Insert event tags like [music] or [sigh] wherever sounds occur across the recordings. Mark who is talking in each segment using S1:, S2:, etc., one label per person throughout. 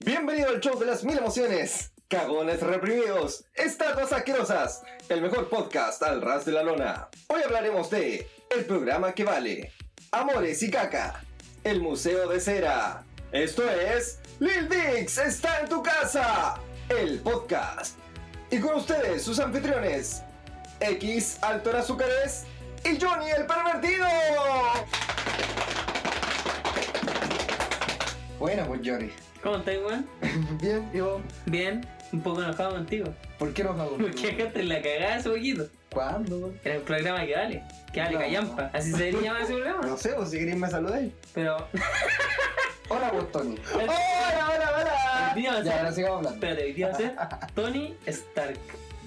S1: Bienvenido al show de las mil emociones. Cagones reprimidos, estatuas asquerosas, el mejor podcast al ras de la lona. Hoy hablaremos de el programa que vale, Amores y caca, el museo de cera. Esto es Lil Dix está en tu casa, el podcast. Y con ustedes sus anfitriones, X Alto en Azúcares y Johnny el pervertido.
S2: Buena, pues Johnny.
S3: ¿Cómo estás, weón?
S2: Bien, ¿y vos?
S3: Bien, un poco enojado contigo.
S2: ¿Por qué enojado?
S3: Porque dejaste la cagada hace poquito.
S2: ¿Cuándo?
S3: Era el programa que vale. Que vale
S2: No.
S3: callampa. Así se debería llamar ese programa.
S2: No sé, vos si querés me saludáis. [laughs]
S3: Pero.
S2: Hola, vos, Tony.
S1: Hola, hola, hola.
S3: Hoy día va a
S2: Ya, ahora
S3: ser.
S2: sigamos hablando.
S3: Espérate, hoy día va a ser Tony Stark.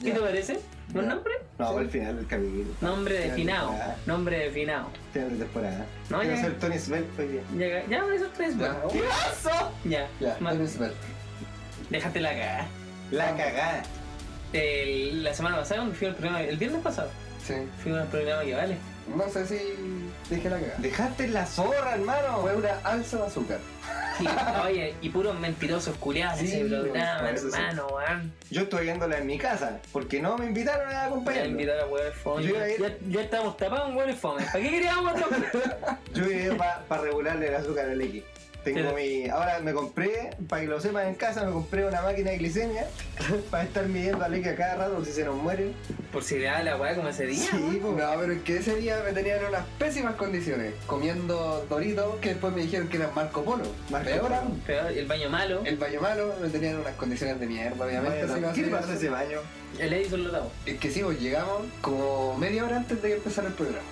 S3: ¿Qué
S2: Ya.
S3: te parece? ¿Un
S2: Ya.
S3: nombre?
S4: No, al final del camino.
S3: Nombre
S4: Ya,
S3: definado.
S4: ya.
S3: Nombre definado.
S4: Final de temporada.
S3: No,
S4: Quiero
S3: ya.
S4: ser Tony Svelto hoy día.
S3: Ya, ya esos tres, weón.
S2: pues, Ya,
S3: Ya.
S2: Ya,
S3: ma-
S2: Tony Svel.
S3: Déjate la cagada.
S4: La cagada.
S3: El- la semana pasada, cuando fui al programa. El viernes pasado,
S2: Sí.
S3: fui al programa que vale.
S2: No sé si dejé la cagada.
S4: Dejaste la zorra, hermano.
S2: Fue una alza de azúcar.
S3: Sí, oye, y puros mentirosos culiados
S2: Sí,
S3: ese programa,
S4: eso sí.
S3: hermano, weón.
S4: Yo estoy viéndola en mi casa porque no me invitaron a
S3: Voy a
S4: acompañarme.
S3: invitar a hueones fome.
S4: Yo iba a ir-
S3: Ya, ya estamos tapados en hueones fome. ¿Para qué queríamos otro?
S4: Yo he ido para regularle el azúcar al X. Tengo
S3: Pero-
S4: mi. Ahora me compré, para que lo sepan en casa, me compré una máquina de glicemia [laughs] para estar midiendo al X a cada rato por si se nos muere.
S3: Por si le da la hueá como ese día.
S2: Sí, pues, no, pero es que ese día me tenían en unas pésimas condiciones. Comiendo doritos que después me dijeron que eran Marco Polo.
S4: Marco
S2: Peor
S4: Polo.
S2: aún.
S3: Pero el baño malo,
S2: El baño malo me tenían en unas condiciones de mierda, obviamente. así que
S4: ¿Qué le
S2: así-
S4: pasó a ese baño?
S3: el Edison lo daba.
S2: Es que sí, pues llegamos como media hora antes de que empezara el programa.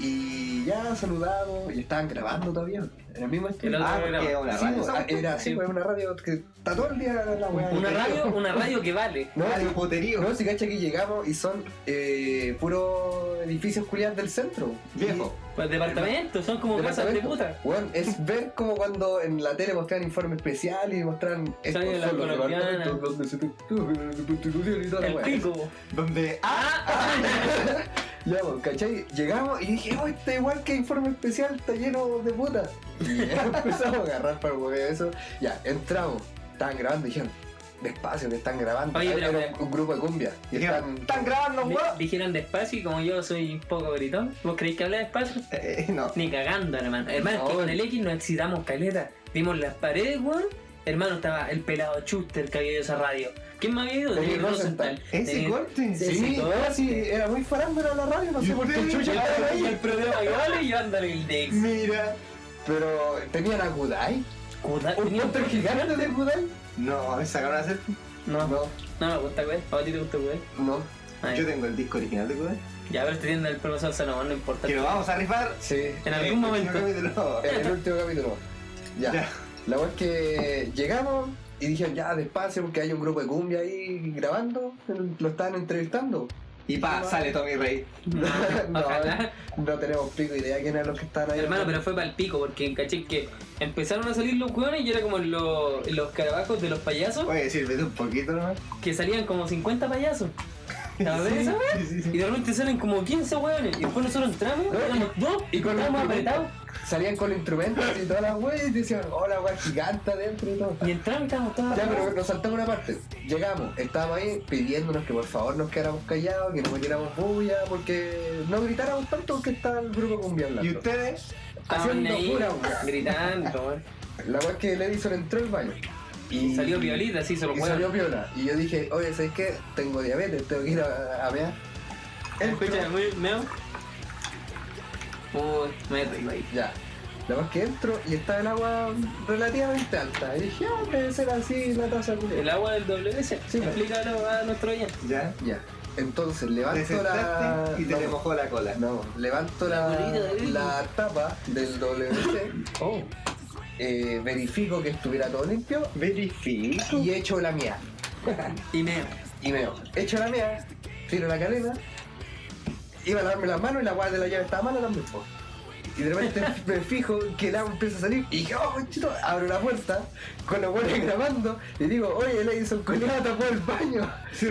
S2: Y ya saludamos, y estaban grabando todavía. En el mismo estudio.
S3: El otro
S4: Ah,
S3: programa.
S4: porque una
S2: Sí,
S4: radio.
S2: pues, ah, era así,
S3: Sí.
S2: pues, una radio que está todo el día la weá.
S3: Una radio, una radio que vale.
S2: No,
S4: Radio puterío.
S2: No, si cacha que llegamos y son eh, puros edificios culiados del centro.
S4: Viejo.
S3: Pues departamentos, son como casas de puta.
S2: Departamento. Weón,
S3: [laughs]
S2: es ver como cuando en la tele mostraban informe especial y mostraban
S3: Sale la
S2: son los
S3: colombiana.
S2: departamentos donde se construye la constitución y toda la
S3: El
S2: weá.
S3: pico.
S4: Donde. ah,
S3: Ah,
S2: Ya, pues, ¿cachai? Llegamos y dije, oh, este igual que informe especial está lleno de putas. Y [laughs] empezamos a agarrar para mover eso. Ya, entramos, estaban grabando y dijeron, despacio que están grabando.
S3: Oye, pero-
S2: Era un, un grupo de cumbia. Y
S4: dijeron,
S2: están,
S4: ¡Están grabando,
S3: Di-
S4: weón!
S3: Dijeron despacio y como yo soy un poco gritón, ¿vos creéis que hablé despacio?
S4: Eh, no.
S3: Ni cagando, hermano. Hermano, es que
S2: No.
S3: con el X nos excitamos caleta. Vimos las paredes, weón. Hermano, estaba el pelado Chuster que había ido a esa radio. ¿Quién más había ido?
S2: Daniel
S3: Daniel
S2: Rosenthal.
S3: Rosenthal.
S4: Ese
S3: Daniel-
S4: corte.
S3: Sí,
S2: Sí,
S3: sí, todo.
S2: era así, era muy farándula la radio, no
S4: ¿Y
S2: sé por qué
S4: ustedes?
S2: chucha.
S3: Y
S2: la
S3: el-
S2: radio
S3: y
S2: ahí.
S3: el programa que vale y yo andar el Dex.
S4: Mira.
S2: Pero tenían a Gudai,
S3: Cuda-
S2: un monstruo gigante de Gudai.
S4: No, me sacaron a hacer.
S3: No, no
S2: No,
S3: me gusta, güey. ¿A ti te gusta, güey?
S2: no,
S3: Ay.
S4: Yo tengo el disco original de Cudé.
S3: Ya, pero te tienda el profesor Salomón, no importa.
S4: Que lo vamos a rifar.
S2: sí,
S3: En algún
S4: el
S3: momento.
S4: próximo capítulo.
S2: en el último capítulo. ya.
S4: Ya.
S2: La verdad es que llegamos y dijeron ya despacio porque hay un grupo de cumbia ahí grabando, lo estaban entrevistando.
S4: Y pa, sale Tommy Rey.
S2: [laughs]
S3: No, ojalá.
S2: No tenemos pico idea quién eran los que estaban ahí.
S3: Hermano, pero fue para el pico, porque caché que empezaron a salir los hueones y era como los, los carabajos de los payasos,
S4: Oye, sírvete un poquito nomás.
S3: que salían como 50 payasos. ¿La ves esa, güey?
S4: Sí, sí,
S3: Y
S4: sí.
S3: de repente salen como 15 hueones. Y después nosotros entramos,
S2: No,
S3: éramos dos, y
S2: y con
S3: estábamos
S2: los-
S3: apretados.
S2: Salían con instrumentos y todas las weas y decían, hola wea gigante adentro y todo.
S3: Y entramos y estábamos todos
S2: Ya, pero
S3: apretados.
S2: nos saltamos una parte. Llegamos, estábamos ahí pidiéndonos que por favor nos quedáramos callados, que no metiéramos bulla, porque no gritáramos tanto porque estaba el grupo cumbia hablando.
S4: ¿Y ustedes?
S3: Estaban
S2: haciendo
S3: ahí
S2: pura hueá.
S3: gritando, güey.
S2: La wea es que el Edison entró al baño.
S3: Y salió violita, sí, se lo
S2: Y
S3: hueones.
S2: salió piola. Y yo dije, oye, ¿sabes qué? Tengo diabetes, tengo que ir a, a mear.
S3: Escucha, muy meo. Uy, me río ahí.
S2: Ya. La más que entro y estaba el agua relativamente alta. Y dije, ah, debe ser así la taza culiá".
S3: El agua del WC.
S2: Sí, pues.
S3: Explícalo a nuestro oyente.
S4: Ya.
S2: Ya. Entonces
S4: Te
S2: levanto la.
S4: sentaste y te
S2: no,
S4: le mojó la cola.
S2: no, levanto la,
S3: Bonito, bonito.
S2: la tapa del WC,
S3: Oh.
S2: eh, verifico que estuviera todo limpio
S4: Verifico.
S2: y echo la mía.
S3: Y meo.
S2: Y meo. Echo la mía, tiro la cadena, iba a lavarme las manos y la guarda de la llave estaba mala también. po. Y de repente [laughs] me fijo que el agua empieza a salir y dije, oh, chito, abro la puerta con los huevos grabando y digo, oye, el Edison culiado tapó el baño.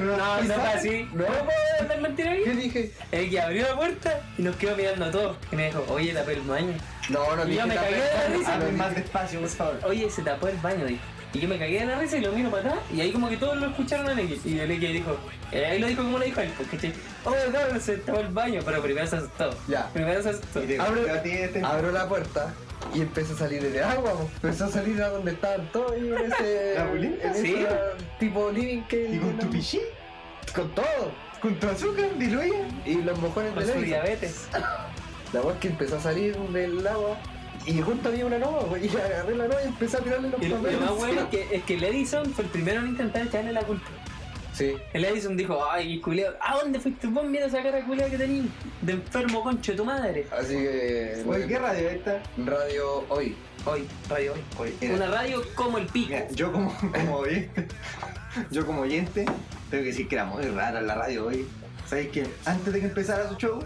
S3: No, no fue así.
S2: No,
S3: No puedo andar mentira
S2: yo
S3: ahí.
S2: dije,
S3: El que abrió la puerta y nos quedó mirando a todos. Y me dijo, oye, tapé el baño.
S2: no, no,
S3: Y yo
S2: dije,
S3: me
S2: "Tapé
S3: cagué
S2: el
S3: de la
S2: baño".
S3: risa.
S2: Ah, no,
S4: Hablen más
S2: dije,
S4: despacio, por favor.
S3: Oye, se tapó el baño, dijo. Y yo me cagué de la risa y lo miro para atrás. Y ahí como que todos lo escucharon al X. Y el X dijo, eh, ahí lo dijo como lo dijo él, porque che, oh, claro, se estaba el baño, pero primero se asustó.
S2: Ya.
S3: Primero se asustó.
S4: Y te
S2: Abre-
S4: golpeó a ti este-
S2: Abro la puerta y empezó a salir el agua, po. empezó a salir a donde estaban todos y en ese,
S4: ¿La bolita?
S2: en
S3: Sí.
S2: ese tipo living que
S4: ¿Y con tu pichí?
S2: con todo
S4: ¿Con tu azúcar? ¿Diluye?
S2: y los mojones
S3: Con
S2: del
S3: su
S2: aire.
S3: diabetes.
S2: La voz que empezó a salir del agua y junto había una nueva y agarré la nueva y empecé a tirarle los
S3: Y lo,
S2: papeles.
S3: lo más bueno es que, es que el Edison fue el primero en intentar echarle la culpa.
S2: Sí,
S3: El Edison dijo, ay, culeo, ¿a dónde fuiste vos? Mira esa cara culeo que tenías de enfermo concho de tu madre.
S2: así que.
S4: Oye, ¿qué radio es esta?
S2: Radio hoy.
S3: Hoy, radio hoy.
S4: Oye, era-
S3: Una radio como el pico.
S4: Mira, yo como, [laughs] como oyente, yo como oyente, tengo que decir que era muy rara la radio hoy. ¿Sabéis que antes de que empezara su show,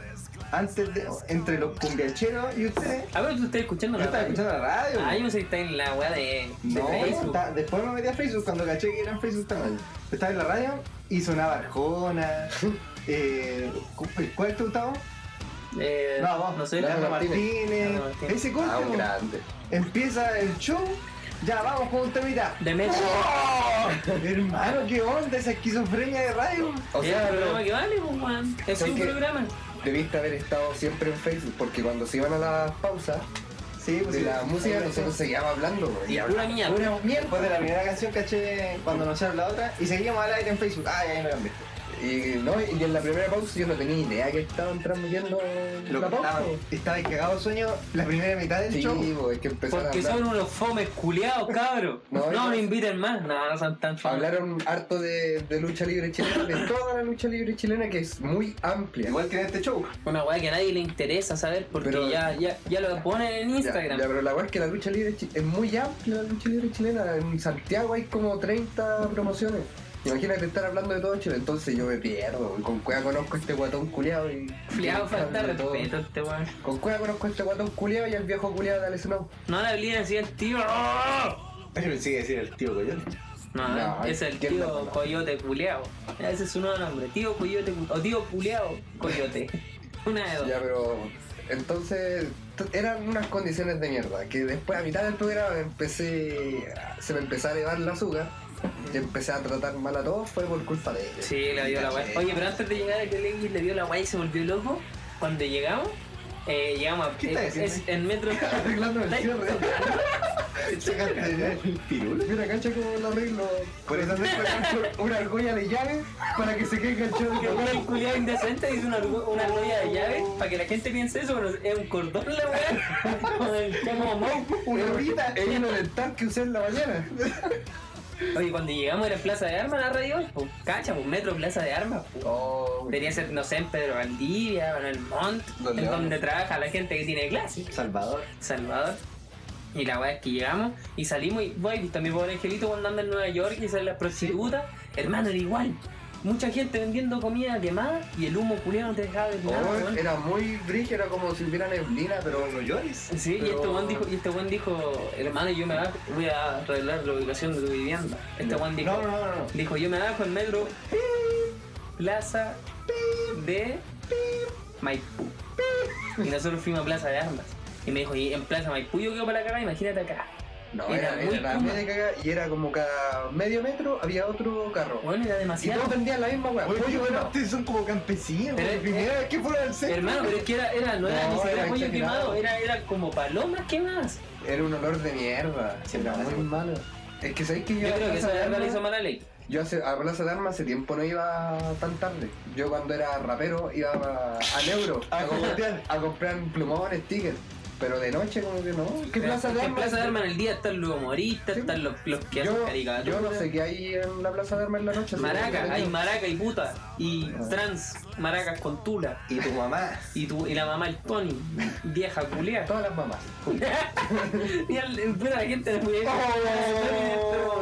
S4: antes de, entre los cumbiancheros y ustedes,
S3: A ver, tú estás escuchando
S4: yo
S3: la
S4: estaba
S3: radio.
S4: escuchando la radio.
S3: Ah, yo me sé que está en la weá de, de
S4: no,
S3: Facebook.
S4: está- después me metí a Facebook cuando caché que era en Facebook también. Estaba en la radio y sonaba Arjona. eh, cu- ¿Cuál te gustaba?
S3: Eh,
S4: No, vos,
S3: no sé.
S4: Leandro
S2: Leandro
S4: Martínez.
S3: Leandro Martínez.
S4: Ese corte,
S2: Ah, un
S4: po.
S2: grande.
S4: empieza el show. Ya vamos con un temita. Oh,
S3: De Messi.
S4: Hermano, qué onda esa esquizofrenia de radio.
S2: O sea,
S3: es un
S2: pero
S3: programa que vale, pues, weón. Es
S2: ¿Sabes
S3: un
S2: qué?
S3: programa.
S2: debiste haber estado siempre en Facebook porque cuando se iban a las pausas
S4: Sí,
S2: de la música nosotros seguíamos hablando. güey.
S3: Y pura mierda.
S2: Pura
S4: Después de
S2: mierda.
S4: la primera canción caché cuando anunciaron la otra y seguimos al aire en Facebook. Ay, ahí me cambié.
S2: Y, no, y en la primera pausa yo no tenía idea que estaban transmitiendo
S4: Lo
S2: la
S4: que
S2: pausa.
S4: estaba, estaba el cagado de sueño la primera mitad del
S2: Sí,
S4: show.
S2: bo, es que empezaron a
S3: Porque
S2: hablar.
S3: son unos fomes culiados, cabros.
S2: No,
S3: No,
S2: yo-
S3: no me inviten más. No, no son tan fomes.
S2: Hablaron harto de, de lucha libre
S3: [laughs]
S2: chilena, de toda la lucha libre chilena que es muy amplia.
S4: Igual que en este show.
S3: Una weá que a nadie le interesa saber porque
S2: Pero-
S3: ya, ya, ya lo ponen en
S2: Ya,
S3: Instagram.
S2: ya, pero la verdad es que la lucha libre chi- es muy amplia, la lucha libre chilena. En Santiago hay como 30 promociones. Imagínate estar hablando de todo Chile, entonces yo me pierdo. güey. Con cueva conozco a este guatón culiado y.
S3: Fleado
S2: y-
S3: falta
S2: de todo.
S3: respeto a este weón.
S2: Con cueva conozco a este guatón culiado y al viejo culiado de Alessandro.
S3: No le hablé así al tío. No,
S4: Yo pensé que decir el tío Coyote.
S2: No,
S3: es el
S2: ¿quién lo
S3: tío
S2: conoce?
S3: Coyote Culeado. Ese es su nuevo nombre. Tío Coyote Cu- o tío Culeado Coyote. Una de dos.
S2: Ya, pero. Entonces. t- Eran unas condiciones de mierda. Que después, a mitad del programa, me empecé. a- Se me empezó a elevar la azúcar. Y empecé a tratar mal a todos. Fue por culpa de ellos.
S3: Sí, le dio la guay. Oye, pero antes de llegar a que Legis le dio la guay y se volvió loco, cuando llegamos, eh, llegamos a.
S4: ¿Qué está
S3: eh,
S4: diciendo?
S3: es- en metro.
S2: [laughs] Arreglando
S3: ¿Estáis tocando?
S4: Sácate el pirul.
S2: Mira, cacha cómo lo arreglo.
S4: Por eso me ponen una argolla de llaves para que se quede enganchado.
S2: [laughs]
S3: Porque una culiada indecente hizo una, argo- una argolla de llave para que la gente piense eso, pero es un cordón la weá. Como el- como Moe.
S4: Una horita.
S2: Es uno del tanque usé en la mañana.
S3: Oye, cuando llegamos era en Plaza de Armas la radio, hoy, pues, cacha, pues metro Plaza de Armas, pues.
S2: Oh,
S3: Debería ser, no sé, en Pedro Valdivia, en el Mont,
S2: Los
S3: en
S2: Leones.
S3: donde trabaja la gente que tiene clase.
S4: Salvador.
S3: Salvador. Y la weá es que llegamos y salimos y bueno, visto a mi pobre angelito cuando anda en Nueva York y sale la prostituta, hermano era igual. Mucha gente vendiendo comida quemada y el humo culiado no te dejaba de
S2: Oh,
S3: nada, weón.
S2: era muy brillo, era como si hubiera neblina, pero
S4: No llores.
S3: Sí, y este
S2: pero-
S3: weón dijo, y este weón dijo, hermano, yo me bajo, voy a arreglar la ubicación de tu vivienda. Este weón dijo,
S4: No, no, no, no.
S3: dijo, yo me bajo en metro Plaza de Maipú. Y nosotros fuimos a Plaza de Armas. Y me dijo, y en Plaza Maipú yo quedo para la cagada, imagínate acá.
S2: no,
S3: Era
S2: era,
S3: muy
S2: era la
S3: cómodo.
S2: media cagada y era como cada medio metro había otro carro.
S3: Bueno, era
S2: Y todos
S3: demasiado.
S2: vendían la misma weá.
S4: Oye,
S2: Pollo
S4: bueno,
S2: quemado.
S4: ustedes son como campesinos.
S3: Pero
S4: la
S3: es-
S4: primera vez que fueron al centro.
S3: Hermano, pero es que era, era no era
S2: No,
S3: ni siquiera
S2: era
S3: pollo
S2: exagerado.
S3: quemado, era, era como palomas quemadas.
S2: Era un olor de mierda.
S4: Sí,
S2: era
S4: no,
S2: muy
S4: sí.
S2: malo. Es que sabéis que yo,
S3: Yo
S2: a
S3: creo que eso
S2: Plaza de
S3: ya lo
S2: Armas-
S3: hizo mala ley.
S2: yo hace- a Plaza de Armas hace tiempo no iba tan tarde. Yo cuando era rapero iba a, al
S3: [laughs]
S2: Euro
S4: A
S3: Ah,
S2: a, comprar-
S4: cogotear.
S2: a comprar plumones, stickers. Pero de noche como que no. ¿Qué Plaza de
S3: en
S2: Armas?
S3: Plaza de Armas en el día están los humoristas,
S2: Sí.
S3: están los, los que hacen
S2: Yo,
S3: caricaturas.
S2: yo no sé qué hay en la Plaza de Armas en la noche. así que no
S3: Maraca, hay
S2: tengo.
S3: maraca y puta. Y
S2: Ah.
S3: trans, maracas con tula.
S4: Y tu mamá.
S3: Y, tu, y la mamá el Tony, vieja [laughs] culea.
S2: Todas las mamás.
S3: y al, puta, la gente le fue
S4: Oh.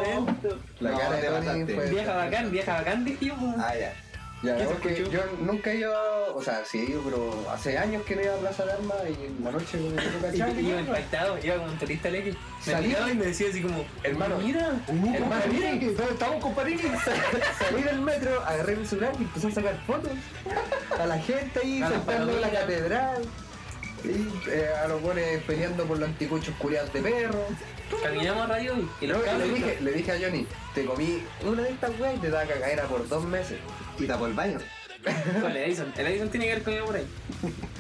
S3: en este momento.
S2: La
S4: No,
S2: cara
S4: te
S2: de Tony
S4: mataste.
S2: fue...
S3: Vieja bacán, vieja bacán, dije yo. pues.
S4: Ah, ya.
S2: Ya,
S3: ¿Qué
S2: no,
S3: se
S2: porque
S3: escuchó?
S2: yo nunca he ido... O sea, sí he ido, pero hace años que no iba a Plaza de Armas y en la noche como que
S3: [laughs]
S2: no
S3: Y yo
S2: cachaba.
S3: iba impactado, iba como un turista X. Me
S2: Salí-
S3: miraba y me decía así como,
S2: Hermano,
S3: mira,
S2: Hermano,
S4: compañero,
S2: miren.
S4: ¿dónde estamos, compañeros?
S2: [laughs] Salí del metro, agarré mi celular y empecé a sacar fotos a la gente ahí
S3: A la
S2: saltando la
S3: palomilla.
S2: catedral. Y eh, a los buenos peleando por los anticuchos curiados de perro.
S3: Caminamos a radio Hoy y los
S2: No, y
S3: cabros-
S2: le, dije, le dije a Johnny, te comí una de estas weas y te daba cagadera por dos meses.
S4: Y tapó el baño.
S3: Vale, Edison. El Edison tiene que haber comido por ahí.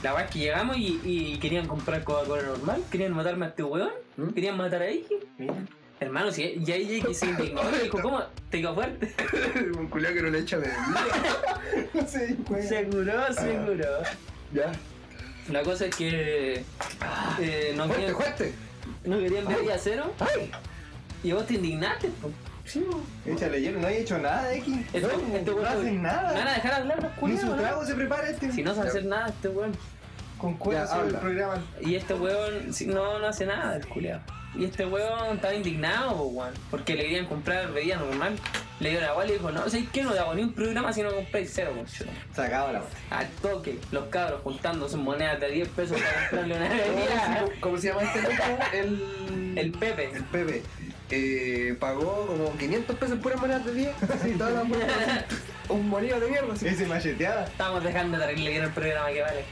S3: La weá es que llegamos y, y querían comprar Coca-Cola normal, querían matarme a este weón,
S2: ¿Mm?
S3: querían matar a Iggy. Hermano, si y ahí
S4: [laughs]
S3: Iggy se indignó, le dijo, ¿cómo? Te digo fuerte.
S2: [laughs] Un culiao que no
S3: [laughs]
S2: le echa de
S4: Sí, güey. Ah.
S3: Seguro, seguro.
S2: Ya.
S3: La cosa es que
S4: Ah.
S3: eh, no,
S2: Fuerte,
S3: querían,
S2: fuerte.
S3: no querían bebida cero
S2: ¡Ay!
S3: y vos te indignaste. po.
S2: Sí, bo.
S4: Échale hielo, no he hecho nada, X.
S3: Este-
S4: no
S3: este
S4: no
S3: güey-
S4: hacen
S3: Me van
S4: nada.
S3: a dejar hablar los
S4: Ni su
S3: culiados.
S4: trago
S3: ¿no?
S4: se prepara este.
S3: Si no sabe
S2: Ya.
S3: hacer nada este weón.
S4: Con cuerda
S2: Ya,
S4: sobre el
S2: habla.
S4: programa.
S3: Y este weón sí, no, no hace nada, el culiao. Y este weón estaba indignado, po, weón, porque le querían comprar bebida normal. Le dio la guay y le dijo, no, ¿sabes qué? No te hago ni un programa si no compráis cero, conchudo.
S4: Sacaba la
S3: Al toque, los cabros juntando sus monedas de 10 pesos para comprarle una bebida.
S2: ¿Cómo, cómo se llama este loco? El...
S3: El Pepe.
S2: El Pepe. Eh, pagó como 500 pesos en puras monedas de 10. Así, todas las monedas, así, [laughs] Un monillo de mierda. Así.
S4: Ese macheteada.
S3: Estamos dejando de arreglar el programa que vale.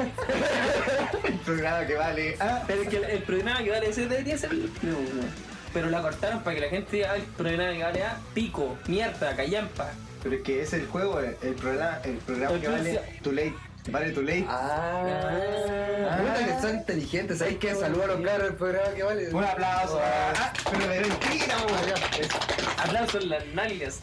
S4: El programa que vale. Ah,
S3: Pero es que el, el programa que vale ese debería ser el último, weón. Pero la cortaron para que la gente diga, "Ah, el programa que vale a pico, mierda, callampa.
S4: pero es que es el juego, el, el programa, el programa
S3: El
S4: que vale
S3: precio-
S4: too late. Vale too late.
S2: Ah, puta que son inteligentes. ¿Sabes qué? Saludos a los caros del programa que vale.
S4: Un aplauso.
S2: Ah.
S4: Ah, pero me doy tira, güey.
S3: Aplausos en las nalgas.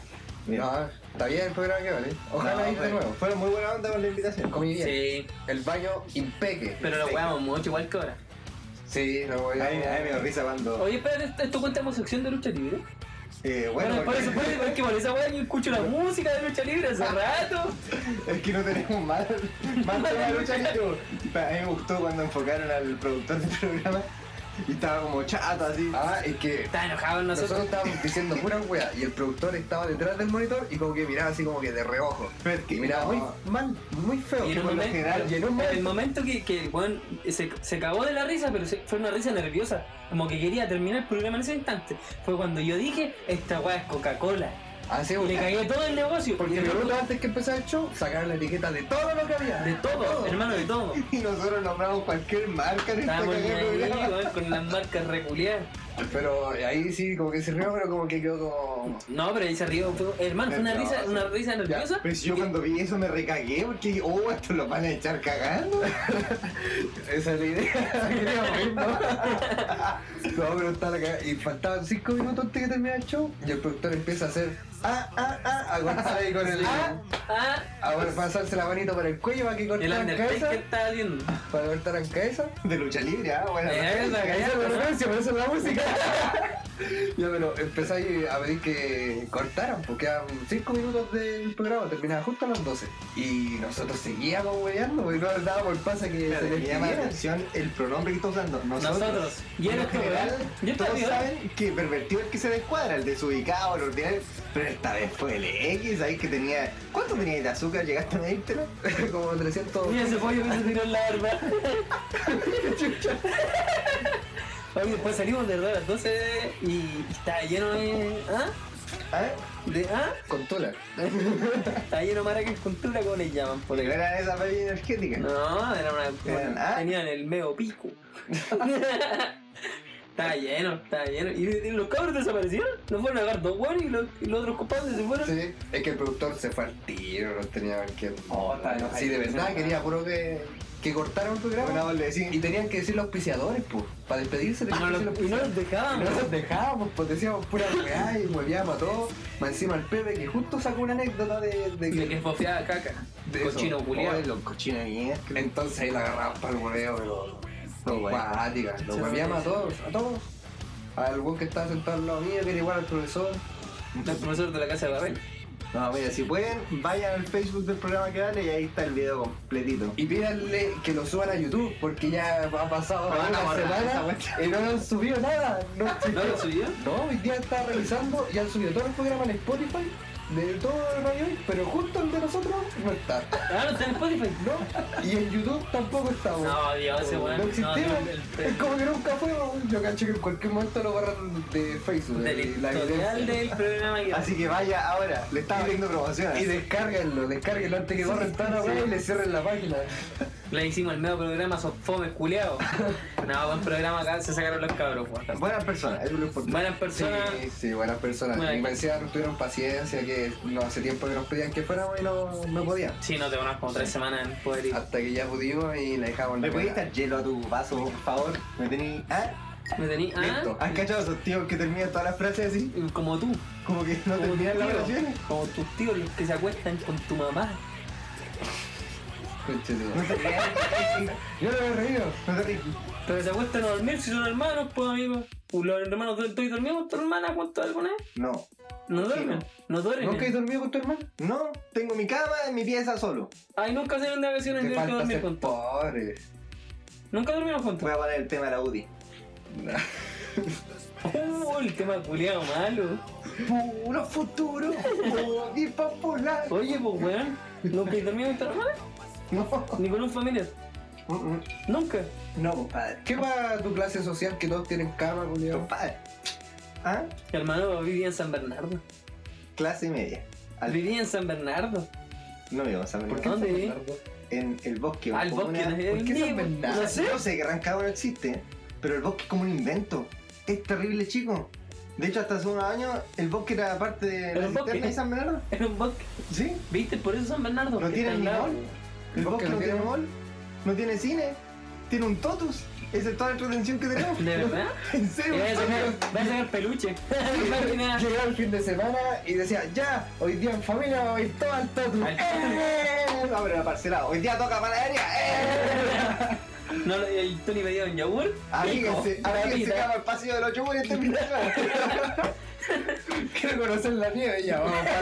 S2: No, está bien el programa que vale. ¿eh? Ojalá
S4: No,
S2: ir de
S4: pero
S2: nuevo.
S4: Fueron muy buena onda con la invitación.
S2: Comí bien.
S3: Sí,
S2: El baño impeque.
S3: pero lo
S2: Sí.
S3: weamos mucho igual que ahora.
S2: Sí, lo voy
S4: A
S2: a
S4: mí, a mí me dio risa cuando.
S3: Oye, espérate, ¿esto, esto cuenta como sección de lucha libre?
S4: Eh,
S3: Bueno,
S4: bueno,
S3: por
S4: porque-
S3: eso, por [laughs] eso, es que por esa weá yo escucho la música de lucha libre hace rato.
S4: es que no tenemos más, más tema de lucha libre. A mí me gustó cuando enfocaron al productor del programa y estaba como chato así.
S2: Ah, es que
S3: Está enojado en
S2: nosotros
S3: nosotros.
S2: estábamos diciendo pura wea y el productor estaba detrás del monitor y como que miraba así como que de reojo.
S4: Pero es que
S2: Y miraba
S4: no.
S2: muy mal, muy feo.
S3: Y en, un
S2: por lo
S3: momento,
S2: general, y en un
S3: en el
S2: momento-
S3: momento que, que el weón se, se cagó de la risa, pero se- fue una risa nerviosa, como que quería terminar el programa en ese instante, fue cuando yo dije, esta weá es Coca-Cola.
S2: Así,
S3: Y Le
S2: porque,
S3: cagué todo el negocio. Y
S2: porque
S3: el
S2: minutos
S3: otro-
S2: antes que empezara el show, sacaron la etiqueta de todo lo que había.
S3: De todo,
S2: [laughs]
S3: hermano, de [laughs] todo.
S4: Y nosotros nombramos cualquier marca en esta
S3: Estábamos
S4: cagada de
S3: ahí,
S4: programa.
S3: weón, con las marcas reculeadas.
S2: Pero ahí sí, como que se rió, pero como que quedó como.
S3: No, pero ahí se rió. fue- Hermano, fue una
S4: Nervioso.
S3: risa, una risa nerviosa.
S4: Pero si pues yo cuando vi eso me recagué porque dije, oh, esto lo van a echar cagando.
S2: [laughs] Esa es la idea. Quería morir, ¿no?
S4: [laughs]
S2: No, pero está la cagada. Y faltaban 5 minutos antes que terminara el show. Y el productor empieza a hacer. Ah, ah, ah. A golpear ahí con el.
S3: Ah, ah,
S2: Ahora pasarse la manito por el cuello para que
S3: el
S2: cortaran cabeza.
S3: Undertaker estaba viendo.
S2: Para cortaran cabeza.
S4: De lucha libre, ah, bueno.
S3: Eh, la
S2: Ahí
S3: cagada,
S2: se
S3: ¿no?
S2: referencia, pero esa es la música. [laughs] ya, pero empezáis a pedir que cortaran, porque eran 5 minutos del programa, terminaba justo a las 12. Y nosotros seguíamos weyando, porque no dábamos el pase que
S4: Espérate,
S2: se
S4: me
S2: les
S4: llama la
S2: pidiera.
S4: atención el pronombre que está usando. Nosotros.
S3: Nosotros. Y
S4: en
S3: eres
S2: este
S3: tú, ¿verdad?
S4: general,
S3: Yo
S4: todos
S3: también.
S4: saben que pervertido es el que se descuadra, el desubicado, el ordinario. Pero esta vez fue el X, ahí que tenía. ¿Cuánto tenías de azúcar? ¿Llegaste a [laughs] medírtelo?
S2: Como 300.
S3: Mira ese pollo que se tiró en la [laughs] arma. Oye, después salimos de verdad a las 12 y y estaba lleno de. ¿Ah?
S4: ¿Ah?
S3: ¿De ah?
S2: Con tula.
S3: Estaba lleno de maracas con tula, ¿cómo le llaman por
S4: Porque no
S3: ahí?
S4: eran esas bebidas energéticas.
S3: No, era una.
S4: Eran, ah.
S3: Tenían el medio pico. estaba lleno, estaba lleno. Y, y los cabros desaparecieron. Nos fueron a agarrar dos huevos y los, y los otros compadres se fueron.
S2: Sí, es que el productor se fue al tiro, no tenía que.
S4: Oh, está bien.
S2: sí, de verdad, quería puro que, que cortaran el
S4: Una
S2: programa.
S4: voz le decía,
S2: Y tenían que decir los auspiciadores, pues, para despedirse.
S3: Y no
S2: tenían que decir
S3: los, y no los
S2: Y no
S3: dejábamos.
S2: nos dejábamos, pues decíamos pura weá y hueveábamos a todos. Más encima el Pepe que justo sacó una anécdota de, de Oh,
S3: De
S2: que.
S3: que fofeaba caca.
S2: de eso.
S3: Cochino culiado.
S4: "Ay, los cochinos de mierda".
S2: Entonces ahí la agarramos para el hueveo, pero.
S4: No,
S2: Lo
S4: bueno.
S2: cuática, lo
S3: Sí,
S2: hueveamos a
S3: sí.
S2: todos, a todos. Al buen que estaba sentado al lado mío, que era igual al profesor.
S3: El profesor de la casa de papel.
S4: No, mira, si pueden, vayan al Facebook del programa que vale y ahí está el video completito.
S2: Y pídanle que lo suban a YouTube, porque ya ha pasado
S4: Van a
S2: una
S4: borrar esa
S2: semana
S4: cuestión.
S2: y no lo han subido nada. No,
S3: [laughs] ¿No lo subió?
S2: No, hoy día estaba revisando y han subido todos los programas en Spotify, de todo el radio, pero justo el de nosotros no está.
S3: Ah, no está en Spotify.
S2: ¿no? Y en YouTube tampoco estamos.
S3: No, Dios, ese weón.
S2: No existieron.
S3: No, el- el-
S2: es como que nunca fue. weón. Yo cacho que en cualquier momento lo borran de Facebook.
S3: Del
S2: de la
S3: historial
S2: evidencia.
S3: del programa que
S4: Así que vaya ahora, le estaba
S2: Y de-
S4: haciendo promoción.
S2: Y descárguenlo, descárguenlo antes que borren toda la weá y le cierren la página.
S3: Le hicimos el medio programa Sofome culeado. no, buen programa acá, se sacaron los cabros, weón.
S2: Buenas personas, eso es lo importante.
S3: Buenas personas.
S4: Sí, sí, buenas personas.
S3: Buena
S4: y me
S3: gente.
S4: encima tuvieron paciencia, que no hace tiempo que nos pedían que fuéramos y no, no podían.
S3: Sí, no te conozco como tres semanas en poder ir.
S4: Hasta que ya pudimos y la dejamos en
S2: ¿Me
S4: la
S2: puedes
S4: cagada.
S2: dar hielo a tu vaso, por favor? ¿Me tení? ¿Ah?
S3: Me tení, ah,
S4: Listo.
S2: ¿Has cachado esos tíos que terminan todas las frases así?
S3: como tú,
S2: Como que
S3: como
S2: no
S3: tus
S2: terminan
S3: [laughs]
S2: las
S3: tíos,
S2: oraciones.
S3: como tus tíos los que se acuestan con tu mamá.
S4: Conchetumare.
S2: No te rías.
S4: Yo no me he reído.
S2: No te rías.
S3: Pero se acuestan a dormir si son hermanos, pues amigo. Los hermanos duermen, ¿tú y dormimos tu hermana cuánto alguna vez?
S2: No.
S3: No duermen, no duermen.
S4: ¿Nunca he dormido con tu hermano?
S2: No, tengo mi cama en mi pieza solo.
S3: Ay, nunca se ven de vacaciones,
S4: Te
S3: tuvieron que
S4: falta
S3: dormir
S4: ser
S3: juntos.
S4: pobre.
S3: Nunca dormimos juntos.
S2: Voy a poner el tema de la UDI.
S4: No.
S3: Uh, el tema culiado malo.
S2: Puro futuro, puro y popular.
S3: Oye, pues weón, nunca he dormido con tu hermana,
S2: No,
S3: ni con un familiar.
S2: Mm, mm.
S3: Nunca.
S2: no, compadre.
S4: ¿Qué va tu clase social que todos tienen cama, culiao?
S2: Compadre. ¿Ah?
S3: Mi hermano vivía en San Bernardo.
S2: Clase media. Al-
S3: Vivía en San Bernardo.
S2: No me vamos a
S4: ¿Por
S2: ver.
S4: qué
S3: ¿Dónde
S4: San
S3: vive?
S4: Bernardo?
S2: En el bosque.
S3: Al
S2: como
S3: ¿Ah? bosque.
S2: una-
S3: de-
S4: ¿por qué San Bernardo?
S3: No sé.
S2: Yo sé que Rancagua no existe, pero el bosque es como un invento. Es terrible, chico. De hecho, hasta hace unos años el bosque era parte de
S3: Era
S2: la
S3: un bosque.
S2: cisterna de San Bernardo.
S3: Era un bosque.
S2: Sí.
S3: ¿Viste? Por eso San Bernardo.
S2: No
S3: que
S2: tiene
S3: está al
S2: ni
S3: lado.
S2: mall. El bosque no tiene mall, no tiene cine, tiene un totus. Esa es toda la entretención que tenemos. [laughs]
S3: ¿De verdad? Eh,
S2: En
S3: Y
S2: serio.
S3: Voy a sacar, voy a sacar peluche. [laughs] Máquina.
S4: Llegaba el fin de semana y decía, ya, hoy día en familia vamos a ir todo al totu.
S3: Al-
S2: ¡Eh! Abre la parcela. Hoy día toca [laughs] panadería. ¡Eh!
S3: No, lo- el Tony me dio un yogur.
S2: Abríguense, abríguense, cama el pasillo de los yogures y [laughs] este
S4: [laughs] Quiero conocer la nieve ya,
S2: [laughs]
S4: vamos para la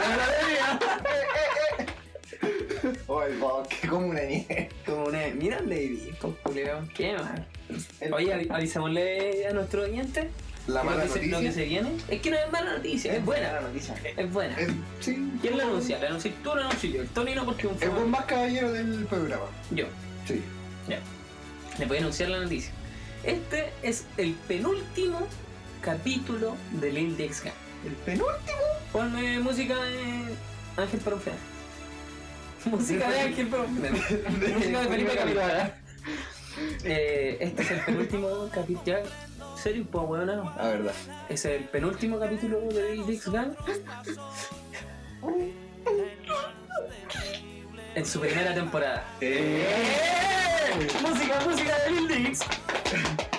S2: Oh, el bosque, como una nieve.
S3: Como una. Mira, Lady, con culero. Qué mal. Oye, avi- avisémosle a nuestro oyente
S4: La
S3: lo,
S4: mala
S3: que se, lo que
S4: noticia.
S3: se viene. Es que no es mala noticia, es
S2: la
S3: buena.
S2: noticia.
S3: Es buena.
S4: Es, sí.
S3: ¿Quién la anuncia? La anuncié tú, la anuncié yo. El Tony no porque es un
S4: El
S3: fumado.
S4: buen más caballero del programa.
S3: Yo.
S4: Sí.
S3: Les voy a anunciar la noticia. Este es el penúltimo capítulo de Lil Dex Gang.
S2: El penúltimo.
S3: Ponme música de Ángel [laughs] Peronfea. Música de Ángel Peronfea. música de Felipe Camiloaga. Eh, este es el penúltimo [laughs] capítulo. Ya, serio, pues weón.
S4: La verdad.
S3: Es el penúltimo capítulo de Lil Dix Gang. En su primera temporada.
S4: Eh.
S3: ¡Eh! Música, música de Lil Dix.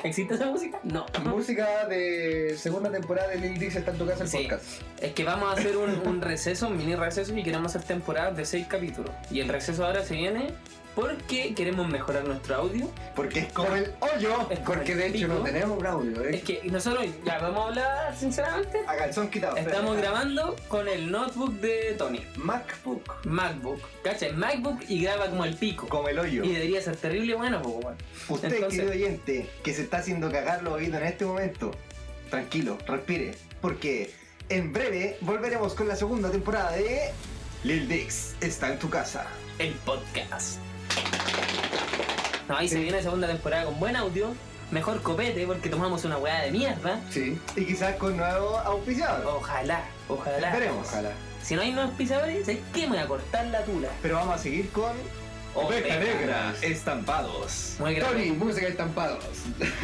S3: ¿Existe esa música? No.
S4: Eh. Música de segunda temporada de Lil Dix está en tu casa el
S3: Sí.
S4: podcast.
S3: Es que vamos a hacer un, un receso, un mini receso, y queremos hacer temporadas de seis capítulos. Y el receso ahora se viene porque queremos mejorar nuestro audio.
S2: Porque es como el hoyo.
S3: Es como
S4: Porque
S3: el
S4: de hecho
S3: pico.
S4: no tenemos un audio,
S3: Es
S4: ¿eh?
S3: que nosotros ya vamos a hablar sinceramente.
S2: A calzón quitado.
S3: Estamos
S2: Espera.
S3: grabando con el notebook de Tony.
S2: MacBook.
S3: MacBook. ¿Cacha? El MacBook y graba como el pico.
S2: Como el hoyo.
S3: Y debería ser terrible bueno, pues, bueno.
S2: Usted,
S3: Entonces-
S2: querido oyente, que se está haciendo cagar los oídos en este momento, tranquilo, respire, porque en breve volveremos con la segunda temporada de Lil Dix está en tu casa.
S3: El podcast. No, ahí se viene la segunda temporada con buen audio. Mejor copete porque tomamos una weá de mierda.
S4: Sí.
S2: Y quizás con nuevo auspiciador.
S3: Ojalá, ojalá.
S2: Esperemos.
S4: Ojalá.
S3: Si no hay nuevos pisadores, ¿sabes qué? Me voy a cortar la tula.
S2: Pero vamos a seguir con
S3: Oveja.
S4: ¿eh?
S2: Estampados.
S3: Muy grave.
S4: Tony, música de estampados.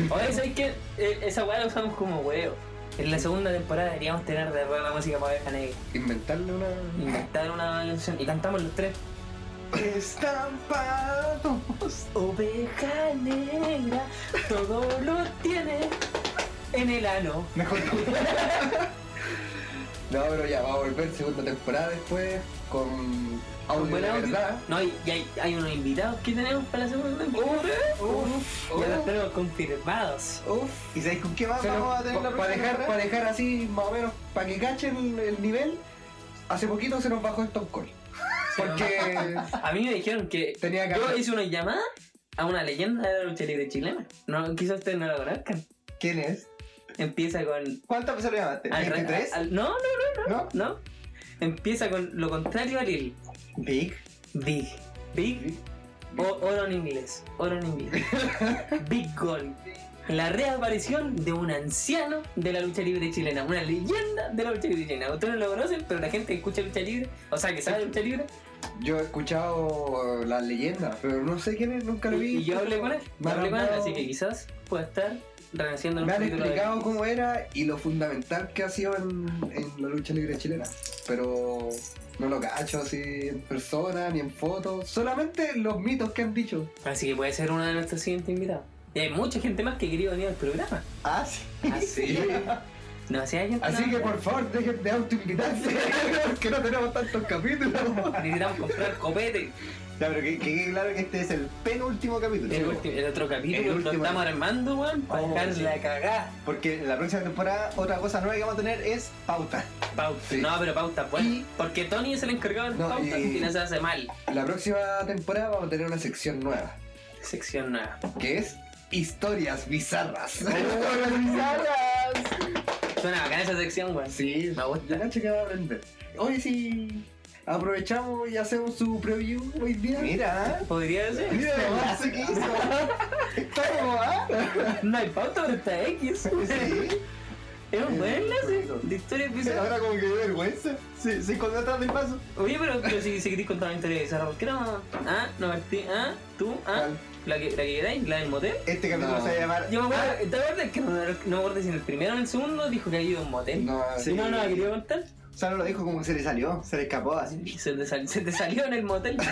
S3: Oye, ¿sabes qué? Eh, Esa weá la usamos como huevo. En la segunda temporada deberíamos tener de verdad la música para Oveja Negra.
S4: Inventarle una.
S3: Inventar una canción y cantamos los tres.
S2: Estampados.
S3: Oveja Negra, todo lo tiene en el ano.
S2: Mejor no.
S4: No, pero ya, va a volver segunda temporada después con audio
S3: Buen
S4: de
S3: audio.
S4: verdad.
S3: No, y, y hay, hay unos invitados que tenemos para la segunda temporada.
S4: Uf,
S3: ya los
S4: uf,
S3: tenemos confirmados.
S4: uf.
S2: ¿Y sabéis con qué más
S4: Se nos-
S2: vamos a tener la
S4: pa- para
S2: próxima
S4: dejar, para
S2: temporada?
S4: dejar así más o menos, para que cachen el nivel, hace poquito se nos bajó el Tom Cole. [laughs] Porque
S3: A mí me dijeron que
S4: tenía que
S3: yo
S4: hacer-
S3: hice una llamada a una leyenda de la lucha libre chilena. No, quizás ustedes no la conozcan.
S2: ¿Quién es?
S3: Empieza con.
S2: ¿Cuántas veces lo llamaste?
S3: al-
S2: ¿23?
S3: al- no, no,
S2: ¿No?
S3: no, no. Empieza con lo contrario a Lil.
S2: Big.
S3: Big.
S5: [laughs]
S3: Big. O, oro en inglés. Oro en inglés. Big Gold. la reaparición de un anciano de la lucha libre chilena, una leyenda de la lucha libre chilena. Ustedes no lo conocen, pero la gente que escucha lucha libre, o sea, que sabe de lucha libre,
S5: Yo he escuchado las leyendas, pero no sé quién es, nunca lo vi.
S3: y, y yo hablé con él,
S5: Me
S3: yo
S5: han
S3: hablé con él,
S5: hablado-
S3: así que quizás pueda estar renaciendo en un
S5: Me han
S3: capítulo de-
S5: explicado cómo era y lo fundamental que ha sido en, en la lucha libre chilena. Pero no lo cacho así en persona ni en fotos. Solamente los mitos que han dicho.
S3: Así que puede ser uno de nuestros siguientes invitados. Y hay mucha gente más que quería venir al programa.
S5: Ah, sí.
S3: Así, [laughs] no, así hay gente
S5: Así
S3: más.
S5: que por favor dejen de autoinvitarse, [laughs] porque no tenemos tantos capítulos.
S3: [laughs] Necesitamos comprar
S5: [laughs]
S3: copete.
S2: Ya, pero que, que quede claro que este es el penúltimo capítulo.
S3: El, ulti- el otro capítulo
S2: El
S3: lo
S2: último.
S3: estamos armando, weón, para
S2: Oh,
S3: dejar
S2: sí.
S3: la cagada.
S2: Porque la próxima temporada, otra cosa nueva que vamos a tener es pauta.
S3: Pauta.
S5: Sí.
S3: No, pero pauta, bueno.
S5: Y-
S3: Porque Tony es el encargado de las
S5: No,
S3: pautas
S5: y-
S3: y no se hace mal.
S5: La próxima temporada vamos a tener una sección nueva,
S3: Sección nueva.
S5: que es historias [laughs] bizarras.
S3: Suena bacana esa sección, weón.
S5: Sí,
S3: Me gusta.
S5: Yo cacho que va a aprender. Hoy sí aprovechamos y hacemos su preview hoy día.
S2: Mira,
S3: Podría
S5: [laughs]
S3: ser.
S2: mira lo brazo que hizo. Está como, ¿ah?
S3: No hay pauta, pero está X.
S2: Sí.
S3: Es un buen enlace
S2: bonito.
S3: de historias bizarras.
S2: Ahora como que de vergüenza. Se, se escondió atrás del paso.
S3: Oye, pero, pero si, si querés contar una historia bizarra, ¿por qué no? Ah, no, Martín, ah, tú, ah,
S5: ¿Cuál?
S3: la que, la que queráis, la del motel.
S2: Este capítulo
S5: No.
S2: se va a llamar.
S3: Yo me
S5: Ah.
S3: acuerdo, ¿te acuerdas que no, no me acuerdo si en el primero o en el segundo dijo que había ido a un motel?
S5: No,
S2: Sí.
S3: No, no, la quería contar.
S2: Solo lo dijo como que se le salió, se le escapó así.
S3: Y se te, sal- se te salió en el
S5: [laughs]
S3: motel. [laughs]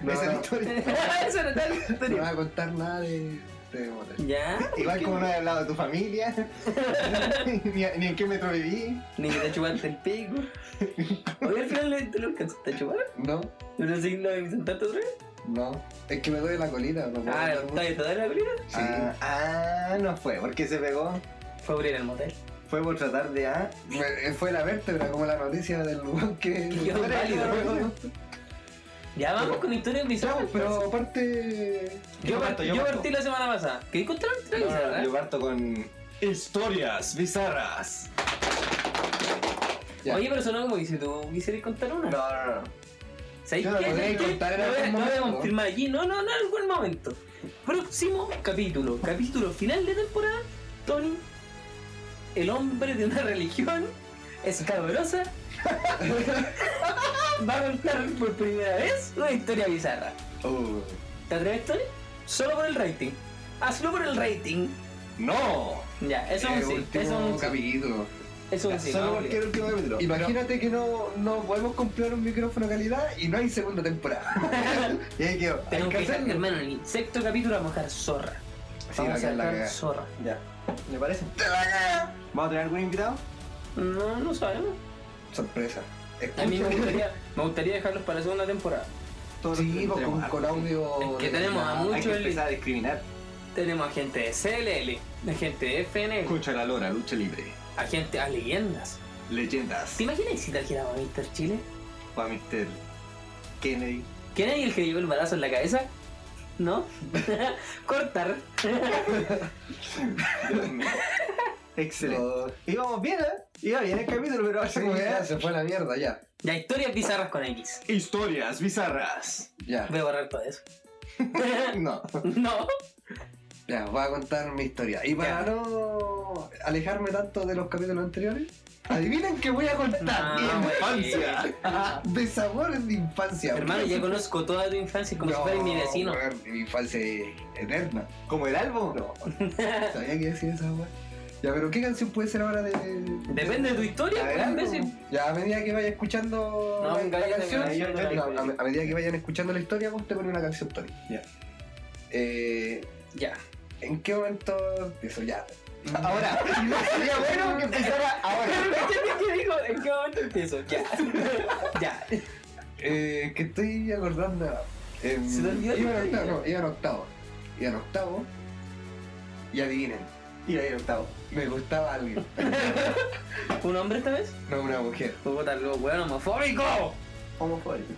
S5: No,
S2: Esa es la
S5: no. [laughs]
S2: historia.
S3: Eso no tal
S5: no
S3: historia.
S5: va a contar nada de, de motel.
S3: Ya,
S2: Igual como no he hablado de tu
S5: [laughs]
S2: familia, [laughs] ni, ni en qué metro viví.
S3: ni que te chupaste el pico. Oye, al final le- te lo alcanzaste a chupar.
S5: No,
S3: ¿No sé si lo intentaste otra vez?
S5: no. Es que me duele la colita. No puedo
S3: Ah,
S5: hablar mucho.
S3: ¿todavía te da la colina?
S5: Sí.
S2: Ah, ah, no fue, porque se pegó.
S3: Fue a abrir el motel.
S2: Fue por tratar de. Ah,
S5: Me- fue la vértebra, como la noticia del
S3: [laughs]
S5: weón
S3: Que
S5: que.
S3: quedó inválido. Ya vamos con historias
S5: Chao,
S3: bizarras.
S5: pero aparte.
S3: Yo, part- yo partí la semana pasada. ¿Qué contar la historia bizarra?
S2: Yo parto con. Historias bizarras.
S5: Ya.
S3: Oye, pero sonó como que si tú quisieras contar una.
S2: No, no, no.
S3: ¿Sabéis
S5: Yo la
S3: qué?
S5: podría
S3: ¿Sabéis qué?
S5: contar en
S3: Lo voy a- lo
S5: algún
S3: voy a
S5: momento.
S3: confirmar aquí. No, no, no, en algún momento. Próximo capítulo. Capítulo final de temporada. Tony, el hombre de una religión escabrosa, [laughs] va a contar por primera vez una historia bizarra.
S2: Uh,
S3: ¿Te atreves, Tony? Solo por el rating. Hazlo por el rating.
S2: ¡No!
S3: Ya, eso es
S5: eh,
S3: un sí.
S5: último
S3: Eso es un sí.
S5: capítulo.
S3: Eso es un sí.
S2: Solo
S3: no,
S2: porque era el último capítulo.
S5: Imagínate que no, no podemos comprar un micrófono de calidad y no hay segunda temporada.
S2: [laughs] Y ahí quedó.
S3: [laughs] Tenemos que
S5: Hay que
S3: dejar,
S5: hacerlo.
S3: hermano, en el sexto capítulo vamos a dejar zorra.
S5: Sí,
S3: Vamos a
S5: bacán la
S3: dejar
S5: cagada.
S3: zorra.
S2: Ya. ¿Me parece? ¿Vamos a tener algún invitado?
S3: No, no sabemos.
S5: Sorpresa.
S3: A mí me
S5: Escucha.
S3: gustaría, me gustaría dejarlos para la segunda temporada.
S2: Todos
S5: Sí,
S2: los
S5: pues,
S2: tenemos
S5: con,
S2: harto.
S5: con audio.
S3: Es que
S5: de
S3: tenemos
S5: calidad.
S3: a mucho-
S2: Hay que empezar a discriminar.
S3: Tenemos a gente de CLL, a gente de FNL,
S2: Escucha la lora, lucha libre.
S3: a gente a leyendas.
S2: Leyendas.
S3: ¿Te imaginas si trajéramos a Mr. Chile?
S2: Juan Mister Kennedy.
S3: ¿Quién es el que llevó el balazo en la cabeza? ¿No? [laughs] Cortar.
S2: Dios mío. Excelente. Íbamos bien, ¿eh? Iba bien el capítulo, pero ahora
S5: Sí,
S2: como
S5: ya,
S2: que-
S5: se fue a la mierda, ya.
S3: Ya, historias bizarras con X.
S2: Historias bizarras.
S5: [laughs] Ya,
S3: Voy a borrar todo eso. [laughs]
S2: No.
S3: no.
S5: ya, voy a contar mi historia. Y para
S3: Ya.
S5: no alejarme tanto de los capítulos anteriores, adivinen que voy a contar.
S3: No, Ah, güey.
S5: Desabores de infancia.
S3: Hermano, ya conozco toda tu infancia como si fuera mi vecino.
S5: weón, Mi infancia es eterna.
S2: ¿Como el álbum?
S5: No, sabía que decir esa weón. Ya, pero ¿qué canción puede ser ahora de.?
S3: Depende de tu historia,
S2: A ver,
S3: pues,
S2: algo.
S3: imbécil.
S5: Ya, a medida que vaya escuchando
S3: No,
S5: la-
S3: venga,
S5: la
S3: ya,
S5: canción,
S3: venga, ya, ya,
S5: no,
S2: ya, ya.
S5: a, me- a medida que vayan escuchando la historia, vos te pones una canción, Tony.
S2: Ya.
S5: Eh,
S3: Ya.
S5: ¿En qué momento empiezo? Ya. [laughs]
S2: Ahora. Sería bueno que empezara
S3: [laughs]
S2: ahora.
S3: Pero ¿qué- ¿Qué dijo? ¿En qué momento empiezo? Ya. [laughs] ya.
S5: Eh, que estoy acordando. eh,
S3: Se te olvidó
S5: iba,
S3: la
S5: en
S3: historia.
S5: octavo, no, iba en octavo. Iba en octavo. Y adivinen,
S2: Y ahí el octavo.
S5: me gustaba alguien.
S3: ¿Un hombre esta vez?
S5: no una mujer.
S3: Puta, algo weón homofóbico.
S2: Homofóbico.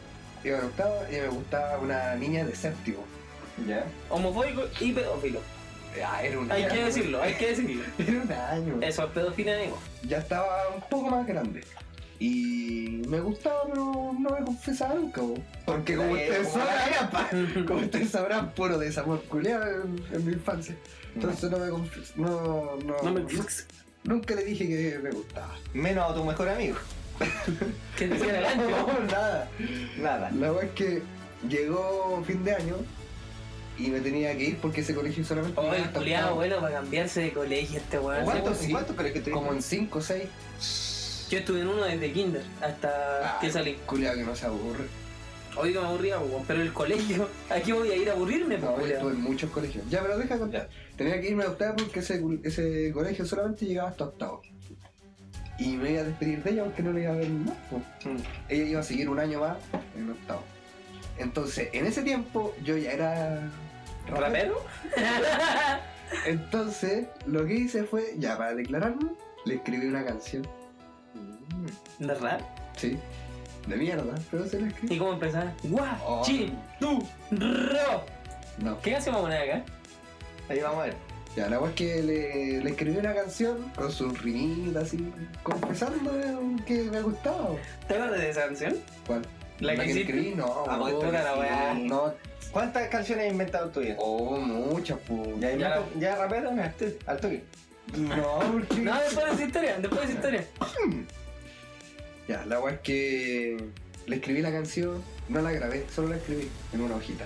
S5: Iba en octavo y me gustaba una niña de séptimo.
S2: Ya.
S3: Homofóbico y pedófilo.
S5: Ah, era un
S3: Hay que
S5: año.
S3: decirlo, hay que decirlo.
S5: Era un año.
S3: Eso es pedofilia, amigo.
S5: Ya estaba un poco más grande. Y me gustaba, pero no me confesaba nunca, po. Porque como
S2: Eh,
S5: ustedes
S2: como la
S5: sabrán, como ustedes sabrán, puro desamor culiado en, en mi infancia. Entonces no me confes... No, no,
S3: No me.
S5: Nunca le dije que me gustaba.
S2: Menos a tu mejor amigo.
S3: [laughs] Que te hiciera el
S4: [laughs]
S3: ancho.
S5: No, nada.
S2: Nada.
S5: La verdad es que llegó fin de año y me tenía que ir porque ese colegio solamente.
S3: Oh,
S5: me
S3: el
S5: daba
S3: culiado
S5: octavo.
S3: bueno para cambiarse de colegio este weón.
S5: ¿Cuánto?
S2: ¿Cuántos,
S5: sí.
S2: ¿cuántos crees que te
S5: Como en 5 o 6.
S3: Yo estuve en uno desde kinder hasta
S5: Ah,
S3: que salí.
S5: Culiado que no se aburre.
S3: Hoy me aburría, weón. Pero el colegio, [laughs] aquí voy a ir a aburrirme, pues,
S5: No, yo
S3: culiao.
S5: estuve en muchos colegios. Ya, pero deja de contar. Tenía que irme a usted porque ese, cul- ese colegio solamente llegaba hasta octavo. Y me iba a despedir de ella porque no le iba a ver más. po.
S2: Mm.
S5: Ella iba a seguir un año más en octavo. Entonces, en ese tiempo yo ya era.
S3: ¿Rapero? [laughs]
S5: Entonces, lo que hice fue, ya para declararme, le escribí una canción.
S3: ¿De rap?
S5: Sí. De mierda, pero se la escribí.
S3: ¿Y cómo empezaba?
S5: Oh.
S3: ¡Guau! ¡Chi! ¡Tú! ¡Ro!
S5: No.
S3: ¿Qué hacemos poner acá?
S2: Ahí vamos a ver.
S5: Ya, la weá es que le, le escribí una canción con su rimita así, confesando que me gustaba.
S3: ¿Te acuerdas de esa canción?
S5: ¿Cuál?
S3: ¿La que hiciste?
S5: escribí, no.
S2: Ah,
S5: weón.
S3: puta la weá.
S5: No,
S2: ¿Cuántas canciones has inventado tú ya?
S5: oh, muchas, pues.
S2: Ya,
S3: Ya.
S2: invento- ya rapero, al toque- al toque.
S5: No, porque.
S3: No, después de esa historia, después de esa historia.
S5: Ya, la weá es que le escribí la canción, no la grabé, solo la escribí en una hojita.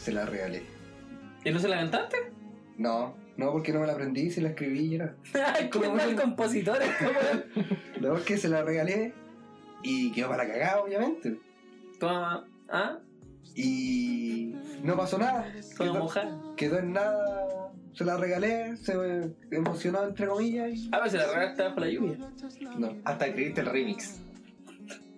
S5: Se la regalé.
S3: ¿Y no se la cantaste? [laughs]
S5: No, no, porque no me la aprendí, se la escribí y era.
S3: Ay, qué
S5: Como
S3: mal
S5: bueno. [laughs]
S3: compositor este weón.
S5: La verdad es que se la regalé y quedó para cagada, obviamente.
S3: Tu mamá, ¿ah?
S5: Y no pasó nada.
S3: Con la
S5: Quedó-
S3: mujer.
S5: quedó en nada. Se la regalé, se me emocionó entre comillas y.
S3: A ver, Ah, se la regalaste bajo la lluvia. [laughs]
S5: No,
S2: Hasta escribiste el remix.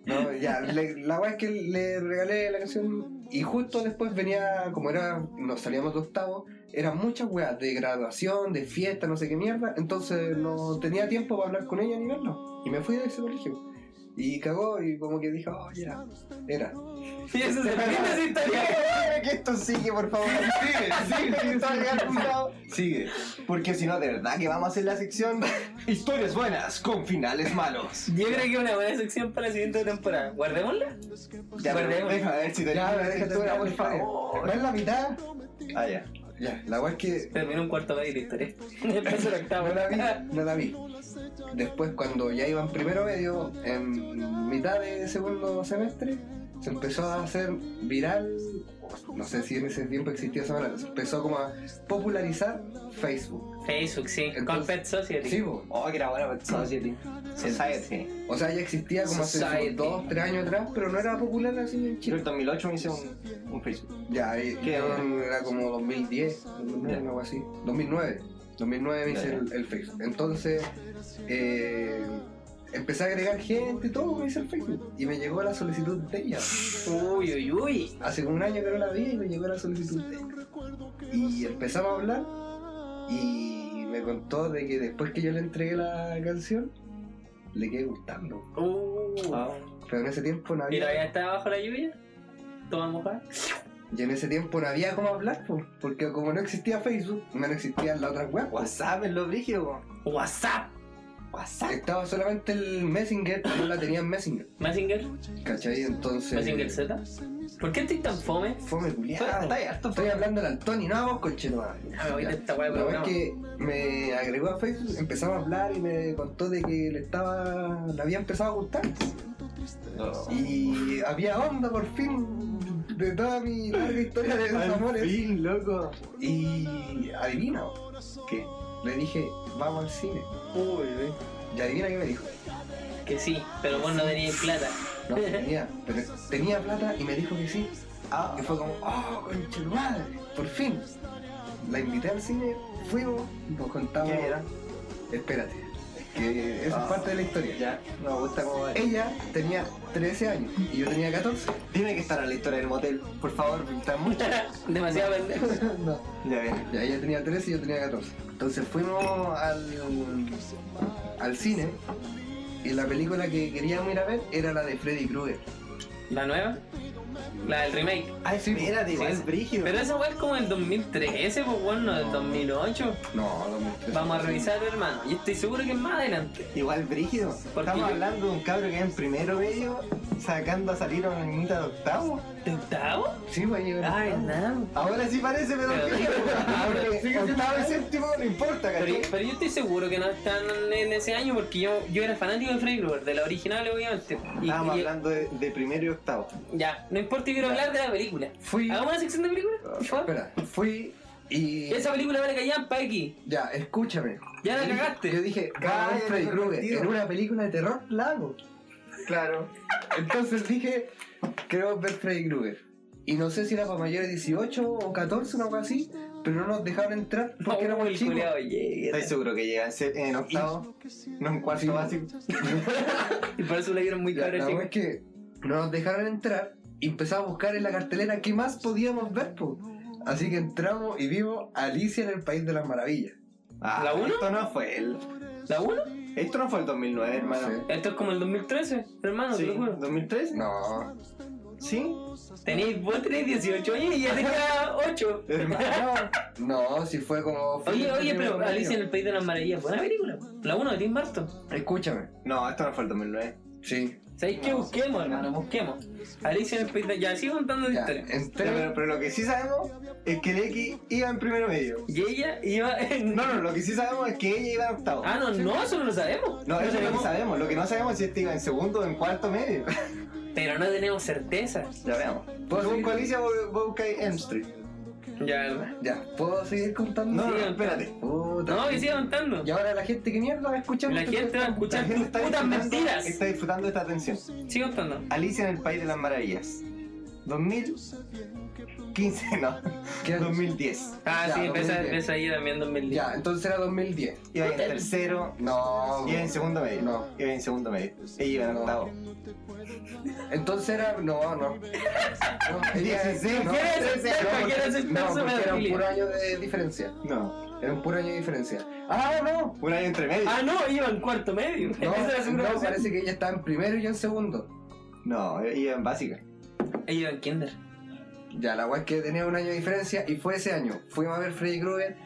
S5: no, ya, le- la weá es que le regalé la canción y justo después venía, como era, nos salíamos de octavo, eran muchas weas de graduación, de fiesta, no sé qué mierda, entonces no tenía tiempo para hablar con ella ni verla. Y me fui de ese colegio. Y cagó y como que dije, oh, era, era.
S3: Y eso
S5: [laughs]
S3: se termina esa historia.
S2: que esto sigue, por [laughs] favor. Sigue,
S4: [laughs]
S2: sigue, que esto va a llegar a algún lado. Sigue. Porque si no, de verdad que vamos a hacer la [laughs] sección Historias buenas con finales malos.
S3: Yo creo que es una buena sección para la siguiente temporada. Guardémosla.
S2: Ya, pero
S3: Guardemos.
S2: deja ver si te
S5: Ya, pero déjate una, por favor. ¿Ves la mitad?
S2: Ah, ya.
S5: Ya, la weá es que
S3: Terminó un cuarto medio ¿eh? de la
S5: [laughs]
S3: historia. Empezó el octavo.
S5: no la vi, no la vi. Después cuando ya iban primero medio, en mitad de segundo semestre, se empezó a hacer viral, no sé si en ese tiempo existía esa palabra, se empezó como a popularizar Facebook.
S3: [laughs] Facebook, sí. Con
S5: Entonces-
S3: Pet Society.
S5: Sí, po.
S2: Oh, que era buena para Society. Society.
S5: o sea, ya existía como hace
S3: Society.
S5: como dos, tres años atrás, pero no era popular así en
S2: Yo en
S5: Chile.
S2: el 2008 me hice un, un Facebook.
S5: Ya, y-
S2: ¿Qué?
S5: era como 2010, 2009,
S2: Ya.
S5: algo así. 2009. 2009 me
S2: Ya,
S5: hice
S2: ya.
S5: el, el Facebook. Entonces, eh, empecé a agregar gente y todo, me hice el Facebook. Y me llegó la solicitud de ella.
S3: Uy, uy, uy.
S5: Hace como un año que no la vi y me llegó la solicitud de ella. Y empezamos a hablar y me contó de que después que yo le entregué la canción, le quedé gustando.
S3: Uh.
S5: Ah.
S2: Ah,
S5: Pero en ese tiempo no
S3: ¿Y
S5: había...
S3: la vida estaba bajo la lluvia? ¿Toda mojada?
S5: Y en ese tiempo no había cómo hablar, po, porque como no existía Facebook, no existían las otras web.
S2: WhatsApp es lo brígido, po.
S3: WhatsApp.
S2: WhatsApp.
S5: Estaba solamente el Messenger, yo la tenía en Messenger,
S3: Mazinger.
S5: ¿cachai? Entonces.
S3: Mazinger Z. ¿por qué estoy tan fome?
S5: Fome
S2: Está
S5: culiado.
S2: está ahí harto.
S5: Estoy hablando al Tony, no a vos, conchetumadre.
S3: Ah, me voy de
S5: Ya.
S3: esta weá,
S5: La
S3: pero
S5: verdad
S3: no.
S5: es que me agregó a Facebook, empezamos a hablar y me contó de que le estaba. le había empezado a gustar.
S2: No.
S5: Y había onda por fin de toda mi larga historia
S2: [laughs]
S5: de
S2: Al
S5: desamores.
S2: fin, loco.
S5: Y adivina, vos,
S2: ¿Qué?
S5: le dije, vamos al cine.
S3: Uy, uy.
S5: Y adivina qué me dijo.
S3: Que sí, pero vos no tenías plata. [laughs]
S2: [laughs]
S5: No, tenía, pero tenía plata y me dijo que sí.
S2: Ah,
S5: Y fue como, oh, concha tu madre, por fin. La invité al cine, fuimos, nos contamos.
S2: ¿qué era?
S5: Espérate, que esa
S2: Ah.
S5: es parte de la historia.
S2: Ya, no me gusta cómo va.
S5: Ella tenía 13 años y yo tenía 14.
S2: Dime que estará la historia del motel, por favor, porque está mucho.
S3: Demasiado pendejo.
S5: no.
S2: Ya ven.
S5: Ya ella tenía 13 y yo tenía 14. Entonces fuimos al, al cine y la película que queríamos ir a ver era la de Freddy Krueger.
S3: ¿La nueva? La del remake.
S2: Ah, espérate, igual
S3: sí.
S2: es brígido.
S3: Pero esa weá es como el 2013, pues bueno, del 2008.
S5: No, 2013.
S3: Vamos a revisar, hermano. Y estoy seguro que es más adelante.
S2: Igual brígido.
S3: Porque
S2: Estamos
S3: yo-
S2: hablando de un cabro que es en primero medio, sacando a salir a una niñita de octavo.
S3: ¿De octavo?
S5: Sí, pues, va a llegar.
S3: Ay, no.
S2: Ahora sí Ah, parece pedofilia.
S3: Pero-
S2: weón. Porque octavo y séptimo no importa,
S3: Pero,
S2: ¿cachai?
S3: pero yo estoy seguro que no están en ese año porque yo, yo era fanático de Freddy Krueger, de la original obviamente. Y-
S2: Estábamos
S3: y-
S2: hablando de, de primero y octavo.
S3: ya, no importa, yo quiero hablar de la película.
S5: Fui.
S3: ¿Hagamos una sección de película? por favor?
S5: Espera, fui y.
S3: Esa película vale callar, Paqui.
S5: Ya, escúchame.
S3: Ya la
S5: Yo dije-
S3: cagaste.
S5: Yo dije, va a ver
S2: Cállate,
S5: Freddy Krueger
S2: pervertido.
S5: en una película de terror, la hago.
S2: Claro.
S5: Entonces dije, queremos ver Freddy Krueger. Y no sé si era para mayores de 18 o 14, una cosa así, pero no nos dejaron entrar porque
S3: No,
S5: éramos
S3: Oh, el
S5: chicos.
S3: culiao llega.
S2: Estoy seguro que llega en se- en octavo, no en cuarto
S5: Sí.
S2: básico.
S3: Y por eso la dieron muy
S5: La,
S3: cara,
S5: la
S3: chico.
S5: verdad es que no nos dejaron entrar y empezamos a buscar en la cartelera qué más podíamos ver, po. Así que entramos y vimos Alicia en el País de las Maravillas.
S2: Ah,
S3: ¿La uno?
S2: Esto no fue el.
S3: ¿La 1?
S2: Esto no fue el 2009,
S5: No
S2: hermano.
S5: sé.
S3: Esto es como el 2013, hermano,
S2: Sí,
S3: te lo juro.
S2: ¿2003?
S3: [laughs]
S5: No,
S2: Sí,
S3: Tenéis, vos tenés 18 años y ya tenía 8.
S2: hermano.
S5: no, si fue como... fue
S3: Oye,
S5: el
S3: oye, pero
S5: primer
S3: Alicia en el País de las Maravillas, buena película. La 1 de Tim Burton.
S5: año. Escúchame,
S2: No, esto no fue el 2009.
S5: sí.
S3: ¿Sabéis qué? Busquemos, hermano, busquemos. Alicia en el País de Ya, sigo contando la
S5: Ya,
S3: historia.
S2: Ya,
S5: entré,
S2: pero, pero lo que sí sabemos es que Leki iba en primero medio.
S3: Y ella iba en...
S2: No, no, lo que sí sabemos es que ella iba en octavo.
S3: Ah, no, no, eso no lo sabemos.
S2: No, eso es lo que
S3: sabemos.
S2: sabemos. Lo que no sabemos es si este iba en segundo o en
S3: [laughs]
S2: cuarto medio.
S3: Pero no tenemos certeza.
S2: Ya veamos.
S3: Pues
S5: ¿Puedo
S2: Yo
S5: seguir?
S2: busco Alicia, vos vos buscáis M Street.
S3: Ya, hermano.
S5: ya, ¿puedo seguir contando?
S2: No, no,
S3: Sí,
S2: espérate.
S5: Puta.
S3: No, que siga contando.
S5: Y ahora la gente que mierda va a escuchar.
S3: La
S5: nuestro
S3: gente va a
S5: podcast?
S2: La
S3: escuchar
S2: gente
S3: tus
S2: está
S3: putas
S2: disfrutando-
S3: mentiras.
S2: Está disfrutando esta atención.
S3: Sigue contando.
S2: Alicia en el País de las Maravillas. 2015, no.
S5: ¿Qué?
S2: 2010.
S3: Ah,
S5: Ya,
S3: sí, empieza,
S5: 2010.
S3: empieza ahí también 2010.
S5: Ya, entonces era 2010.
S2: Iba en tercero.
S5: No.
S2: Iba en segundo medio.
S5: No.
S2: Iba en segundo medio. Ella iba en
S5: No.
S2: octavo.
S5: Entonces era. No, no. no ella-
S2: Dieciséis.
S5: no,
S3: ¿Quieres
S5: no,
S3: aceptar-
S5: porque-
S3: quieres aceptar
S5: No,
S3: su
S5: porque era un
S3: pedofilia?
S5: puro año de diferencia.
S2: No.
S5: Era un puro año de diferencia. ¡Ah, no!
S2: Un año entre medio.
S3: Ah, no, iba en cuarto medio.
S5: No,
S3: Esa era su
S5: no,
S3: grabación.
S5: parece que ella estaba en primero y yo en segundo.
S2: No, iba en básica.
S3: Ella iba en kinder.
S5: Ya, la weá es que tenía un año de diferencia y fue ese año. Fuimos a ver Freddy Krueger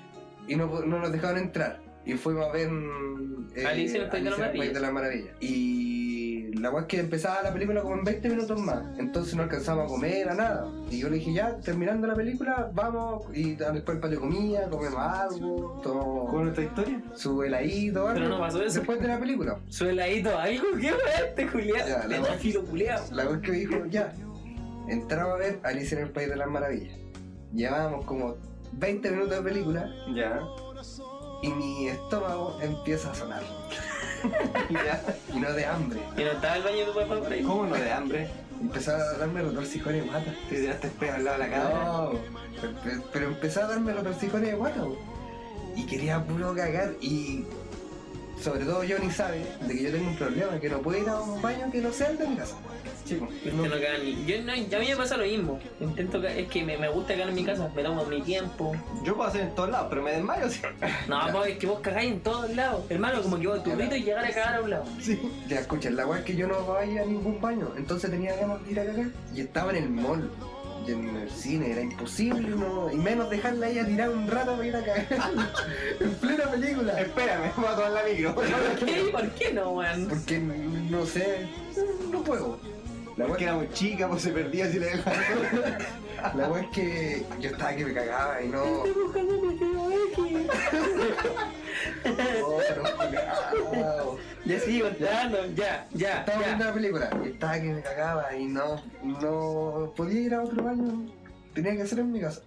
S5: y no, no nos dejaron entrar. Y fuimos a ver. mm, eh,
S3: Alicia en el País de las
S5: Alicia en el País de las Maravillas. Y la weá es que empezaba la película como en 20 minutos más. Entonces no alcanzamos a comer, a nada. Y yo le dije, ya, terminando la película, vamos y después al patio de comida, comemos algo, tomamos
S2: ¿Con otra historia?
S5: su heladito, algo.
S3: Pero no pasó eso.
S5: Después de la película.
S3: Sueladito, algo que este
S5: Ya,
S3: culiado.
S5: la-
S3: Pedófilo culiado.
S5: La vez que me dijo, ya, entraba a ver Alicia en el País de las Maravillas. Llevábamos como 20 minutos de película
S2: Ya. [laughs]
S5: y mi estómago empieza a sonar.
S2: ya.
S5: Y no de hambre.
S3: Y no estaba el baño de tu papá por ahí.
S2: ¿Cómo no de hambre?
S5: Empezaba a darme retorcijones de guata.
S2: Te tiraste el pelo al lado de la cara.
S5: No, pero, pero empezaba a darme retorcijones de guata. po. Y quería puro cagar y sobre todo Johnny sabe de que yo tengo un problema, que no puedo ir a un baño que no sea el de mi casa.
S2: Chico.
S3: Este no caga ni- Yo, no, a mí me pasa lo mismo. Intento ca- es que me, me gusta cagar en mi casa, me tomo mi tiempo.
S2: Yo puedo hacer en todos lados, pero me desmayo. [laughs] Sí.
S3: No, pues es que vos cagáis en todos lados. Hermano, como que vos tu rito es llegar a cagar a un lado.
S2: Sí.
S5: Ya, escucha, la weá es que yo no vaya a ningún baño, entonces tenía ganas de ir a cagar. Y estaba en el mall, y en el cine, era imposible, no, y menos dejarla ahí a tirar un rato para ir a cagar. [laughs] en plena película.
S2: Espérame, voy a tomar la micro.
S3: ¿Por qué? ¿Por qué no, weón?
S5: Porque no sé, no puedo. La
S2: Porque
S5: weá,
S2: era muy chica, pues se perdía si le dejaba.
S5: la weá es que yo estaba que me cagaba y no. [laughs] Oh, pero cagado.
S3: Ya sigo entrando, Ah, ya, ya,
S5: Estaba viendo
S3: ya.
S5: la película, y estaba que me cagaba y no, no podía ir a otro baño, tenía que hacer en mi casa.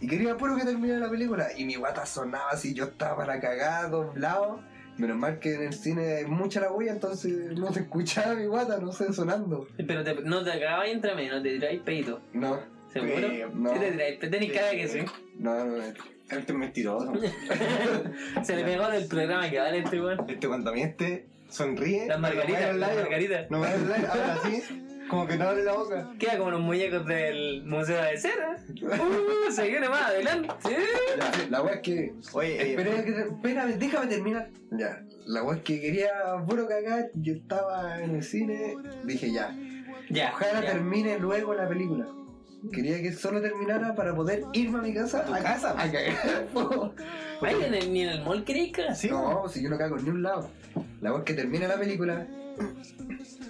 S5: Y quería puro que terminara la película, y mi guata sonaba así, yo estaba para cagar, doblado. Menos mal que en el cine hay mucha la bulla, entonces no se escuchaba mi guata, no sé, sonando.
S3: Pero te- no te acababas entre medio, no te tiráis peito.
S5: No, eh,
S3: ¿Seguro?
S2: Sí,
S5: no.
S3: Sí, te tiráis peito. Tenéis cara que sí.
S5: no, no, no.
S2: Este es mentiroso.
S3: [laughs] Se le pegó del programa que vale este weón.
S2: Este cuando miente, sonríe.
S3: Las margaritas,
S2: no
S3: las
S2: me labios.
S3: margaritas.
S2: No me el labio, habla así, como que no abre la boca.
S3: Queda como los muñecos del Museo de
S5: [laughs]
S3: Cera. Uh, se viene más adelante.
S5: Ya, Ah, la weá es que.
S2: Oye, eh,
S5: Espera, que- espérame, déjame terminar. Ya, la weá es que quería puro cagar, yo estaba en el cine, dije ya.
S3: Ya.
S5: Ojalá
S3: ya.
S5: termine luego la película. Quería que solo terminara para poder irme a mi casa.
S2: A eh, tu casa,
S5: A cagar. [laughs]
S3: Ay, en el- ni en el mall creí que
S2: Sí,
S5: No, si yo no cago en ni un lado. La voz que termina la película,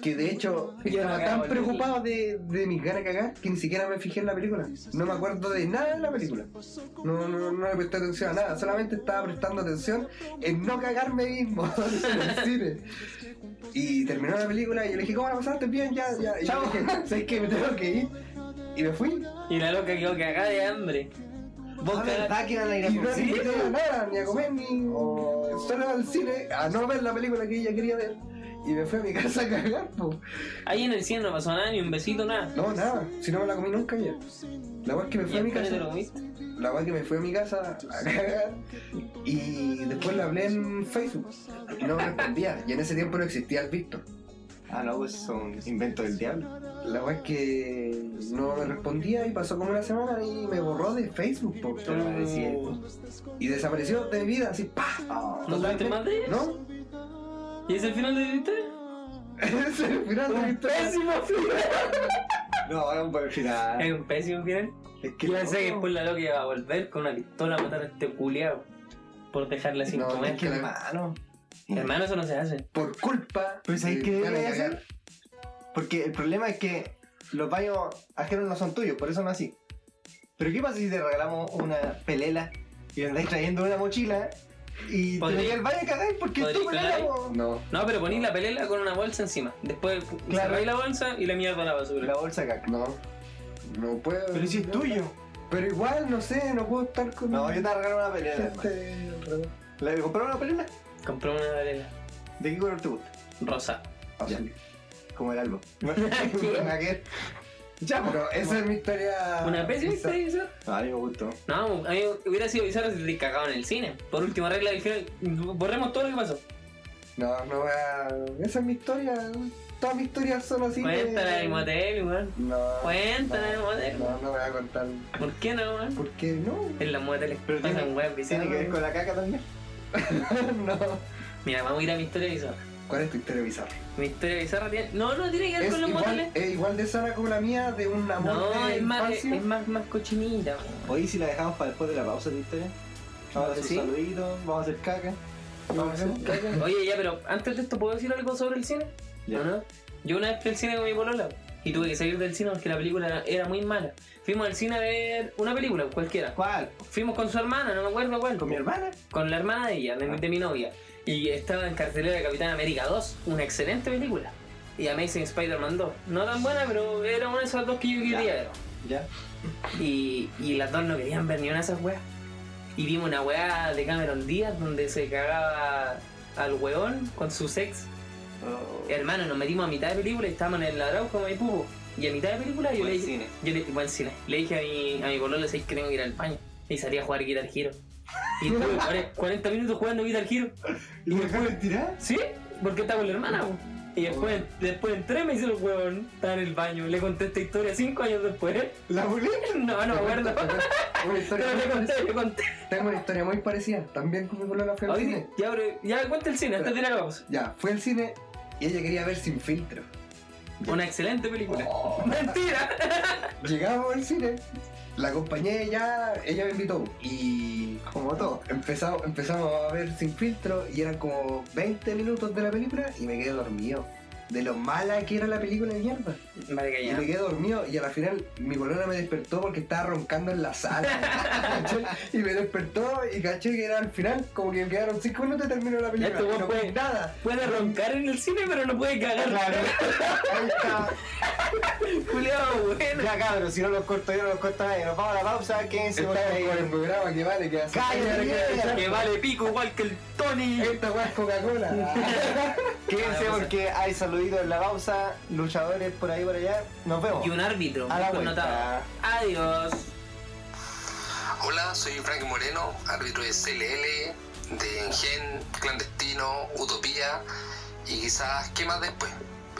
S5: que de hecho
S3: Yo
S5: estaba
S3: no cago
S5: tan
S3: en
S5: preocupado de, de mis ganas de cagar que ni siquiera me fijé en la película. No me acuerdo de nada de la película. No, no, no le presté atención a nada, solamente estaba prestando atención en no cagarme mismo [laughs] en el cine. Y terminó la película y yo le dije, ¿cómo la pasaste? Bien, ya, ya. Y yo le dije, [laughs] ¿sabes qué? Me tengo que ir. Y me fui.
S3: Y la loca quedó cagada de hambre. Vos
S2: Ah,
S3: cagás-
S2: ¿verdad que iban a ir a
S5: Y no
S2: concierto?
S5: asistí a nada, ni a comer, ni solo al cine, a no ver la película que ella quería ver. Y me fui a mi [laughs] casa a cagar, po.
S3: Ahí en el cine no pasó nada, ni un besito, nada.
S5: No, nada, si no me la comí nunca ya. La weá es que me
S3: Y
S5: fui a mi
S3: después te lo
S5: casa.
S3: comiste.
S5: La weá que me fui a mi casa a cagar. Y después la hablé en Facebook. Y no me respondía. Y en ese tiempo no existía el Víctor.
S2: Ah, no, pues son invento del diablo.
S5: La weá es que no me respondía y pasó como una semana y me borró de Facebook, po.
S2: Te lo voy a decir.
S5: Y desapareció de mi vida, así, pa.
S2: Ah,
S3: ¿No tuviste más de ella?
S5: ¿No? [laughs]
S3: ¿Y es el final de la historia?
S5: Es el final de mi
S3: Un
S5: historia. Ah.
S3: pésimo final.
S2: No, es un buen final.
S3: Es un pésimo final.
S2: Es que
S3: Eh, Yo pensé que
S2: no.
S3: después la loca iba a volver con una pistola a matar a este culiao por dejarla sin
S5: No,
S3: comer.
S5: es que la-
S2: Hermano.
S3: Hermano, eso no se hace.
S5: por culpa.
S2: Pero ¿sabes qué
S5: ganas de
S2: debería
S5: cagar.
S2: hacer? Porque el problema es que los baños ajenos no son tuyos, por eso no así. Pero ¿qué pasa si te regalamos una pelela y andáis trayendo una mochila y te
S3: Podrí-
S2: veía el baño a cagar porque es tu
S3: podrí
S2: pelela?
S3: cagar.
S2: po?
S5: No.
S3: No, pero ponís la pelela con una bolsa encima. Después
S2: Claro.
S3: cerráis la bolsa y la mierda a la basura.
S2: La bolsa caca.
S5: No. No puedo.
S2: Pero si es tuyo.
S5: Pero igual, no sé, no puedo estar con.
S2: No, yo te regalé una
S3: [laughs]
S2: pelela. hermano.
S5: Este-
S2: ¿Le compraron una pelela?
S3: Compré una pelela
S2: ¿De qué color te gusta?
S3: rosa.
S2: Ya. Como
S3: [laughs]
S2: el algo.
S5: Ya, pero esa es mi
S2: Ah,
S5: historia.
S3: ¿Una pésima
S5: bizarra.
S3: historia eso?
S2: [laughs] A mí me gustó.
S3: No, a mí hubiera sido bizarro si te cagaban en el cine. Por último, regla del final, borremos todo lo que pasó.
S5: No, no voy a. Esa es mi historia. Todas mis historias son así. de-
S3: Cuéntala del motel, weón.
S5: No.
S3: Cuéntala del motel.
S5: No, no voy a contar.
S3: ¿Por qué no, weón?
S5: Porque no.
S3: En los moteles
S2: Pero
S3: pasan
S2: tiene-
S3: weón
S2: Tiene que ver
S3: bizarro.
S2: con la caca también.
S5: no.
S3: Mira, vamos a ir a mi historia bizarra.
S5: ¿Cuál es tu historia bizarra?
S3: Mi historia bizarra tiene. No, no tiene que ver
S5: Es
S3: con los
S5: igual,
S3: moteles.
S5: es igual de sana como la mía, de un amor.
S3: No,
S5: de
S3: es más, es,
S5: infancia.
S3: más, más cochinita, weón.
S2: Hoy si la dejamos para después de la pausa de historia. Vamos a hacer
S3: ¿Sí?
S2: un saludito, vamos a hacer caca.
S3: Vamos a hacer un caca. [laughs] Oye, ya, pero antes de esto, ¿puedo decir algo sobre el cine?
S2: Ya.
S3: ¿O no? Yo una vez fui al cine con mi polola y tuve que salir del cine porque la película era muy mala. Fuimos al cine a ver una película, cualquiera.
S2: ¿Cuál?
S3: Fuimos con su hermana, no me acuerdo cuál.
S2: ¿Con mi hermana? Ah.
S3: Con la hermana de ella, de, mi- de mi novia. Y estaba en cartelera de Capitán América 2, una excelente película. Y Amazing Spider-Man 2. No tan buena, pero era una de esas dos que yo quería
S2: Ya.
S3: ver.
S2: Ya.
S3: Y, y las dos no querían ver ni una de esas weas. Y vimos una wea de Cameron Díaz donde se cagaba al weón con su sex.
S2: Oh.
S3: Hermano, nos metimos a mitad de película y estábamos en el Arauco Maipú. Y a mitad de película yo
S2: Buen
S3: le, dije-
S2: cine.
S3: yo le, buen cine. le dije a mi, a mi pololo, "Sabes que tengo que ir al baño. Y salí a jugar Guitar Hero. Y
S2: [laughs]
S3: estuve cuare- 40 minutos jugando Guitar Hero.
S2: ¿Y me dejaron tirar?
S3: ¿Sí? Porque estaba con la hermana, po. Y después, después entré, me hice el huevón, estaba en el baño. Le conté esta historia 5 años después. [laughs]
S2: ¿La bulé?
S3: No, no me
S2: [laughs]
S3: acuerdo.
S5: Una
S3: Pero
S5: historia
S3: le
S5: muy
S3: conté, le conté.
S5: Tengo una historia muy parecida, también con mi polola fue al
S3: Oye,
S5: cine.
S3: ya, pero, ya cuenta el cine, antes de la pausa.
S5: Ya, fue al cine y ella quería ver sin filtro.
S3: Una excelente película. ¡Mentira!
S5: Llegamos al cine, la acompañé ya, ella me invitó y
S2: Como todo.
S5: empezamos, empezamos a ver sin filtro y eran como 20 minutos de la película y me quedé dormido. De lo mala que era la película de mierda.
S3: Vale,
S5: Y
S3: callado.
S5: me quedé dormido y a la final mi polola me despertó porque estaba roncando en la sala.
S3: [laughs]
S5: ¿cachai? y me despertó y caché que era al final, como que me quedaron 5 minutos y terminó la película.
S3: este weón
S5: y no
S3: puede-
S5: nada.
S3: Puede roncar en el cine, pero no puede cagar.
S2: Claro. Ahí está.
S3: Culeado, bueno.
S2: Ya cabrón, si no los corto yo, no los corto nadie. Nos vamos a la pausa, quédense por
S5: Estamos
S2: ahí.
S5: con el programa que vale, que hace.
S2: Cállate, mierda.
S3: Que vale pico igual que el Tony.
S5: Esta weá es Coca-Cola.
S2: Quédense
S3: Vale, pausa.
S2: porque hay saluditos en la pausa, luchadores por ahí por allá. Nos vemos.
S3: Y un árbitro.
S2: A la
S3: muy connotado.
S2: vuelta.
S3: Adiós.
S6: Hola, soy Frank Moreno, árbitro de CLL, de Engen, Clandestino, Utopía y quizás qué más después.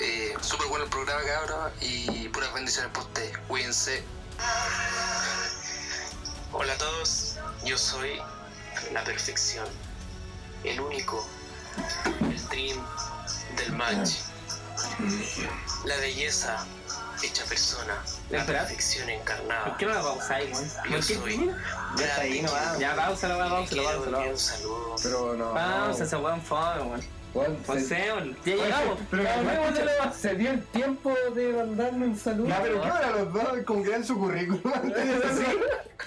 S6: Eh, Súper bueno el programa, cabros, y puras bendiciones por ustedes. Cuídense.
S7: Hola a todos, yo soy la perfección, el único, el dream del match, la belleza Dicha persona, la
S3: Espera.
S7: perfección encarnada.
S3: ¿Por qué no la pausáis, weón?
S7: Yo
S3: ¿Por qué?
S7: soy-
S3: Mira.
S2: Ya está ahí nomás.
S3: Ya, pausalo, weón, pausalo,
S7: Quiero
S3: pausalo.
S7: enviar un saludo
S5: Pero no.
S3: Pausa ese weón fome, weón.
S5: Juan,
S3: Pues
S5: se-
S3: Pausémoslo. Ya llegamos.
S5: Pero
S3: Ya volvemos de nuevo.
S5: se dio el tiempo de mandarme un saludo.
S2: Ya, pero ¿qué hora los dos con gran su currículum
S3: [laughs]
S2: antes de eso?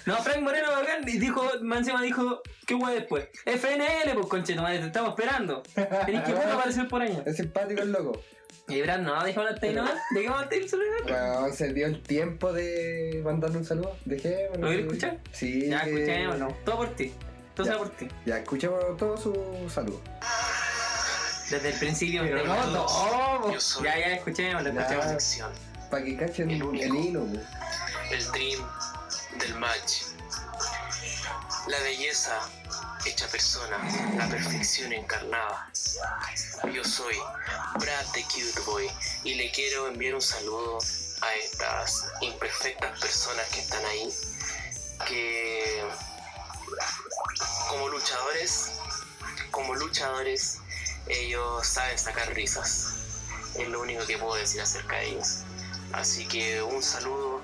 S3: No, Frank Moreno bacán, y dijo, más encima dijo, qué weón después. FNL, pues conche, madre, te estamos esperando. Tenés que poder aparecer por ahí.
S5: Es simpático el loco.
S3: Y Brad, no, dejó la tele nomás. ¿De qué vamos a tener celular?
S5: Bueno, se dio el tiempo de mandarme un saludo. Dejé.
S3: ¿Lo querés escuchar?
S5: Sí.
S2: Eh,
S3: Ya,
S5: que-
S3: escuchémoslo. Todo por ti. Todo
S5: Ya.
S3: sea por ti.
S5: Ya, escuchemos todo su saludo.
S3: Desde el principio.
S2: Pero
S3: desde-
S2: no, no.
S7: Yo soy
S3: Ya, ya, escuchémoslo,
S5: Ya.
S7: la
S3: escuchémoslo.
S7: perfección,
S5: Para que cachen
S7: El
S5: el,
S7: único.
S5: hilo. güey.
S7: el dream del match. La belleza hecha persona, la perfección encarnada. Yo soy Brad the Cute Boy y le quiero enviar un saludo a estas imperfectas personas que están ahí, que como luchadores, como luchadores, ellos saben sacar risas. Es lo único que puedo decir acerca de ellos. Así que un saludo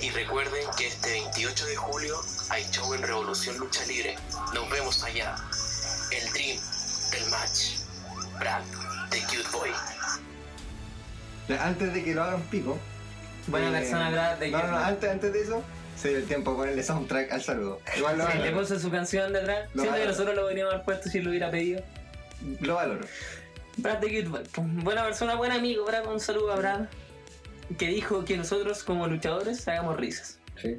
S7: y recuerden que este 28 de julio hay show en Revolución Lucha Libre. Nos vemos allá. El Dream del Match. Brad, The Cute Boy.
S2: Antes de que lo hagan pico.
S3: Buena
S2: eh,
S3: persona, Brad. Ah, de
S2: No, no, no,
S3: que-
S2: antes, antes de eso, se dio el tiempo a ponerle soundtrack al saludo. Igual lo
S3: Sí, le
S2: valoro.
S3: puso su canción detrás.
S2: Lo
S3: Siento que
S2: valoro.
S3: nosotros lo podríamos haber puesto si lo hubiera pedido.
S2: Lo valoro.
S3: Brad de Good Boy. Buena persona, buen amigo, Brad. Un saludo a Brad. Que dijo que nosotros como luchadores hagamos risas.
S5: Sí.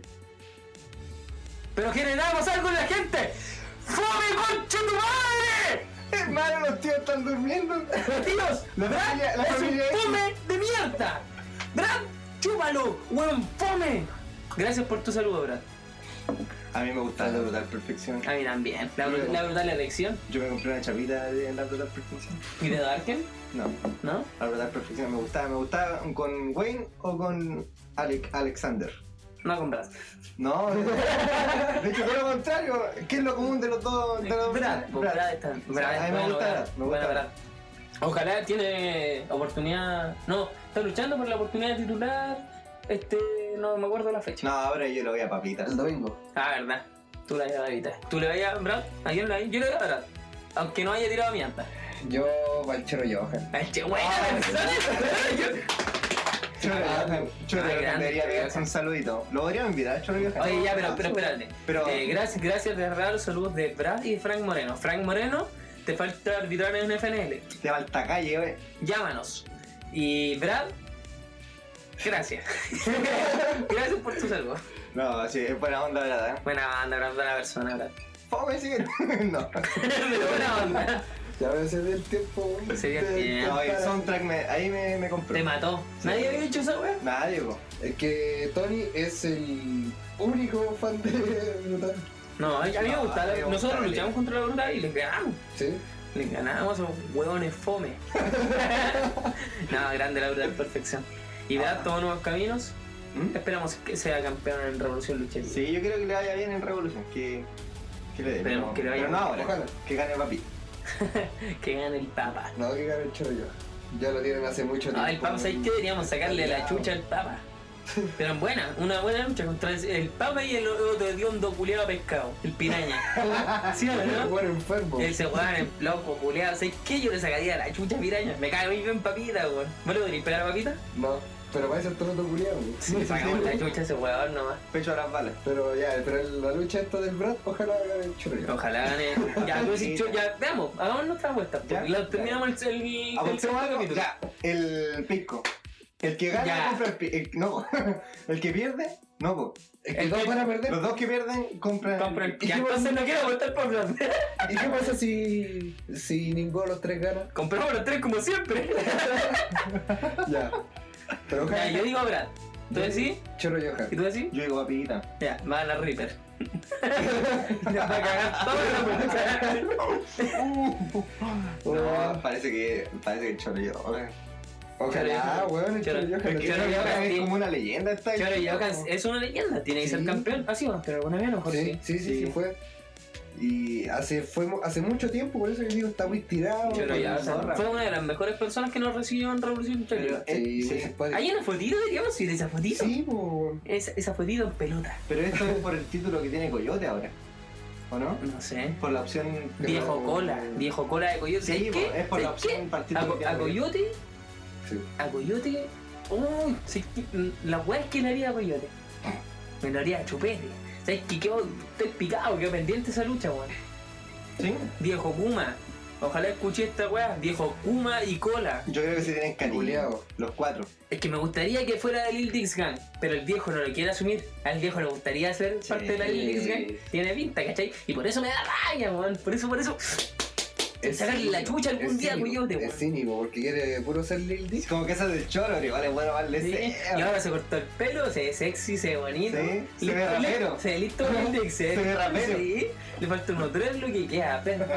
S3: Pero generamos algo en la gente. ¡Fome, concha tu madre!
S2: Hermano, los tíos están durmiendo.
S3: ¡Tíos!
S2: La
S3: ¡Brad
S2: familia- la
S3: es un
S2: familia-
S3: fome de mierda! ¡Brad, chúpalo, hueón fome! Gracias por tu saludo, Brad.
S2: A mí me gusta la brutal perfección.
S3: A mí también. La, bru- la brutal elección.
S2: Yo me compré una chapita de la brutal perfección.
S3: ¿Y de Darken?
S2: No,
S3: ¿No?
S2: la brutal perfección me gustaba. Me gustaba con Wayne o con Alec- Alexander.
S3: No compras.
S2: No, [laughs] de de hecho, por lo contrario, que es lo común de los dos. De los,
S3: Brad, vos, pues Brad está. Brad,
S2: A mí me
S3: bueno,
S2: gusta
S3: Brad,
S2: Brad, me
S3: bueno,
S2: gusta
S3: Brad. Ojalá tiene oportunidad. No, está luchando por la oportunidad de titular. Este, no me acuerdo la fecha.
S2: No, ahora yo lo voy
S3: [laughs]
S2: a papita.
S5: El domingo.
S3: Ah, verdad. Tú la llevas a evitar. Tú le vayas a Brad. ¿A quién le vayas? Yo le voy a Brad. Aunque no haya tirado mierda.
S5: Yo, Valchero Johan.
S3: Ay, che, buena
S2: Ah,
S3: [laughs] persona.
S2: Choro,
S5: Ah,
S2: Choro,
S3: ah, grande,
S2: debería
S3: Choro.
S2: pegarse un saludito. Lo podríamos invitar, Choro Vieja.
S3: Oye, ya, pero, pero espérate.
S2: Pero-
S3: Eh, gracias, gracias de verdad. Los saludos de Brad y de Frank Moreno. Frank Moreno, te falta arbitrar en FNL.
S2: Te falta calle, oye.
S3: llámanos. Y Brad, gracias. [laughs] gracias por tu saludo.
S2: No, sí, es buena onda, ¿verdad? ¿eh?
S3: Buena banda, Brad, buena persona,
S2: [laughs]
S3: Brad.
S2: Fome, sí, no.
S3: Pero buena banda.
S5: Ya me se dio el tiempo.
S3: Se dio el tiempo.
S2: No, oye, soundtrack me, ahí me, me compró.
S3: Te mató. Nadie había dicho esa weá.
S2: Nadie, po.
S5: Es que Tony es el único fan de Brutal.
S3: No, a mí me
S2: No,
S3: gusta.
S2: a mí me
S3: Nosotros
S2: gusta,
S3: luchamos contra la bruta y les ganamos.
S5: Sí.
S3: Les ganamos a esos hueones [laughs] fome. no, grande la brutal perfección. Y Brad tomó nuevos caminos.
S2: ¿Mm?
S3: Esperamos que sea campeón en Revolución Luchera.
S2: Sí, yo creo que le vaya bien en Revolución. Que, que le dé.
S3: Esperemos
S2: no,
S3: que le vaya
S2: Pero no
S3: bien.
S2: ahora.
S5: Ojalá.
S2: Que gane papi.
S3: Que gane el Papa.
S5: No, que gane el Choro Johan. Ya lo tienen hace mucho tiempo.
S3: Ah, el Papa, ¿sabes qué? Deberíamos sacarle la chucha al Papa. Pero en buena, una buena lucha contra el- el Papa y el otro hediondo culeado pescado, el [laughs] piraña. ¿Sí o no?
S5: Bueno, enfermo.
S3: Ese weón es loco, culeado. ¿Sabes qué? Yo le sacaría la chucha a piraña. Me cae muy bien papita, weón. ¿Vos le podrías pegar a papita?
S5: No, pero parece el otro culiado. güey.
S3: Sí, le sacamos la chucha a ese weón nomás.
S2: Pecho a las balas.
S5: Pero ya, pero la lucha esta del Brad, ojalá gane el Choro Johan.
S3: Ojalá gane. Ya, tú decís, chu- ya, veamos, hagamos nuestra apuesta.
S2: Ya,
S3: Y la- terminamos el- el, el,
S2: Apostemos
S3: segundo
S2: algo.
S3: capítulo.
S2: Ya, el pico. El que gana
S3: Ya.
S2: compra el pico. No, [laughs] el que pierde, no, po.
S5: Es que todos van a perder.
S2: Los dos que pierden compran.
S3: Compra el-
S2: ¿Y
S3: Ya,
S2: qué pasa?
S3: entonces no quiero apostar por Fran.
S5: ¿Y qué pasa si, si ninguno de los tres gana?
S3: Compramos los tres como siempre.
S5: Ya. Pero ojalá.
S3: Ya, yo digo Brad. ¿Tú decís?
S5: Choro
S3: ¿Y
S5: Johan.
S3: tú decís?
S2: [laughs] Yo digo papita.
S3: Ya, me va a la Reaper. Ya va a cagar todo
S2: No,
S3: Oh.
S2: parece que. Parece que el Choro yo.
S5: Ojalá,
S3: Choro Johan.
S5: weón, el Choro
S3: Choro-
S5: Johan.
S3: el
S5: lo
S2: Porque
S3: Choro
S5: tiene.
S3: Johan.
S2: es
S3: sí.
S2: como una leyenda esta.
S3: Choro Yokan es una leyenda, tiene que ser Ah,
S5: Sí.
S3: campeón. Así va, pero bueno, bien, a lo mejor
S5: ¿eh? Sí,
S3: sí.
S5: sí, sí, sí,
S2: Sí.
S5: fue. Y hace, fue, mu- hace mucho tiempo, por eso yo digo, está muy tirado.
S3: Pero
S5: con
S3: ya,
S5: la
S3: o sea,
S5: zorra.
S3: fue una de las mejores personas que nos recibió en Revolución Chilena.
S5: Sí,
S2: Sí.
S5: güey, se puede.
S3: Hay una fotito, diríamos, y de esa fotito.
S5: eh, Sí, po.
S3: Esa, esa fotito en pelota.
S2: Pero esto es por el título que tiene Coyote ahora. ¿O no?
S3: No sé.
S2: Por la opción.
S3: Viejo cola, viejo cola de coyote.
S2: Sí,
S3: ¿Sabes
S2: po,
S3: qué?
S2: es por la
S3: ¿Sabes qué?
S2: opción partido
S3: A,
S2: que tiene
S3: a Coyote.
S5: Sí.
S3: A Coyote. Uy, sí, mm, la weá es que le haría a Coyote. Me lo haría a chupete. ¿Sabes qué? Quedo, estoy picado, quedo pendiente de esa lucha, weón.
S2: Sí.
S3: Viejo Kuma. Ojalá escuché esta weá. Viejo Kuma y cola.
S2: Yo creo que se tienen cariño.
S5: Culeado.
S2: Los cuatro.
S3: Es que me gustaría que fuera de Lil Dix Gang, pero el viejo no lo quiere asumir. Al viejo le gustaría ser parte de la Lil Dix Gang. Tiene pinta, ¿cachai? Y por eso me da rabia, weón. Por eso, por eso.
S5: Es
S3: Sacarle la
S5: cínico,
S3: chucha
S5: es
S3: algún día,
S5: cínico,
S3: coyote, weón.
S5: Es cínico, porque quiere puro ser Lil
S2: Es
S5: Dick.
S2: como que esa del choro, pero igual es bueno darle
S3: Sí, Y
S2: ese.
S3: ahora se cortó el pelo, se ve sexy, se ve bonito.
S2: Sí, se ve
S3: Listo,
S2: rapero.
S3: le- Se ve listo para el Dix, se
S2: [laughs] Se ve rapero.
S3: Sí, le falta unos tres lo que queda,
S2: [laughs]
S3: pendejo.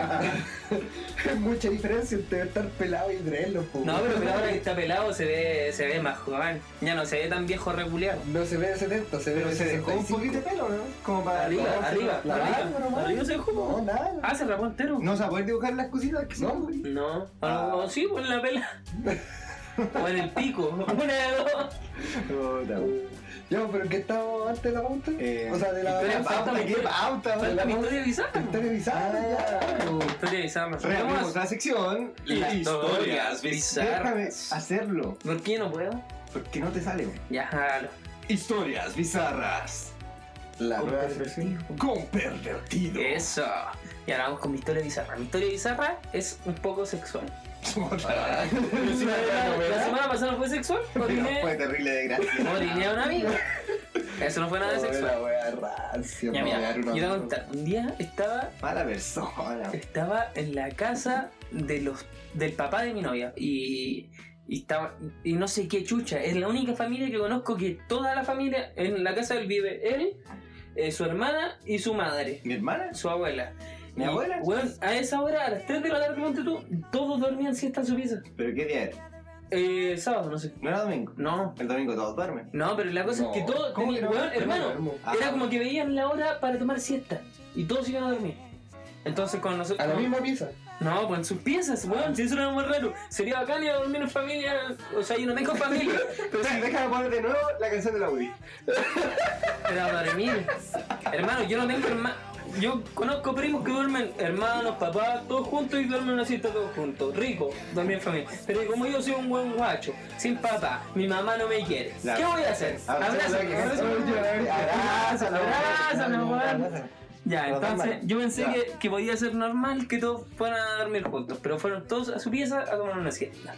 S5: Es mucha diferencia entre estar pelado y traerlo, po.
S3: No, pero, pero ahora que está pelado se ve, se ve más joven. Ya no se ve tan viejo reculeado.
S5: No se ve de 70, se ve
S2: Pero
S5: de
S2: se dejó un
S5: 65.
S2: poquito de pelo, Ah, ¿no? Como para.
S3: Arriba,
S2: para-
S3: arriba,
S2: la
S3: arriba.
S2: barba, ¿no?
S3: Arriba se dejó.
S5: No, nada.
S3: Ah, se rapó entero.
S2: No se puede dibujar las cositas que
S5: No,
S2: son. güey.
S3: Ah, No, o, o sí, o en la [laughs] pela. o en el [laughs] pico. Una de dos.
S2: Puta, güey.
S5: Ya, pero ¿qué estaba antes de la pauta?
S2: Eh,
S5: o sea, de la
S3: historia
S5: pauta,
S2: pauta, qué pauta, güey.
S3: Falta mi historia bizarra. pues,
S5: historia bizarra, ya.
S3: Historia bizarra.
S2: Reabrimos
S3: Vamos a-
S2: la sección.
S3: Las historias
S2: Déjame
S3: bizarras.
S2: hacerlo.
S3: ¿Por qué yo no puedo?
S2: Porque no te
S3: [laughs]
S2: sale, güey.
S3: Ya, hágalo.
S2: Historias bizarras.
S5: La nueva
S2: Con pervertido.
S3: Eso. Y ahora vamos con mi historia bizarra. Mi historia bizarra es un poco sexual.
S2: Puta.
S3: La semana pasada no fue sexual.
S2: Pero fue
S3: Oriné
S2: terrible de gracia.
S3: oriné a un [laughs] amigo. Eso no fue nada de
S5: Oh,
S3: sexual.
S5: La wea rancia,
S3: Ya,
S5: me voy a
S3: mira,
S5: dar
S3: yo te
S5: una
S3: voy a
S5: mano.
S3: contar. Un día estaba
S2: Mala persona.
S3: Estaba en la casa de los, del papá de mi novia y, y estaba y no sé qué chucha. Es la única familia que conozco que toda la familia en la casa él vive él, eh, su hermana y su madre,
S2: ¿Mi hermana?
S3: su abuela.
S2: ¿Mi
S3: Y,
S2: abuela?
S3: weón, a esa hora, a las 3 de la tarde, ponte tú, todos dormían siesta en su pieza.
S2: ¿Pero qué día era?
S3: Eh, sábado, no sé.
S2: No era domingo.
S3: No,
S2: El domingo todos duermen.
S3: no, pero la cosa
S5: No,
S3: es que todos,
S2: ¿cómo
S3: tenían-
S2: que no?
S3: weón, hermano,
S2: Ah.
S3: era como que veían la hora para tomar siesta y todos iban a dormir. Entonces, cuando nosotros.
S5: A la misma pieza.
S3: No, pues en sus piezas, weón, si eso era lo más raro. Sería bacán ir a dormir en familia. O sea, yo no tengo familia, pero sí,
S2: Déjame poner de nuevo la canción de la Woody.
S3: pero a dormir. Hermano, yo no tengo hermano. Yo conozco primos que duermen, hermanos, papás, todos juntos y duermen una siesta todos juntos. Rico, dormir en familia. Pero como yo soy un buen guacho, sin papá, mi mamá no me quiere.
S2: La-
S3: ¿Qué voy a hacer?
S2: Abrázala,
S3: Abrázame,
S2: Ah, que-
S3: abrázame.
S2: Abrázala,
S3: Abrázala, weón.
S2: abrázala.
S3: Ya,
S2: Los
S3: entonces
S2: hermanos.
S3: yo pensé
S2: Ya.
S3: que, que podía ser normal que todos fueran a dormir juntos, pero fueron todos a su pieza a tomar una siesta.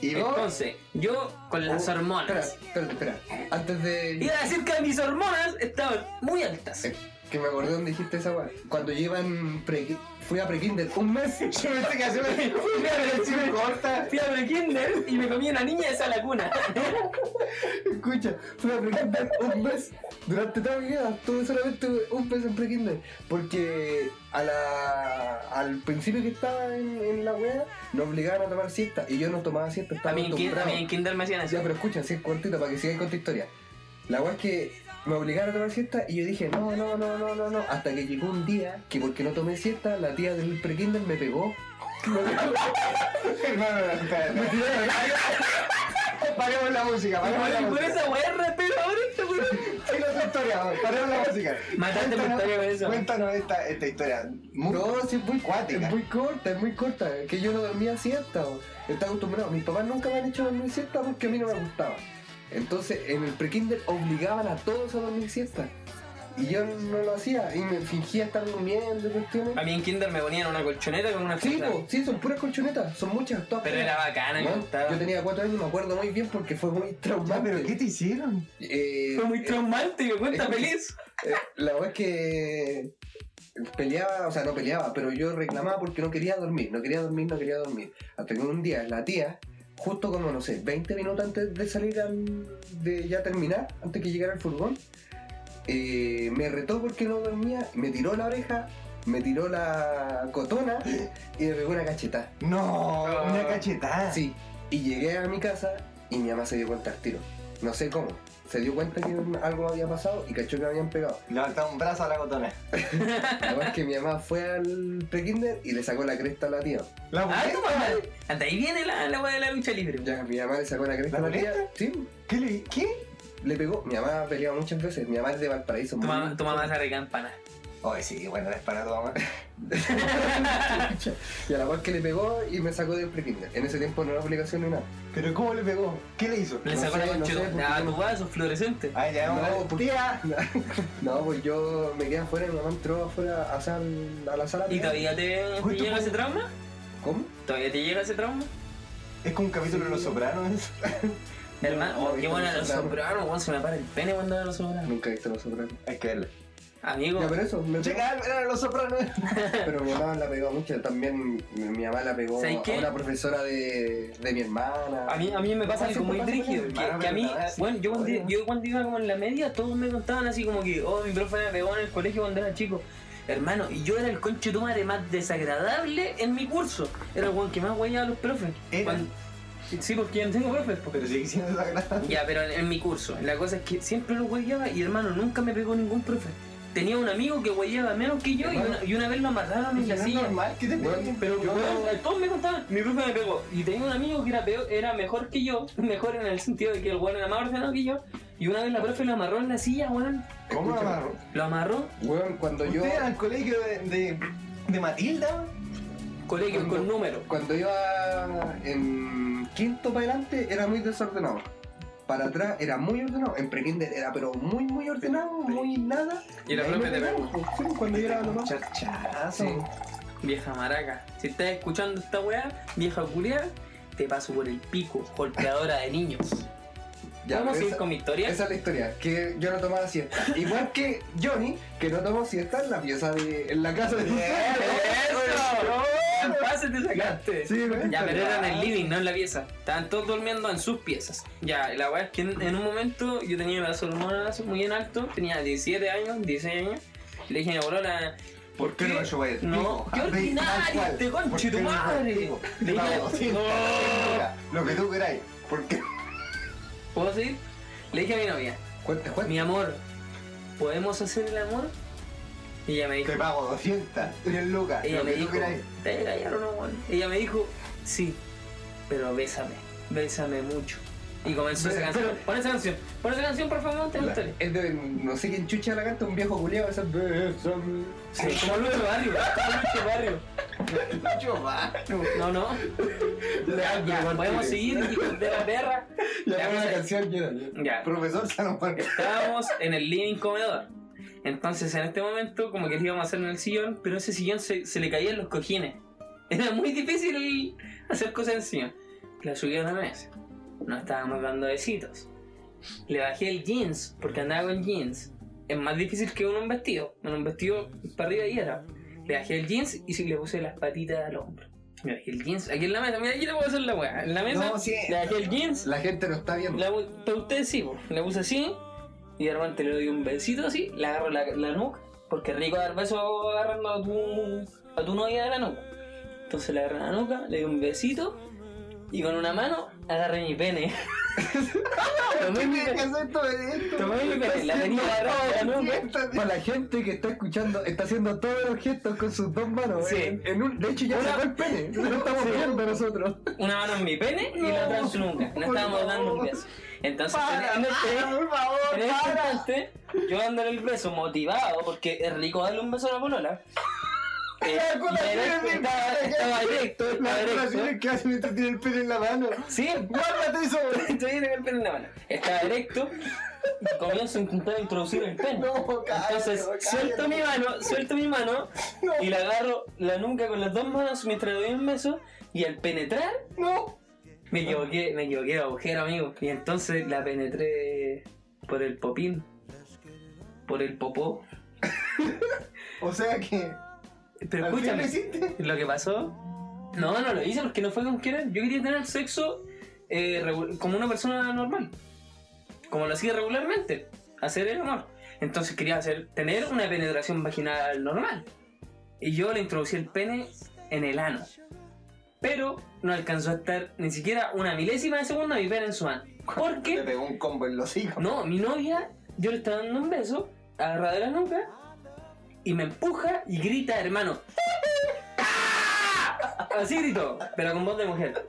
S2: Y vos,
S3: Entonces, yo con las
S5: Oh, Espera,
S3: hormonas.
S5: espera, espera. Antes de.
S3: Iba a decir que mis hormonas estaban muy altas.
S5: [laughs] Eh, Que me acordé donde dijiste esa weá. Cuando llevan pre fui a pre-kinder un mes. [laughs]
S2: yo pensé que hacía una canción corta.
S3: Fui a prekinder y me comí una niña de esa
S5: [laughs]
S3: laguna.
S5: Escucha, fui a pre-kinder un mes. Durante toda mi vida tuve solamente un mes en pre-kinder. Porque a la, al principio que estaba en, en la wea, nos obligaban a tomar siesta. Y yo no tomaba siesta,
S3: A
S5: estaba
S3: mí en kinder, a
S5: acostumbrado.
S3: mí en kinder me hacían así.
S5: Ya, pero escucha, si es cortito para que sigáis con tu historia. La weá es que me obligaron a tomar siesta y yo dije, no, no, no, no, no, no. Hasta que llegó un día que porque no tomé siesta, la tía del pre-kinder me pegó. [laughs]
S2: Hermano, espera, espera. Paremos la música, paremos la
S3: Y por
S2: música.
S3: esa weá rapero ahora este
S5: [laughs]
S3: weón.
S2: Tira tu historia, weón, paremos la música.
S3: Mataste mi
S2: Cuéntanos-
S3: historia con eso.
S2: Cuéntanos esta, esta historia. Muy-
S5: No, sí, es muy
S2: Cuática.
S5: Es muy corta, es muy corta. Que yo no dormía siesta. o- Estaba acostumbrado. Mis papás nunca me han hecho dormir siesta porque a mí no me gustaba. Entonces, en el pre-kinder obligaban a todos a dormir siesta. Y yo no lo hacía. Y me fingía estar durmiendo y cuestiones.
S3: A mí en kinder me ponían una colchoneta con una
S5: Sí,
S3: funda.
S5: po, sí, son puras colchonetas. Son muchas, todas
S3: Pero
S5: puras.
S3: era bacana, me
S5: Bueno,
S3: gustaba.
S5: Yo tenía cuatro años y me acuerdo muy bien porque fue muy
S2: Ya,
S5: traumante.
S2: pero ¿qué te hicieron?
S5: Eh,
S3: Fue muy
S5: eh,
S3: traumante, me cuenta
S5: Escucha.
S3: feliz.
S5: eh, la verdad es que peleaba, o sea, no peleaba, pero yo reclamaba porque no quería dormir, no quería dormir, no quería dormir. Hasta que un día la tía, justo como, no sé, 20 minutos antes de salir, al- de ya terminar, antes que llegara el furgón, eh, me retó porque no dormía, me tiró la oreja, me tiró la cotona y me pegó una cachetada.
S2: No,
S3: Ah.
S2: una cachetada.
S5: Sí, y llegué a mi casa y mi mamá se dio cuenta al tiro. no sé cómo, se dio cuenta que algo había pasado y cachó que me habían pegado.
S2: Levantaba un brazo a la cotona.
S3: Ah,
S5: Además que mi mamá fue al prekinder y le sacó la cresta a la tía.
S2: La
S3: Ah,
S2: mujer-
S3: tu mamá. Hasta ahí viene la, la weá de la lucha libre.
S5: Ya, mi mamá le sacó la cresta
S2: ¿La
S5: a la tía.
S2: molesta?
S5: Sí,
S2: ¿Qué le ¿Qué?
S5: le pegó. Mi mamá ha peleado muchas veces. Mi mamá es de Valparaíso.
S3: Tu
S5: muy-
S3: mamá, tu mamá se arrecampana.
S2: Ay, sí, bueno, es para tu mamá.
S5: Y a la cual que le pegó y me sacó del prekinder. En ese tiempo no era obligación ni nada.
S2: Pero ¿cómo le pegó? ¿Qué le hizo?
S3: Le
S5: No
S3: sacó
S5: sé,
S3: la
S5: no sé,
S3: conchita.
S5: porque
S3: ah,
S5: no-
S3: tu weá, sos fluorescente.
S2: Ay, ya vamos.
S5: No, porque-
S2: Tía.
S5: No, pues yo me quedé afuera y mi mamá entró afuera a, sal- a la sala.
S3: ¿Y todavía te, te
S2: Uy, tu
S3: llega
S2: madre.
S3: ese trauma?
S5: ¿Cómo?
S3: ¿Todavía te llega ese trauma?
S2: Es como un capítulo de los sopranos.
S3: Hermano,
S5: no,
S3: oh, qué
S5: no,
S3: buena
S5: no,
S3: los
S5: claro.
S3: sopranos, weón, se me para el pene cuando veo los sopranos.
S5: Ah, Nunca he visto los sopranos.
S2: Hay que verlo.
S3: Amigo,
S5: Ya, pero eso, me pegó.
S2: Llega el verano de los sopranos.
S5: Pero mi mamá la pegó mucho. También mi, mi mamá la pegó
S3: ¿Sabes qué?
S5: a una profesora de, de mi hermana.
S3: a mí, a mí me pasa
S5: Ah,
S3: algo
S5: siempre
S3: muy
S5: pasa
S3: rígido.
S5: eso.
S3: Que, que a mí, bueno, yo cuando, yo cuando iba como en la media, todos me contaban así como que, oh, mi profe me pegó en el colegio cuando era chico. Hermano, y yo era el conche tu madre más desagradable en mi curso. Era el weón que más guayaba a los profes.
S2: Era.
S3: Cuando- Sí, porque yo no tengo profes. po.
S2: Pero sigue siendo desagradable.
S3: Ya, pero en, en mi curso. La cosa es que siempre lo hueveaba y hermano, nunca me pegó ningún profe. Tenía un amigo que hueveaba menos que yo y
S2: Hermano.
S3: una, y una vez lo amarraron en la
S2: Es
S3: silla.
S2: normal que te peguen.
S3: Pero
S2: Yo-
S3: weón, todos me contaban, mi profe me pegó. Y tenía un amigo que era peor, era mejor que yo, [laughs] mejor en el sentido de que el weón era más ordenado que yo. Y una vez la profe lo amarró en la silla, weón.
S2: ¿Cómo
S5: Escúchame.
S2: amarro?
S3: Lo amarró,
S5: Weón, cuando yo,
S2: ¿Usted era el colegio de, de, de Matilda?
S3: colegio
S5: Cuando-
S3: con número.
S5: cuando iba en quinto para adelante era muy desordenado. Para atrás era muy ordenado. En prekinder era pero muy, muy ordenado, muy nada.
S3: Y la
S5: ahí
S3: profe
S5: me
S3: te
S5: pegaron, pues, sí, cuando yo era nomás.
S2: Chachazo.
S5: Sí.
S3: Vieja maraca, si estás escuchando esta weá, vieja culia, te paso por el pico, golpeadora de niños.
S5: Ya,
S3: Vamos a
S5: pero
S3: seguir
S5: esa-
S3: con mi historia.
S5: Esa es la historia, que yo no tomaba siesta. Igual que Johnny, que no tomó siesta en la pieza de. en la casa de
S3: ¡Eso! En paz se te sacaste.
S5: Sí, me
S3: Ya, pero era en el living, no en la pieza. Estaban todos durmiendo en sus piezas. Ya, la weá es que en, en un momento yo tenía las hormonas muy en alto, tenía 17 años, 16 años. y Le dije a mi abuela,
S2: ¿Por qué no me llevo el
S3: No,
S2: pico?
S3: qué
S2: Así, tal
S3: ordinario
S2: cual.
S3: este
S2: ¿Por
S3: conche
S2: qué
S3: tu
S2: no me llevo el
S3: madre.
S2: pico?
S3: Le
S2: Te
S3: dije,
S2: pago 200,
S3: "No".
S2: Lo que tú queráis. ¿Por qué?
S3: ¿Puedo seguir? Le dije a mi novia,
S5: Cuenta, cuenta.
S3: mi amor, ¿podemos hacer el amor? Y ella me dijo,
S2: Te pago 200, 10 lucas,
S3: Ella
S2: lo
S3: me
S2: que
S3: dijo,
S2: tú queráis.
S3: "Te voy a callar o no, weón?" Ella me dijo, sí, pero bésame, bésame mucho. Y comenzó esa
S5: Pero-
S3: canción. Pon esa canción, pon esa canción, por favor, te gusta.
S5: Es de. no sé quién chucha la canta, un viejo culiado, esa. Bésame.
S3: Sí, como Lucho Barrio, como Lucho Barrio.
S2: Yo, va.
S3: No, no. Ya,
S5: Leandro
S3: ya,
S5: Martínez.
S3: podemos seguir, hijos de la perra.
S5: Ya,
S3: Ya,
S5: pon la
S3: pues,
S5: canción, ya.
S3: Ya,
S2: Profesor Salomón.
S3: estábamos en el living comedor. Entonces, en este momento, como que lo íbamos a hacer en el sillón, pero ese sillón se, se le caían los cojines. [laughs] Era muy difícil hacer cosas encima. La subí a la mesa. No estábamos dando besitos. Le bajé el jeans, porque andaba con jeans. Es más difícil que uno un vestido. En un vestido para arriba y era. Le bajé el jeans y sí le puse las patitas al hombro. Le bajé el jeans. Aquí en la mesa, mira, aquí le puedo hacer la weá. En la mesa,
S2: No, sí.
S3: le bajé el jeans
S5: La gente no está viendo.
S3: la, bu- pero ustedes sí, po. la puse así y de repente le doy un besito así, le agarro la, la nuca, porque rico dar besos agarrando a tu, a tu novia de la nuca. Entonces le agarré la nuca, le doy un besito y con una mano agarré mi pene. Tomé mi
S2: ¿Qué
S3: pene,
S2: es esto? ¿Qué
S3: tomé mi pene, la tenía agarrada de la nuca.
S5: Para la gente que está escuchando, está haciendo todos los gestos con sus dos manos. eh,
S3: Sí.
S5: En, en un, de hecho, ya
S3: Una-
S5: sacó el
S3: [laughs]
S5: pene. Lo estamos viendo nosotros.
S3: Una mano en mi pene y la otra en su nuca. No estábamos dando un beso. Entonces, en, en este,
S2: Por favor,
S3: En ese instante, yo dándole el beso motivado, porque es rico darle un beso a la polola. Eh,
S2: [laughs] La cola
S3: y
S2: tiene
S3: directo,
S2: mi-
S3: estaba, estaba directo, estaba
S2: La
S3: directo.
S2: relación que hace mientras tiene el pelo en la mano.
S3: Sí, [laughs]
S2: ¡Guárdate eso!
S3: estoy en el pelo en la mano. Estaba directo, comienzo a intentar introducir el pene.
S2: No, cállate,
S3: Entonces,
S2: cállate.
S3: suelto mi mano, suelto mi mano y la agarro la nuca con las dos manos mientras le doy un beso y al penetrar,
S2: No.
S3: me equivoqué, me equivoqué de agujero, amigo. Y entonces la penetré por el popín, por el popó.
S2: O sea que.
S3: Pero
S2: ¿al fin
S3: escúchame,
S2: lo hiciste?
S3: lo que pasó. No, no lo hice porque no fue con querer. Yo quería tener sexo eh, regu- como una persona normal. Como lo hacía regularmente. Hacer el amor. Entonces quería hacer, tener una penetración vaginal normal. Y yo le introducí el pene en el ano. Pero no alcanzó a estar ni siquiera una milésima de segundo a mi pera en su mano.
S2: Le
S3: Porque,
S2: pegó un combo en los
S3: [laughs]
S2: hijos.
S3: no, mi novia, yo le estaba dando un beso, agarrada de la nuca, y me empuja y grita, hermano. [laughs] ¡Ah! Así gritó, pero con voz de mujer.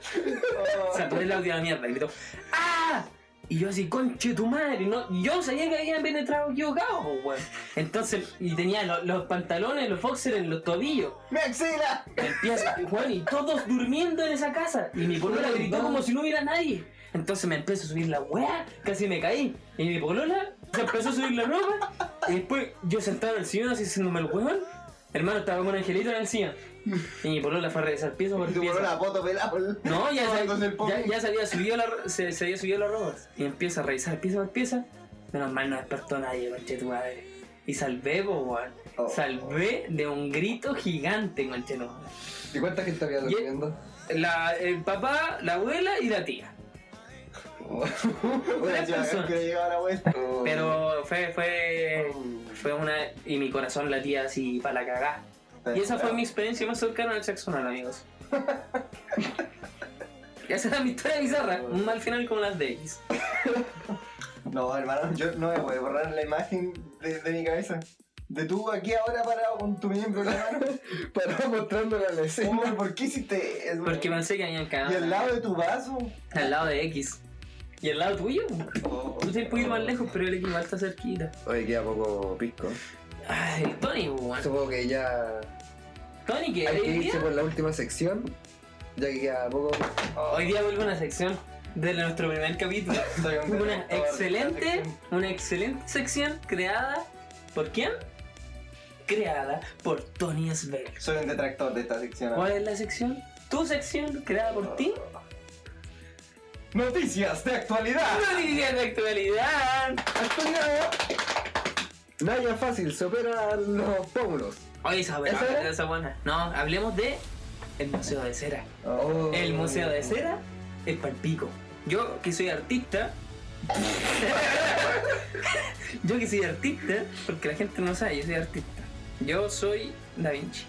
S3: O sea, el audio a la mierda y gritó ¡Ah! Y yo así, conche tu madre, no, y yo sabía que habían penetrado equivocados, pues, weón. Entonces, y tenía lo- los pantalones, los boxers en los tobillos.
S2: ¡Me axila!
S3: Y empieza, weón, y todos durmiendo en esa casa. Y mi polola gritó como si no hubiera nadie. Entonces me empezó a subir la weá, casi me caí. Y mi polola se empezó a subir la ropa. Y después yo sentado en el sillón así haciéndome el weón. Hermano, estaba con un angelito en el sillón. Y mi polola fue a revisar pieza por
S2: Y tu
S3: pieza.
S2: la foto pelada por el-
S3: No, ya, se,
S2: con el pobre.
S3: ya, ya se había subido la, ro- se, se había subido la ropa. Y empieza a revisar pieza por pieza. Menos mal no despertó nadie, conche tu madre. Y salvé, po, weón.
S5: Oh.
S3: Salvé de un grito gigante, conche tu madre.
S5: ¿Y cuánta gente había
S3: Y- [laughs]
S5: durmiendo?
S3: La, el papá, la abuela y la tía.
S2: Hubiera sido bacán que le llegaba la vuelta.
S3: Pero eh, fue, fue, fue una. Y mi corazón latía así para la cagá. Y esa fue mi experiencia más cercana al sexo anal,
S2: [laughs]
S3: amigos. Y esa era mi historia bizarra. Un mal final como las de ellos.
S2: No, hermano, yo no me puedo borrar la imagen de, de mi cabeza. De tú aquí ahora parado con tu miembro en la mano.
S5: Para mostrándole a la escena.
S2: Hombre, ¿Por qué hiciste eso?
S3: Porque pensé que habían cagado.
S2: Y al lado de tu vaso.
S3: Al lado de X. Y al lado tuyo. Tú te puedes ir más lejos, pero el X igual está cerquita.
S5: Oye, queda poco pisco.
S3: Ay, el Tony, weón.
S5: Supongo que ya
S3: Tony, que
S5: hay que
S3: hoy
S5: irse
S3: día,
S5: por la última sección. Ya que queda poco.
S3: hoy día vuelve una sección de nuestro primer
S2: [laughs]
S3: capítulo.
S2: Soy un
S3: Una
S2: director de esta
S3: excelente,
S2: sección.
S3: una excelente sección creada por quién? Creada por Tony Svel.
S2: Soy un detractor de esta sección.
S3: ¿Cuál es la sección? ¿Tu sección creada por ti?
S2: Noticias de actualidad.
S3: Noticias de actualidad.
S5: Actualidad. Naya fácil, se opera los pómulos.
S3: Oye, esa buena,
S5: ¿Esa era?
S3: esa buena. No, hablemos de el Museo de Cera.
S5: Oh.
S3: El Museo de Cera es palpico. Yo que soy artista. [laughs] yo que soy artista, porque la gente no sabe, yo soy artista. Yo soy Da Vinci.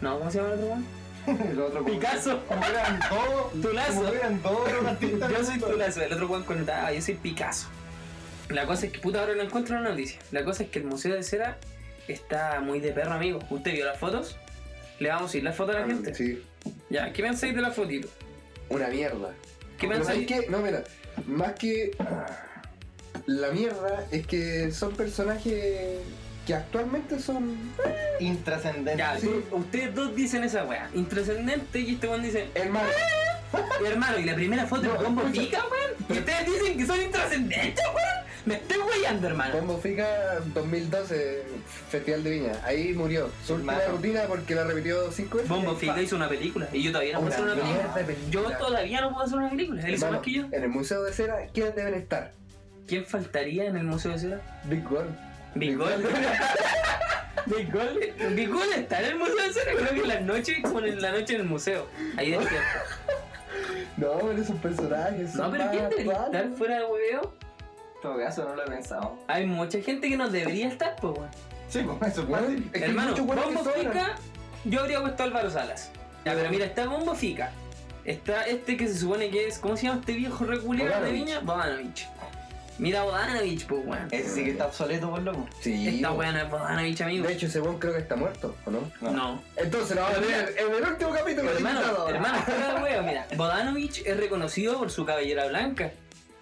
S3: No, ¿cómo se llama el otro weón?
S2: El otro como-
S3: Picasso.
S2: Como eran todos.
S3: Tulazo.
S2: Como eran todos los artistas.
S3: Yo soy Tulazo, el otro Juan conectaba, yo soy Picasso. La cosa es que, puta, ahora no encuentro la noticia. La cosa es que el Museo de Cera está muy de perro, amigo. ¿Usted vio las fotos? Le vamos a ir las
S2: Ah,
S3: fotos a la gente.
S5: Oh, Sí,
S3: Ya, ¿qué pensáis de la fotito?
S5: una mierda.
S3: ¿Qué
S5: Pero ¿sabes
S3: pensáis?
S5: qué? No, mira, más que la mierda es que son personajes que actualmente son
S2: Intrascendente.
S3: Ya,
S5: Sí.
S3: tú- ustedes dos dicen esa weá. Intrascendente y este Juan dice,
S5: hermanos.
S3: hermano, y la primera foto
S5: No,
S3: de Combo
S5: escucha.
S3: Pica, weón. Y ustedes dicen que son intrascendentes, weón. Me estoy weyando, hermano.
S5: Combo Fica 2012, Festival de Viña. Ahí murió. Su última
S2: Hermano.
S5: rutina porque la repitió cinco veces.
S3: Bombo Fica hizo una película y yo todavía no puedo hacer una
S5: Una
S3: película.
S5: mierda de película.
S3: Yo todavía no puedo hacer una película. Él hizo
S5: Hermano,
S3: más que yo.
S5: En el Museo de Cera, ¿quiénes deben estar?
S3: ¿Quién faltaría en el Museo de Cera?
S5: Big One.
S3: Big Gold. [laughs] Big Gold. Big Gold está en el museo de Cera, creo que en la noche, como en la noche en el museo. Ahí despierta.
S5: [laughs] No, pero son personajes.
S3: No,
S5: son
S3: pero
S5: más
S3: ¿quién debería
S5: actuales.
S3: estar fuera de hueveo?
S2: En todo caso, no lo he pensado.
S3: Hay mucha gente que no debería estar, pues weón.
S2: Sí, pues eso
S5: Bueno,
S2: fue.
S5: es que hay
S3: Hermano,
S5: muchos buenos que
S3: Bombo
S5: sobran.
S3: Fica, yo habría puesto a Álvaro Salas. Ya, pero mira, está Bombo Fica. Está este que se supone que es, ¿cómo se llama este viejo reculeado de
S5: Bodanovich.
S3: viña? Bodanovich. Mira Bodanovich, pues weón.
S2: Ese sí que está obsoleto por loco.
S5: Sí.
S3: Esta weá
S5: bueno.
S3: no es Bodanovich, amigo.
S5: De hecho, ese weón creo que está muerto, ¿o no?
S3: No.
S5: Entonces lo vamos a
S3: Pero
S5: ver en el último capítulo de
S3: Hermano,
S5: Invitado.
S3: hermano, fuera de huevo, mira. Bodanovich es reconocido por su cabellera blanca.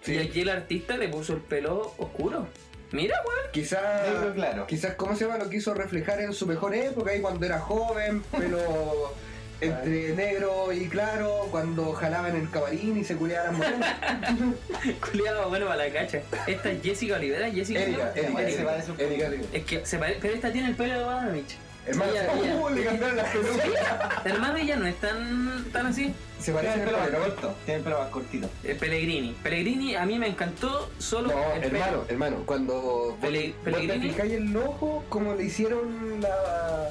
S5: Sí.
S3: Y aquí el artista le puso el pelo oscuro. Mira, [laughs] weón.
S2: Negro
S5: Quizás,
S2: claro.
S5: quizás, ¿cómo se llama? Lo quiso reflejar en su mejor época, ahí cuando era joven, pero entre negro y claro, cuando jalaban el camarín y se culeaban las mujeres.
S3: Culeado, pues, bueno para la cacha. Esta es Jessica Olivera, Jessica
S5: Erika,
S3: Olivera.
S5: Erika,
S2: Ese va
S5: Erika,
S2: de su-
S5: Erika, Erika.
S3: Es que se parece, pero esta tiene el pelo de Bodanovich.
S5: Hermano,
S3: Ella-
S5: se-
S3: ella-
S5: ¡Uh! le cambiaron las pelucas.
S3: Hermano, ella no es tan, tan así.
S5: Se
S2: Tiene
S5: parece
S2: el pelo más
S5: hermano.
S2: corto. Tiene el pelo más cortito.
S3: Eh, Pellegrini. Pellegrini a mí me encantó solo
S5: No,
S3: el pelo.
S5: hermano, hermano, cuando vos-
S3: Pele-
S5: vos te
S3: Pellegrini.
S5: fijáis el ojo, como le hicieron la,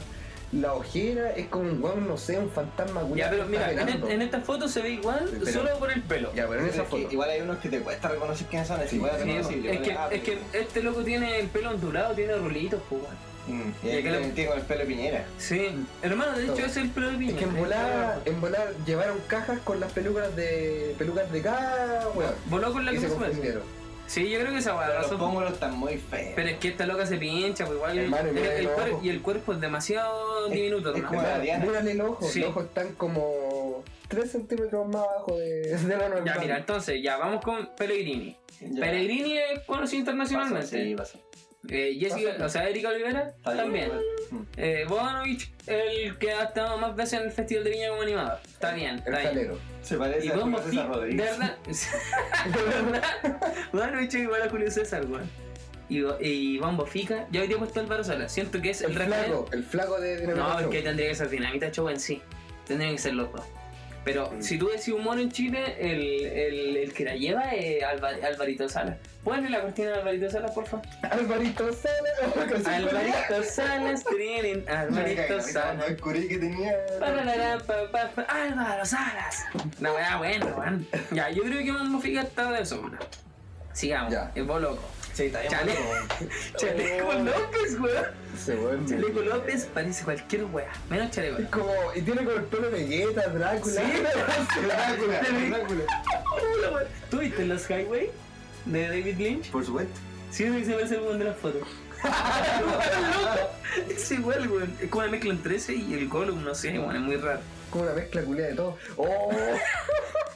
S5: la ojera es como un weón, no sé, un fantasma culiao
S3: Ya, pero
S5: que
S3: mira,
S5: está
S3: en,
S5: velando.
S3: en esta foto se ve igual
S5: Pero-
S3: solo por el pelo.
S5: Ya, pero en esa
S2: Es que
S5: foto.
S2: igual hay unos que te cuesta reconocer quiénes son, es
S5: Sí,
S2: igual a
S3: Sí,
S2: tener
S3: es,
S2: posible,
S3: que,
S2: ¿verdad?
S3: es que este loco tiene el pelo ondulado, tiene rulitos, pues, weón.
S2: Mm, Y
S3: es que
S2: ahí tiene-
S3: le-
S2: tiene con el pelo de piñera.
S3: Sí, hermano, de hecho
S5: Todo.
S3: ese es el pelo de piña.
S5: Es que en volar, en volar llevaron cajas con las pelucas de pelucas de cada weón.
S3: Voló con la
S5: Y se
S3: cabeza.
S5: confundieron.
S3: Sí, yo creo que esa weá, la
S2: Pero los
S3: razón.
S2: pómulos están muy feos.
S3: Pero es que esta loca se pincha, pues igual.
S5: Hermano, y
S3: el-
S5: mira
S3: el
S5: los
S3: cuer-
S5: ojos.
S3: y el cuerpo es demasiado
S2: Es-
S3: diminuto,
S2: es
S3: hermano.
S2: como la Diana.
S5: Mírale el ojo,
S3: Sí.
S5: los ojos están como 3 centímetros más abajo de, de la normal.
S3: Ya, mira, entonces, ya, vamos con Pellegrini.
S2: Ya.
S3: Pellegrini es conocido internacionalmente.
S2: Pasó, sí, pasó.
S3: Eh, Jessica,
S5: Pasa.
S3: o sea, Erika Olivera
S2: Está bien,
S3: también.
S2: igual. Mm.
S3: Eh, Bodanovich, el que ha estado más veces en el Festival de Viña como animador. Está bien,
S5: El
S3: está bien.
S5: salero.
S2: Se
S3: Y
S2: parece a
S3: Bon
S2: Julio César
S3: Boffi, de
S2: Rodríguez.
S3: verdad, [laughs] de verdad, Bodanovich es igual a Julio César, weón. Y, Bo- y Bombo Fica, ya hoy día he puesto a Álvaro Sala, siento que es el,
S5: El
S3: referente-
S5: flaco, el flaco de Dinamita
S3: No,
S5: Show.
S3: porque tendría que ser Dinamita Show en sí. Tendrían que ser los dos. Pero si tú decís humor en Chile, el, el, el que la lleva es Alva- Alvarito Sala. Ponle la cortina de Alvarito Sala, por favor.
S5: Alvarito Sala.
S3: Alvarito Salas, tienen Alvarito Salas.
S2: El curí que tenía.
S3: Parararán, pa, pa, pa, Álvaro Salas. No, ya, bueno, weón. Ya, yo creo que vamos a fijar todo eso, weón. Sigamos,
S5: Ya.
S3: el boloco.
S2: Sí, está bien.
S3: Chale. [laughs] Chaleco López, weón.
S5: Se vuelve.
S3: Chaleco López parece cualquier weá. Menos Chaleco
S5: Es como, y tiene como el pelo de Vegeta, Drácula.
S3: Sí.
S5: [laughs]
S2: Drácula,
S3: Te- [laughs]
S2: Drácula.
S3: Hola, weón. ¿Tú viste los Highway de David Lynch?
S2: Por supuesto.
S3: Sí, ese se parece el weón de las fotos. [laughs] es igual, weón. Es como una mezcla entre ese y el Gollum, no sé, weón, es muy raro.
S5: Como una mezcla culia de todo. Oh,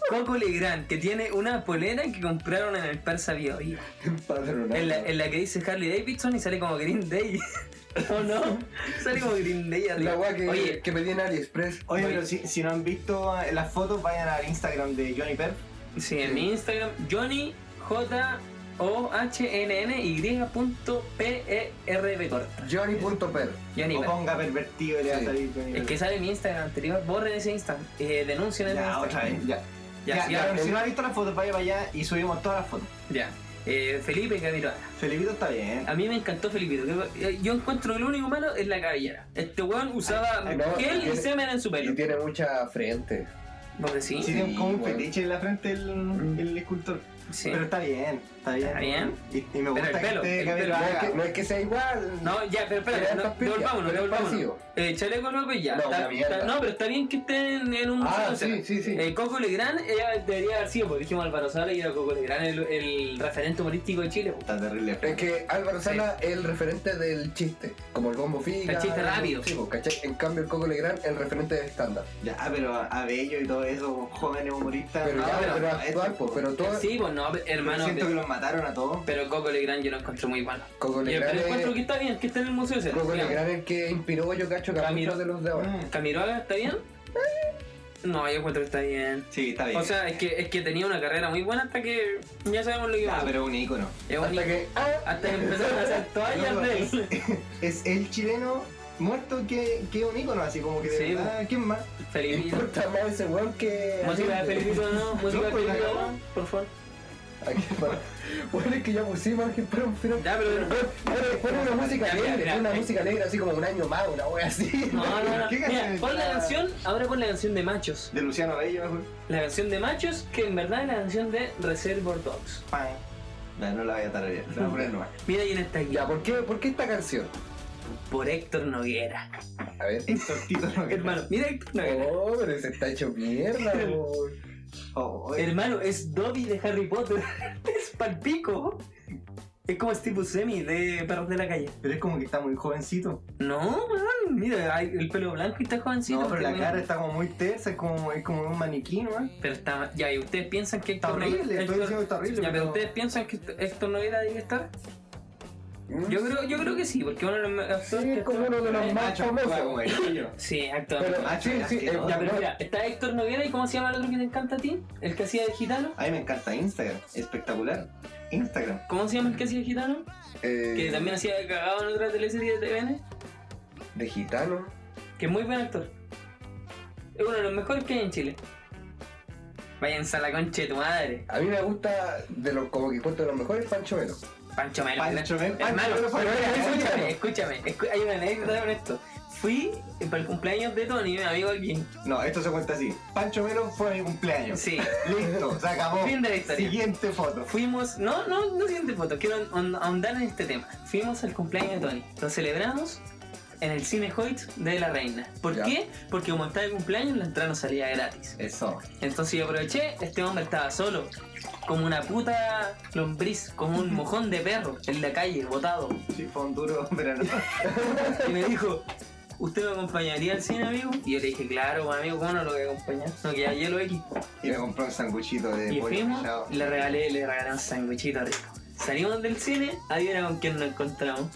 S3: Coco Legrand, que tiene una polera que compraron en el Persa Biobío.
S5: empadronado.
S3: En la, en la que dice Harley Davidson y sale como Green Day. [laughs] ¿O no? Sale como Green Day arriba.
S5: La weá que,
S3: Oye,
S5: que pedí en AliExpress.
S2: Oye, pero si, si no han visto eh, las fotos, vayan al Instagram de Johnny Perf.
S3: sí, en mi Instagram, Johnny J O H N N Y punto P E R B corta.
S5: Johnny.per.
S3: Johnny
S2: O
S3: Bell.
S2: ponga pervertido y le va a
S5: Sí.
S2: salir Johnny
S3: Es
S2: Perf.
S3: que sale mi Instagram anterior, borren ese Instagram, eh, denuncien ese
S2: Ya,
S3: Instagram.
S2: otra vez. Ya.
S3: Ya,
S2: Ya,
S3: ya,
S2: ya, pero si no han visto las fotos, vaya para allá y subimos todas las fotos.
S3: ya. Eh, Felipe Camiroaga.
S2: Felipito está bien.
S3: A mí me encantó Felipito. que- eh, Yo encuentro que lo único malo es la cabellera. Este weón usaba
S5: Ay, Ah, no,
S3: gel y
S5: tiene-
S3: semen en su
S5: Y
S3: pelo.
S5: tiene mucha frente.
S3: Porque sí,
S2: Sí,
S3: sí. Mm.
S2: tiene como un
S5: bueno.
S2: fetiche en la frente el, el escultor. Pero está bien, está bien.
S3: Está bien.
S2: Y, y me gusta
S3: el pelo,
S2: que
S3: el
S2: este cabello
S3: pelo.
S5: No es, que, no
S2: haga.
S5: es que sea igual.
S3: No, ya, pero espérate,
S5: Pero
S3: no,
S5: estas pillas,
S3: devolvámonos,
S5: pero es
S3: devolvámonos.
S5: parecido.
S3: Eh, Chaleco López ya.
S5: No,
S3: está-
S5: una mierda.
S3: está- no, pero está bien que estén en un
S5: Ah,
S3: museo,
S5: sí,
S3: o sea,
S5: sí, sí.
S3: eh, Coco Legrand eh, debería haber sido, porque dijimos Álvaro Sala y era Coco Legrand el, el referente humorístico de Chile. pues. po.
S2: Está terrible.
S5: Es que Álvaro Sala es el referente del chiste, como el bombo figa.
S3: El chiste rápido.
S5: Sí, pues, ¿cachai? En cambio, el Coco Legrand el referente del estándar.
S2: Ya, ah, pero a- a Bello y todo eso, jóvenes humoristas.
S5: Pero,
S3: Ah,
S5: ya,
S3: pero-
S5: pero, actuar,
S2: este-
S5: pues, pero todo.
S3: Sí, pues no, hermano.
S2: siento que
S3: pero,
S2: los mataron a todos.
S3: pero Coco Legrand yo lo encontré muy bueno.
S5: Coco
S3: Yo
S5: Legrand
S3: encuentro que
S5: es.
S3: está bien, que está en el museo. ese,
S5: Coco
S3: digamos.
S5: Legrand es el que inspiró, yo cacho, que a
S3: Camilo.
S5: muchos de los de ahora.
S2: Mm.
S3: Camiroaga, ¿está bien?
S5: Eh.
S3: No, yo encuentro que está bien.
S2: Sí, está bien.
S3: O sea, es que, es que tenía una carrera muy buena hasta que ya sabemos lo que
S2: Ah,
S3: pasó.
S2: pero es un ícono.
S3: Es un
S5: Hasta
S3: ícono.
S5: que. ah,
S3: Hasta que empezaron a
S5: [laughs]
S3: hacer toallas
S2: No,
S3: de
S2: es- Es el chileno muerto que, que es un ícono, así como que de
S3: Sí,
S2: verdad, ¿quién más?
S3: Felipito.
S5: Importa más ese weón que.
S3: Música de Felipito, no. Música de
S2: pues, la
S3: Felipito,
S2: cagó.
S3: no. Por favor.
S5: Aquí, para- Bueno, es que ya pusimos margen para un final.
S3: Ya, pero-
S5: Pone- Eh, Pone una música
S3: Ya, mira,
S5: alegre,
S3: mira,
S5: pone una
S3: eh.
S5: música alegre, así como un año más, una wea así. [laughs]
S3: No, no, no.
S2: ¿Qué
S3: Mira,
S2: canción
S3: pon la
S2: está?
S3: canción, ahora pon la canción de Machos.
S2: De Luciano Bello, mejor.
S3: La canción de Machos, que en verdad es la canción de Reservoir Dogs.
S2: Pan. No, no la voy a tararear, la voy a poner
S3: [laughs]
S2: nomás.
S3: Mira quién está aquí.
S5: Ya, ¿por qué, ¿por qué esta canción?
S3: Por Héctor Noguera.
S5: A ver.
S2: Tortito no que-
S3: Hermano, mira Héctor Noguera.
S5: Oh, pero se está hecho
S3: [laughs]
S5: mierda, weón.
S2: Oh, oye,
S3: Hermano, es Dobby de Harry Potter. [laughs] es palpico. Es como Steve Buscemi de Perros de la Calle.
S2: Pero es como que está muy jovencito.
S3: No, weón. Mira, hay el pelo blanco y está jovencito.
S2: No, pero la
S3: este
S2: cara
S3: weón.
S2: está como muy tersa, es como, es como un maniquí, ¿no?
S3: Pero está... Ya, y ustedes piensan que
S2: Está
S3: Héctor
S2: horrible,
S3: Noguera-
S2: estoy
S3: Héctor-
S2: diciendo que está horrible.
S3: Ya, pero
S2: pero-
S3: ustedes piensan que Héctor Noguera debe estar.
S5: Mm.
S3: Yo creo, yo creo que sí, porque uno de los actores
S5: Sí,
S3: que
S5: es como
S3: actúa-
S5: uno de los más
S2: Macho, actúa como
S5: famosos.
S2: el niño.
S3: Sí, actor.
S5: Pero,
S2: Macho,
S5: sí, sí,
S2: asqueroso.
S5: eh,
S3: ya, pero
S5: no,
S3: mira, está Héctor Noguera y ¿cómo se llama el otro que te encanta a ti? El que hacía de gitano.
S2: A mí me encanta Instagram, espectacular. Instagram.
S3: ¿Cómo se llama el que hacía de gitano?
S5: eh,
S3: Que también hacía de cagado en otra teleserie de TVN.
S5: eh, De gitano.
S3: Que es muy buen actor. Es uno de los mejores que hay en Chile. Váyanse a la concha de tu madre.
S5: A mí me gusta, de los, como que cuento de los mejores, Pancho Melo.
S3: Pancho Melo.
S2: Pancho Melo.
S3: Hermano,
S2: Pancho Melo fue el
S3: hermano,
S2: primero,
S3: escúchame, escúchame, escu- Hay una anécdota con esto. Fui para el cumpleaños de Tony, mi amigo aquí.
S2: No, esto se cuenta así. Pancho Melo fue mi cumpleaños.
S3: Sí.
S2: Listo, se acabó.
S3: Fin de la historia.
S2: Siguiente foto.
S3: Fuimos, no, no, no siguiente foto, quiero ahond- ahondar en este tema. Fuimos al cumpleaños de Tony, lo celebramos en el cine Hoyt de La Reina. ¿Por
S5: Ya.
S3: qué? Porque como estaba el cumpleaños, la entrada no salía gratis.
S2: Eso.
S3: Entonces yo aproveché, este hombre estaba solo, como una puta lombriz, como
S2: [laughs]
S3: un mojón de perro en la calle, botado.
S2: Sí, fue un duro
S3: [laughs]
S2: [laughs] verano.
S3: Y me dijo, ¿usted me acompañaría al cine, amigo? Y yo le dije, claro, pues, amigo, ¿cómo no lo voy a acompañar? No queda hielo aquí.
S2: Y me compró un sanguchito de
S3: Y
S2: pollo
S3: fuimos,
S2: rallado.
S3: le regalé, le regalé un sandwichito rico. Salimos del cine, adivina con quién nos encontramos.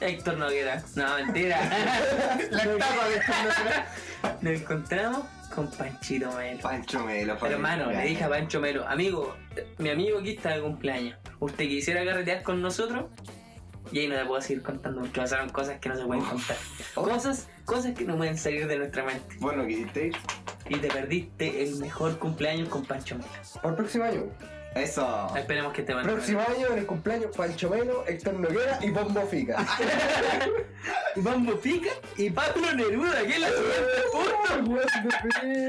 S3: Héctor Noguera. No, mentira.
S2: [laughs] La tapa de
S3: nos encontramos con Panchito Melo.
S2: Pancho Melo. fue mi
S3: Hermano, le
S2: cumpleaños.
S3: dije a Pancho Melo, amigo, mi amigo aquí está de cumpleaños. ¿Usted quisiera carretear con nosotros? Y ahí no te puedo seguir contando porque pasaron cosas que no se pueden contar. Cosas, cosas que no pueden salir de nuestra mente.
S2: Bueno, quisiste ir.
S3: Y te perdiste el mejor cumpleaños con Pancho Melo. Ah,
S5: Para el próximo año.
S2: Eso.
S3: Esperemos que te Pancho
S5: Próximo año en el cumpleaños Pancho Melo, Héctor Noguera y Bombo
S3: [laughs]
S5: Fica.
S3: Bambo Pica y Pablo Neruda, que es la siguiente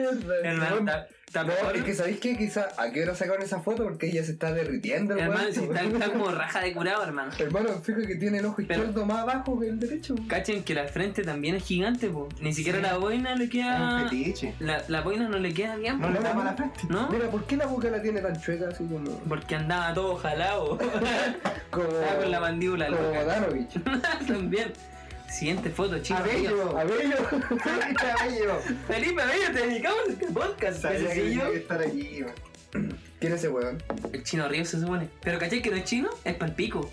S5: [laughs]
S3: foto. Hermano, está, está
S5: No,
S3: mejor.
S5: es que sabéis que quizá a qué hora sacaron esa foto porque ella se está derritiendo. el
S3: hermano,
S5: weón.
S3: si
S5: [laughs]
S3: está, está [laughs] como raja de curado, hermano.
S5: Hermano, fijo que tiene el ojo
S3: Pero-
S5: izquierdo más abajo que el derecho.
S3: Cachen que la frente también es gigante, po. Ni siquiera la boina le
S2: Es un
S3: queda.
S2: fetiche.
S3: La, la boina no le queda bien,
S2: No
S3: po,
S2: le
S5: no,
S2: damos
S5: no.
S2: la frente.
S3: [laughs] ¿no?
S5: ¿Ah? Mira, ¿por qué la boca la tiene tan chueca así como.
S3: Porque andaba todo jalado. [laughs]
S5: como
S3: Estaba Ah, con la mandíbula
S5: como
S3: loca.
S5: Danovich.
S3: [laughs] también. Siguiente foto, chicos.
S2: Cabello.
S5: A ver,
S3: [laughs]
S5: yo.
S2: Cabello.
S3: Felipe, Abello, te dedicamos este podcast.
S2: Sabía que
S3: pececillo.
S2: tenía que estar aquí. man.
S5: ¿Quién es ese weón?
S3: El chino río se supone. Pero caché que no es chino, es
S5: [laughs]
S3: palpico.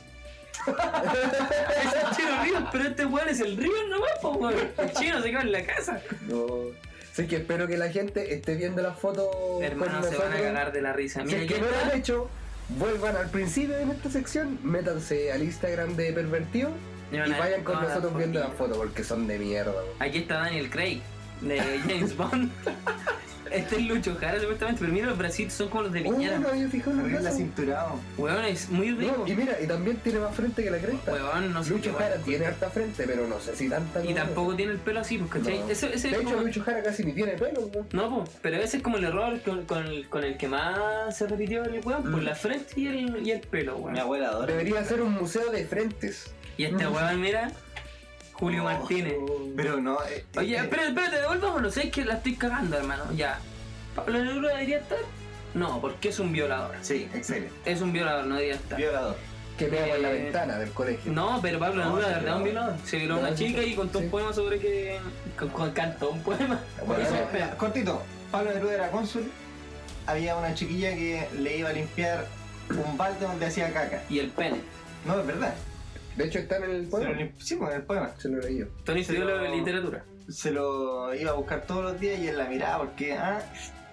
S3: es el chino río, pero este weón es el río nomás, po weón. El chino se quedó en la casa.
S5: No. Así que espero que la gente esté viendo las fotos.
S3: Hermano,
S5: con
S3: se van a
S5: nosotros.
S3: cagar de la risa.
S5: Si
S3: Mira,
S5: es que
S3: aquí
S5: no lo han
S3: está.
S5: hecho, vuelvan al principio de esta sección, métanse al Instagram de Pervertido
S3: Y
S5: y
S3: van a ver
S5: vayan con
S3: todas las
S5: nosotros viendo las
S3: fotitos.
S5: fotos porque son de mierda. weón.
S3: Aquí está Daniel Craig, de
S5: [laughs]
S3: James Bond. Este es Lucho Jara, supuestamente, pero mira los bracitos, son como los de
S5: Uh, no
S3: Piñera.
S5: había fijado en los
S2: Arregla
S5: brazos.
S2: cinturado.
S3: Weón, es muy rico.
S5: Uh. No, y mira, y también tiene más frente que la cresta.
S3: Weón, no sé qué
S5: Lucho Jara
S3: weón.
S5: tiene harta frente, pero no sé si tanta.
S3: Y
S5: como-
S3: tampoco tiene el pelo así, pues, ¿cachai?
S5: No.
S3: Ese- ese
S5: de
S3: es
S5: hecho,
S3: como-
S5: Lucho Jara casi ni tiene pelo. weón.
S3: No, po, pero ese es como el error con, con el, con el que más se repitió el weón,
S5: Mm.
S3: por la frente y el, y el pelo,
S2: Mi
S3: weón.
S2: abuela adora.
S5: Debería ser un museo de frentes.
S3: Y este weón, mira, Julio
S2: No.
S3: Martínez.
S2: Pero no. eh,
S3: Oye,
S2: eh,
S3: espérate, espérate, devolvámonos, es que la estoy cagando, hermano, ya. ¿Pablo Neruda debería estar? No, porque es un violador.
S2: Sí, excelente.
S3: Es un violador, no debería estar.
S2: Violador.
S5: Que pega por la
S3: Eh,
S5: ventana del colegio.
S3: No, pero Pablo
S2: No,
S3: Neruda de
S2: se
S3: verdad es un
S2: violó.
S3: violador. Se violó a
S5: No,
S3: una
S5: sí,
S3: chica y contó
S5: sí.
S3: un poema sobre que. Con, con- cantó un poema.
S5: Bueno,
S3: Y eso-
S2: Espera, espera, cortito. Pablo Neruda era cónsul. Había una chiquilla que le iba a limpiar un balde donde hacía caca.
S3: y el pene.
S2: No, es verdad.
S5: De hecho, está en el
S2: Se lo
S5: pueblo.
S2: lim- Sí, pues, en el poema.
S5: Se lo leí yo.
S3: Tony estudió
S2: Pero-
S3: la literatura.
S2: Se lo iba a buscar todos los días y él la miraba porque ah,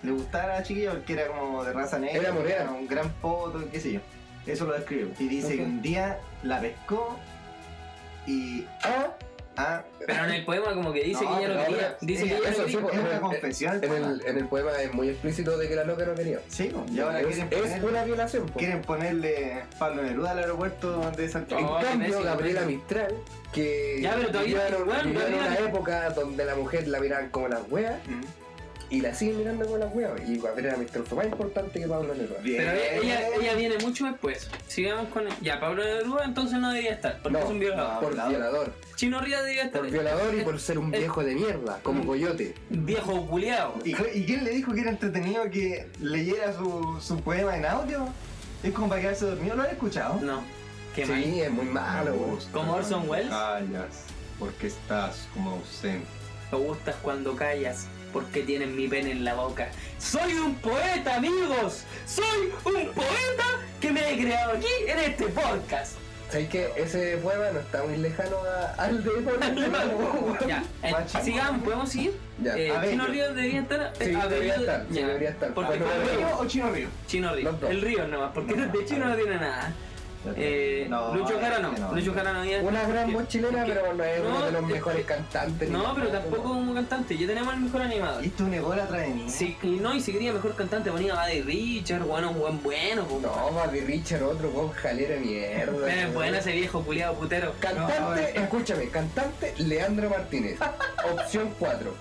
S2: le gustaba a la chiquilla porque era como de raza negra.
S5: Era morena.
S2: un gran poto, qué sé yo. Eso lo describe. Y dice
S5: Ok.
S2: que un día la pescó y.
S5: Ah,
S2: Ah,
S3: Pero en el poema, como que dice
S2: No,
S3: que ella
S2: pero
S3: no quería.
S2: ahora-
S3: Dice
S2: eh,
S3: que ella
S5: eso
S3: no
S5: sí,
S3: quería.
S5: pues,
S2: es una
S5: en-
S2: confesión. el
S5: en,
S2: poema.
S5: el, en el poema es muy explícito de que la loca no quería.
S2: Sí, pues, y ahora
S5: es,
S2: quieren,
S5: es
S2: ponerle,
S5: una violación. po.
S2: quieren ponerle Pablo Neruda al aeropuerto de Santiago.
S5: En
S3: Oh, qué
S5: cambio,
S3: pésimo,
S5: Gabriela
S3: pésimo.
S5: Mistral, que
S3: Ya, pero todavía-
S5: vivió en,
S3: bueno,
S5: vivió en
S3: Gabriela-
S5: una época donde la mujer la miraban como las weas
S3: Oh.
S2: Mm.
S5: y la siguen mirando como las weas. Y Gabriela Mistral fue más importante que Pablo Neruda.
S2: Bien.
S3: Pero ella, ella- ella viene mucho después. Sigamos con. Ya, Pablo Neruda entonces no debería estar, porque
S5: No,
S3: es un violador.
S2: no.
S5: Por
S2: Hablador.
S5: violador,
S3: Chino Ría debería estar.
S5: por violador y por ser un
S3: Eh,
S5: viejo de mierda, como
S3: mm.
S5: Coyote.
S3: Viejo culiao.
S2: ¿Y, y quién le dijo que era entretenido que leyera su, su poema en audio? Es como para quedarse dormido, ¿lo has escuchado?
S3: No, qué
S5: sí,
S3: mal.
S5: es muy malo. po.
S3: Como Orson Welles.
S2: Callas, porque estás como ausente.
S3: Me gustas cuando callas porque tienen mi pene en la boca. Soy un poeta, amigos. Soy un poeta que me he creado aquí en este podcast.
S5: ¿Sabes que ese poema no está muy lejano a- al de Pablo Neruda?
S3: ya, eh,
S2: Macho.
S3: sigamos, podemos seguir.
S5: Ya.
S3: Eh,
S2: Abello.
S3: Chino Río debería estar.
S5: Sí,
S3: Abello-
S5: debería estar, sí,
S3: ya.
S5: debería estar.
S3: Porque
S5: Pero
S3: con
S5: Abello-
S3: Oh, Río-
S2: o Chino Río?
S3: Chino Río.
S5: Los dos.
S3: El Río nomás, porque de Chino no tiene nada. Eh,
S2: No,
S3: Lucho Jara no.
S2: este no.
S3: Lucho Jara no había-
S5: Una gran voz chilena,
S3: porque-
S5: pero no es uno de los
S3: es-
S5: mejores cantantes.
S3: No, pero tampoco como cantante. Ya tenemos el mejor animador.
S2: Y este un ególatra de mí.
S3: Si, y no, y si quería mejor cantante, ponía a Buddy Richard, bueno, un buen bueno. po.
S5: No, Bobby Richard, otro con jalera de mierda.
S3: Pero es bueno ese viejo culiado putero.
S5: Cantante, escúchame, cantante Leandro Martínez. Opción 4.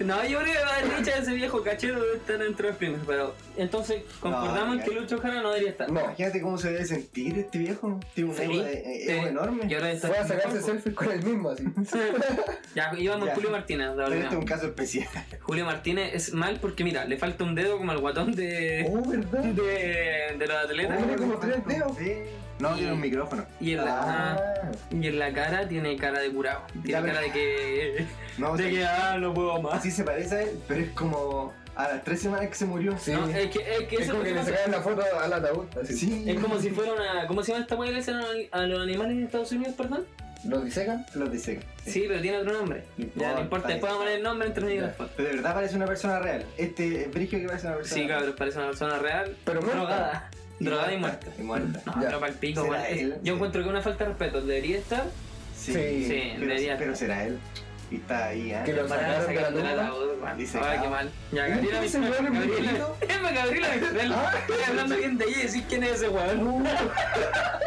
S3: No, yo creo que Buddy Richard, ese viejo cachero, debe estar dentro de primero. Pero entonces concordamos
S2: No,
S3: que
S2: ya.
S3: Lucho Jara no debería estar.
S5: No,
S2: Imagínate cómo se debe sentir este viejo. Tiene un
S3: Feliz.
S2: ego, de- eh, ego
S3: Sí.
S2: enorme.
S3: Y ahora está
S5: voy a sacarse
S3: mejor,
S5: selfie con el mismo así.
S3: po. Ya, íbamos
S2: Ya.
S3: Julio Martínez. la
S2: Pero
S3: verdad.
S2: este es un caso especial.
S3: Julio Martínez es mal porque, mira, le falta un dedo como al guatón de,
S5: Oh, ¿verdad?
S3: de, de los atletas.
S5: Tiene como tres dedos.
S2: Sí. No, tiene un micrófono.
S3: Y en, la,
S5: Ah,
S3: y en la cara tiene cara de curado. Tiene
S2: Ya, pero-
S3: cara de
S5: [laughs]
S3: que.
S2: No,
S3: de
S2: sí,
S3: que, ah, no puedo más.
S2: así se parece a él, pero es como a las tres semanas que se murió.
S5: sí.
S3: No, es que, es que
S5: Es
S3: eso
S5: como
S3: es lo que
S5: que le
S3: pasa.
S5: sacaban la foto al ataúd. Así.
S2: Sí.
S3: Es como si fuera una. ¿Cómo se llama esta weá que le hacen a a los animales en Estados Unidos, perdón?
S5: ¿Lo disecan?
S2: Los dice.
S3: Sí, pero tiene otro nombre. Ya, no importa, después vamos a poner el nombre entre medio de las fotos.
S2: Pero de verdad parece una persona real. Este Brigio que parece una persona
S3: Sí,
S2: real.
S3: cabrón, parece una persona real.
S5: Pero muerta.
S3: drogada. Drogada y Ah. muerta.
S2: Y muerta.
S3: No,
S5: Ya.
S3: pero pa'l pico,
S2: ¿Será
S3: weón. Es-
S2: él?
S3: Yo
S2: Sí.
S3: encuentro que una falta de respeto. Debería estar.
S5: Sí.
S3: Sí, debería
S2: Pero, pero será él. Y está ahí, ¿eh?
S5: Que lo
S3: Para
S5: sacaron de la
S3: sacar del
S5: tumba.
S3: ataúd, weón.
S2: Dice,
S3: Ay,
S2: ah.
S3: qué mal. Ya,
S5: ¿Y
S3: Gabriela
S5: ese
S3: Mistral,
S5: weón
S3: [laughs]
S5: es
S3: Gabriela-
S5: Miguelito?
S3: Emma Gabriela Mistral. Estoy hablando bien de ella y decís quién es ese weón. [laughs]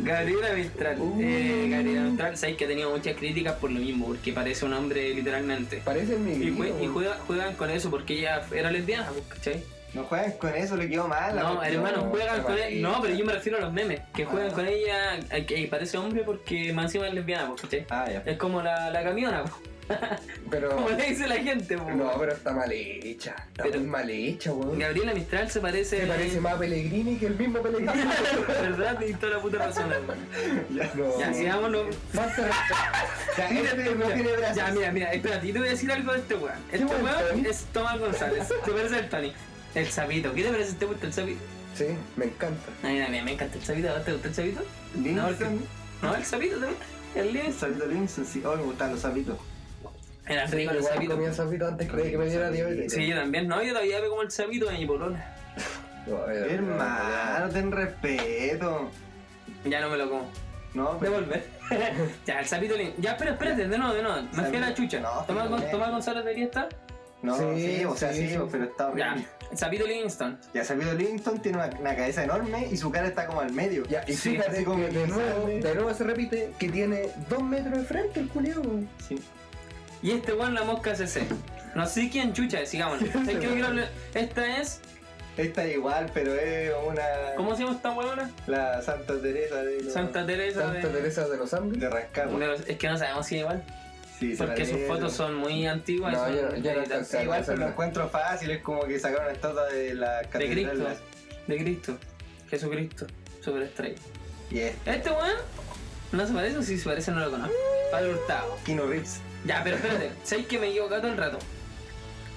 S3: Gabriela Mistral. Eh, Gabriela Mistral, sabéis que ha tenido muchas críticas por lo mismo, porque parece un hombre literalmente.
S5: Parece mi.
S3: Y, jue- y juega- juegan con eso porque ella era lesbiana, pues, ¿cachai?
S2: No juegan con eso, le quedó mal. Ah, la
S3: No,
S2: cuestión.
S3: hermano, juegan
S5: no,
S3: con
S5: no,
S3: ella. No, pero yo me refiero a los memes, que juegan
S2: Ah.
S3: con ella eh, que parece hombre porque más encima es lesbiana, pues, ¿cachai?
S2: Ah, ya.
S3: Es como la, la camiona, pues, [laughs] como [laughs]
S5: Pero.
S3: le dice la gente. pues.
S5: No, pero está mal hecha. Está
S3: Pero- eh,
S5: muy mal hecha, weón.
S3: Gabriela Mistral se parece.
S5: Se parece más a Pellegrini que el mismo Pellegrini.
S3: [laughs] ¿Verdad? Tienes toda la puta razón, hermano. [laughs]
S5: No.
S3: Ya, sigámonos.
S5: Falta de respeto.
S2: Oh. Ya,
S3: Mira,
S2: este no
S3: mira,
S2: tiene brazos.
S3: Ya, mira, mira, espérate, yo te voy a decir algo de este weón. Este
S5: weón,
S3: weón
S5: Tony?
S3: es Tomás González. ¿Te parece el Tony? El sapito. ¿Qué te parece? ¿Te gusta el sapito?
S5: Sí, me encanta.
S3: A mí también me encanta el sapito. ¿A vos ¿Te gusta el sapito?
S2: Linson.
S3: No, el sapito también. El
S2: El
S3: lienzo.
S2: sapito Linson, sí. Oh, me gustan los sapitos.
S3: Era rico el
S5: Igual
S3: sapito.
S5: comía sapito antes de que me diera diabetes.
S3: Sí, yo también. No, yo todavía veo como el sapito en mi polona.
S5: No, era-
S2: Hermano, ten respeto.
S3: Ya no me lo como.
S2: No, pero. [laughs]
S3: Devolver. ya, el sapito lienzo. Ya, espera, espérate, de nuevo, de nuevo. Me fui a la
S2: Sapito.
S3: chucha.
S2: No,
S3: Tomás, Gon-
S2: pero-
S3: Tomás González debería estar.
S2: No,
S5: Sí,
S2: sí, o sea,
S5: sí,
S2: sí,
S5: sí.
S2: pero está
S3: Ya.
S2: horrible.
S3: El sapito Livingston.
S2: Ya, Sabido Livingston tiene una, una cabeza enorme y su cara está como al medio.
S5: Ya, y
S2: Sí,
S5: fíjate
S2: así como
S5: que de nuevo,
S2: sale.
S5: de nuevo se repite que tiene dos metros de frente el culiao.
S2: Sí.
S3: Y este weón la mosca CC. No sé quién chucha,
S5: [laughs]
S3: sigamos. Esta es.
S2: Esta es igual, pero es una.
S3: ¿Cómo se llama esta weona?
S2: La Santa Teresa de. los-
S3: Santa Teresa. de-
S5: Santa Teresa de los Andes.
S2: De Rancagua.
S3: de los- Es que no sabemos si es igual.
S2: Sí, se
S3: Porque sus
S2: parece.
S3: fotos son muy antiguas. y
S5: No,
S3: son
S5: yo no- yo no
S3: de-
S5: alcancé.
S2: Sí, igual, pero lo
S5: Esa-
S2: encuentro fácil. Es como que sacaron una estatua de la
S3: de
S2: catedral.
S3: Cristo. De Cristo. Jesucristo. Superestrella.
S2: Y es
S3: Este weón. No se parece o si se parece no lo conozco. Pablo Hurtado.
S2: Kino Reeves.
S3: Ya, pero
S5: [laughs]
S3: espérate. ¿Sabéis que me equivoqué todo el rato?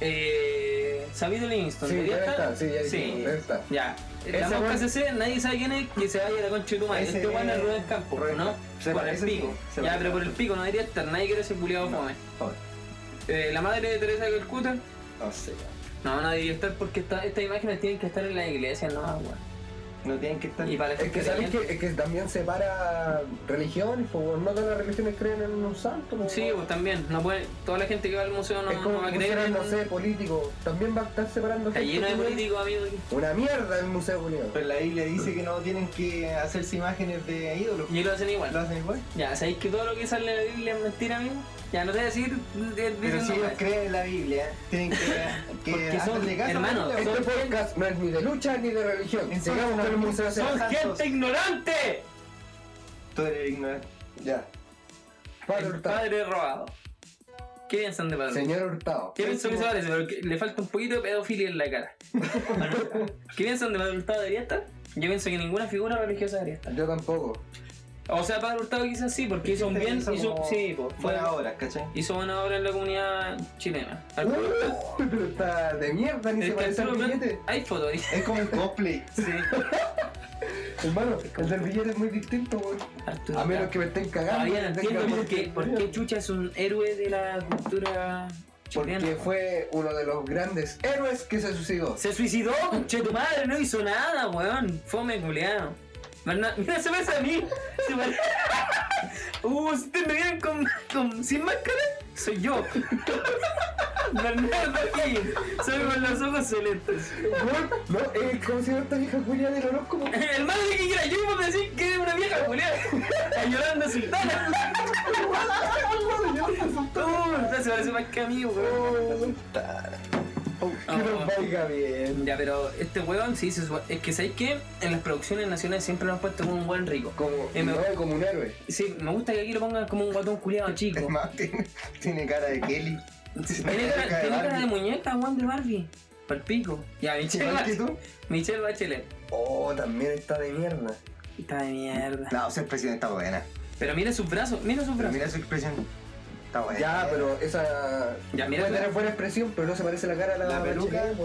S3: Eh. Sabido Livingston.
S5: Sí,
S3: ¿debería
S5: ya
S3: estar?
S5: está, sí, ya
S3: Sí.
S5: dijimos, ya está.
S3: Ya. La
S5: Ese
S3: mosca
S5: weón-
S3: CC, nadie sabe quién es, que se vaya a la concha de tu madre.
S2: Ese
S3: Este weón es
S2: es-
S3: Rubén Campos,
S2: Rubén
S3: ¿no?
S2: Campos. Se
S3: por el
S2: parece,
S3: pico.
S2: sí, se
S3: ya,
S2: parece.
S3: pero por el pico no debería estar, nadie quiere ese culiado
S2: No.
S3: fome.
S2: Joder,
S3: Eh, la madre de Teresa de Calcuta,
S2: no sé.
S3: no, no debería estar porque esta- estas imágenes tienen que estar en la iglesia, no, weón.
S2: No tienen que estar.
S3: Y para la
S5: Es
S3: gente
S5: que sabes
S3: creyente-
S5: que, es que también separa religiones, pues weón, no todas las religiones creen en un santo. pues,
S3: Sí,
S5: weón.
S3: pues también, no puede, toda la gente que va al museo no,
S5: es como
S3: no va a
S5: que
S3: creer
S5: pusieran,
S3: en...
S5: no sé, político. También va a estar separando
S3: Está
S5: gente,
S3: lleno de
S5: weón.
S3: políticos, amigo.
S5: Una mierda el museo culiao.
S2: Pero la Biblia dice que no tienen que hacerse imágenes de ídolos.
S3: Y lo hacen
S2: ¿Lo
S3: igual.
S2: hacen igual?
S3: Ya, ¿sabéis que todo lo que sale en la Biblia es mentira, amigo? Ya, no te voy a decir... de-
S2: Pero si
S3: diciendo-
S2: ellos creen en la Biblia, tienen que,
S3: [laughs]
S2: que
S3: Porque son-
S2: hacerle caso a la
S3: hermano,
S2: Biblia,
S5: Este
S3: son-
S5: podcast no es ni de lucha ni de religión.
S2: Entonces,
S5: Llegamos al museo
S2: son-
S3: ¡Son
S5: de
S3: gente ignorante!
S2: Tú eres ignorante.
S5: Ya. Padre
S3: El
S5: Hurtado.
S3: padre robado. ¿Qué piensan de padre?
S5: Señor Hurtado.
S3: ¿Qué piensan que se parece? Pero que le falta un poquito de pedofilia en la
S5: [laughs]
S3: cara. ¿Qué piensan de Padre Hurtado debería estar? Yo pienso que ninguna figura religiosa debería estar.
S5: Yo tampoco.
S3: O sea, Padre Hurtado quizás sí, porque hizo un
S2: Este
S3: bien,
S2: hizo
S3: hizo,
S2: como
S3: sí, po, fue,
S2: Buenas obras, ¿cachai?
S3: hizo buena obra en la comunidad chilena. Al-
S5: Uh, [laughs] pero está de mierda, ni
S3: el
S5: se parece al
S3: Arturo Prat-
S5: billete.
S3: hay fotos ahí.
S2: Es como un cosplay. [laughs]
S3: Sí.
S5: Hermano, el del billete es muy distinto, weón.
S3: Arturo
S5: A menos
S3: Prat.
S5: que me estén cagando.
S3: Todavía no
S5: me estén
S3: entiendo
S5: cagando.
S3: por qué, por qué Chucha es un héroe de la cultura
S5: Porque
S3: Chileno.
S5: fue uno de los grandes héroes que se suicidó.
S3: Se suicidó, che tu madre, no hizo nada, weón. Fome culiao. Berna- Mira, se parece a mí. Se pare- [laughs] uh, si ustedes me vieron con, con- sin máscara, soy yo. [laughs] Bernardo Higgins, soy con los ojos celestes. [laughs]
S5: Weón, No, eh, ¿cómo se llama esta vieja Julia del horóscopo?
S3: El madre que quiera yo por decir que es una vieja culiao. Está llorando sultana. Uh, se parece más que a mí, weón.
S5: Oh, que
S3: Ah.
S5: nos vaya bien.
S3: Ya, pero este weón sí, se supo- es que sabéis que en las producciones nacionales siempre nos han puesto como un buen rico.
S5: Como,
S3: Eh, me-
S5: no, como un héroe.
S3: Sí, me gusta que aquí lo pongan como un guatón culiado chico.
S2: Más, tiene, tiene cara de Kelly.
S3: Tiene cara, tiene cara de muñeca, weón de Barbie. Pal pico. Ya, Michelle
S2: ¿Igual que
S3: Bachelet.
S2: tú?
S3: Michelle Bachelet.
S5: Oh, también está de mierda.
S3: Está de mierda.
S2: No, su expresión está buena.
S3: Pero mira sus brazos, mira sus
S2: Pero
S3: brazos.
S2: mira su expresión. Está buena.
S5: Ya, pero esa.
S3: Ya, mira
S5: puede
S3: la-
S5: tener buena expresión, pero no se parece la cara a la,
S2: La peluca.
S5: Bachelet,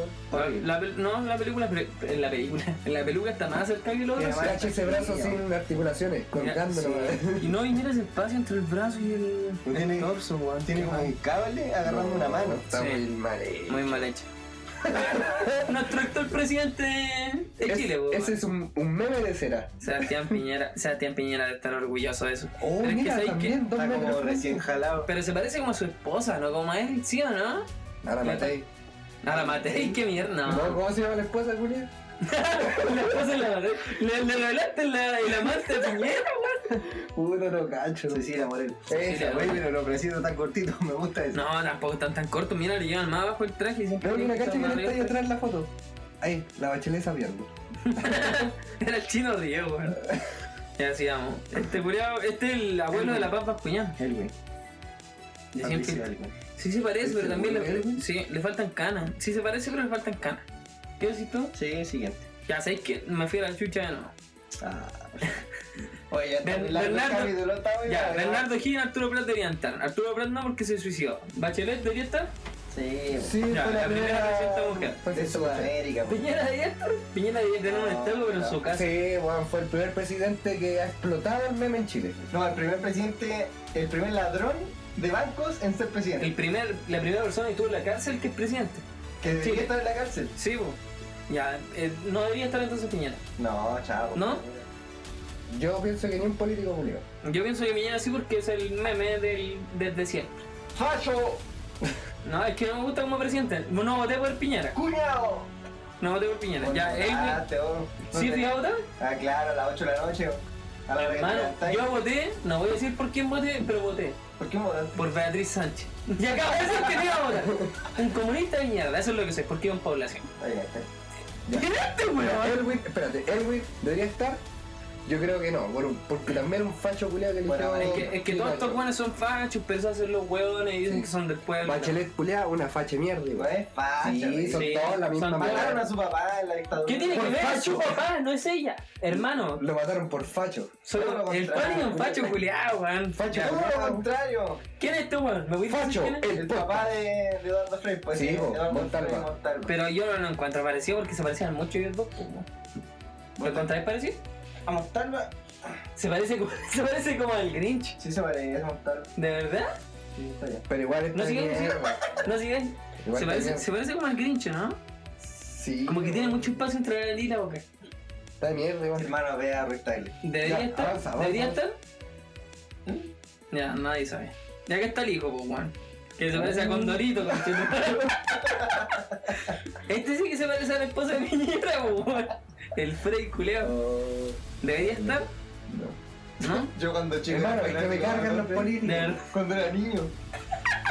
S5: weón.
S3: La pel- no, en la película, pero- en la película, [laughs] en la peluca está más cerca que el otro.
S5: Y
S2: además-
S5: además ese brazo sin articulaciones,
S3: Mira,
S5: colgándolo.
S3: sí.
S5: [laughs] weón.
S3: Y no, y mira ese espacio entre el brazo y el.
S2: No tiene, tiene como un cable agarrando una mano.
S5: Está
S3: Sí.
S5: muy mal hecho.
S3: Muy mal hecho. Nuestro actor presidente de
S5: Es-
S3: Chile, weón.
S5: ese es un, un meme de cera.
S3: Sebastián Piñera, Sebastián Piñera debe estar orgulloso de eso.
S5: Oh,
S3: Pero es que
S5: mira,
S3: sabéis que
S5: también dos
S2: Está como
S5: memes.
S2: recién jalado.
S3: Pero se parece como a su esposa, ¿no? Como a él, ¿sí o no?
S5: Ahora Matei.
S3: A la Matei, qué mierda.
S5: No, Ah, ¿Cómo se llama la esposa, Julia?
S3: la esposa de la Matei. Le, le revelaste la, el amante de Piñera,
S5: Puta, no cacho.
S2: Cecilia Morel.
S5: Esa,
S3: Cecilia
S2: Oye, pero lo preciso tan cortito, [laughs] me gusta eso.
S3: No, tampoco están tan cortos. Mira, le llevan más abajo el traje. y siempre
S5: No, una
S3: tienen
S5: cacha que
S3: que
S5: no
S3: estar
S5: está ahí
S3: más
S5: atrás en la foto. Ahí, la bachelet sabiendo.
S3: arriba. Era el chino Diego, weón. Ya sigamos. Este curiado, este es el abuelo de la papa cuñada.
S2: Elwin.
S3: Yo
S2: Fabricio
S3: siempre-
S2: Elwin.
S3: Sí se parece, pero también
S5: ¿Elwin?
S3: le, sí, le faltan canas. Sí se parece, pero le faltan canas. ¿Qué decís tú?
S2: Sí, siguiente.
S3: Ya sabéis que me fui a la chucha de nuevo.
S2: Ah. Oye, ya está
S3: Ben-
S2: muy largo el
S3: Bernardo-
S2: capítulo, está muy
S3: Ya,
S2: largo.
S3: Bernardo Higgins, Arturo Prat deberían estar. Arturo Prat no porque se suicidó. Bachelet debería estar.
S2: Sí,
S5: Sí,
S3: Ya,
S5: fue
S3: la
S5: la
S3: primera
S5: primera.
S3: presidenta mujer.
S5: fue
S2: de
S5: su-
S2: Sudamérica. pues.
S3: Piñera debería estar. Piñera debería tener un
S2: No,
S3: establo, pero en
S2: no.
S3: su casa.
S5: Sí, weón, fue el primer presidente que ha explotado el meme en Chile.
S2: No, el primer presidente, el primer ladrón de bancos en ser presidente.
S3: El primer, la primera persona que estuvo en la cárcel que es presidente.
S2: Que debería
S3: Sí.
S2: estar en la cárcel.
S3: Sí, po. Ya, eh, no debería estar entonces Piñera.
S2: No, chavo.
S3: ¿No?
S5: Yo pienso que ni un político murió.
S3: Yo pienso que Piñera sí porque es el meme del, desde siempre.
S2: ¡Facho!
S3: No, es que no me gusta como presidente. No voté por Piñera.
S2: ¡Cuñado!
S3: No voté por Piñera. Ya, él.
S2: Ah, te voy- no
S3: ¿Sí
S2: te-
S3: fui a votar?
S2: Ah, claro, a las 8 de la noche. A la hora que te
S3: Hermano,
S2: levantáis.
S3: yo voté, no voy a decir por quién voté, pero voté.
S2: ¿Por qué votaste?
S3: Por Beatriz Sánchez. Y acabo de decir que no iba a votar. Un comunista de mierda, eso es lo que soy, porque iba en población.
S2: Oye, este.
S3: ¿Quién es este
S5: Mira,
S3: weón?
S5: Elwin, espérate, Elwin debería estar. Yo creo que no, por un- porque también un facho culiado que le
S2: Bueno,
S5: hizo-
S2: es
S3: Que- Es que todos estos weones son fachos, pero se hacen los weones y dicen que son del pueblo.
S5: Bachelet culiada, una facha mierda,
S2: No
S5: igual.
S2: es facha.
S5: Sí,
S2: güey.
S5: son
S3: Sí,
S5: todos la misma
S3: son todos-
S2: Mataron
S5: mierda.
S2: a su papá en la dictadura.
S3: ¿Qué tiene que
S5: Por
S3: ver? Es su
S5: facho.
S3: papá, no es ella. Hermano,
S5: Lo mataron por facho.
S3: solo
S2: lo
S3: el
S2: contrario.
S3: pan es un facho culiado, weón.
S5: Facho.
S3: Ya.
S2: Todo lo contrario.
S3: ¿Quién es este weón? ¿Me voy a decir
S5: Facho,
S3: quién es?
S5: el
S2: El papá de, de Eduardo Frey, pues
S5: Sí, po,
S2: Eduardo
S5: Montalva.
S2: Frei Montalva.
S3: Pero yo no lo encuentro parecido porque se parecían mucho ellos dos, pues, weón. ¿Lo encontráis parecido?
S2: A Montalva,
S3: Se parece, como- [laughs] se parece como al Grinch.
S2: sí se parece a Montalva.
S3: ¿De verdad?
S2: Sí, está bien.
S5: Pero igual está
S3: No sigue,
S5: bien,
S3: no sigue.
S5: weón.
S3: ¿No sigue?
S5: Igual
S3: Se
S5: está
S3: parece,
S5: bien.
S3: se parece como al Grinch, ¿no?
S5: Sí,
S3: Como que tiene
S5: weón.
S3: mucho espacio entre la nariz y la boca.
S5: Está de mierda, igual.
S2: Hermano, ve a Rick Tyler.
S3: ¿Debería
S5: Ya,
S3: estar?
S5: avanza, avanza.
S3: ¿Debería estar? ¿Mm? Ya, nadie sabe. Ya que está el hijo, pues, weón. Que se parece a Condorito, conchetumare. Este sí que se parece a la esposa de Piñera, pues, weón. El Frey culeo.
S5: Oh,
S3: ¿Debería estar? ¿No?
S2: Yo cuando chico.
S5: Hermano, es que me
S2: fanático,
S5: cargan
S2: Eduardo
S5: los
S2: Frei.
S5: políticos.
S3: De verdad.
S2: Cuando era niño.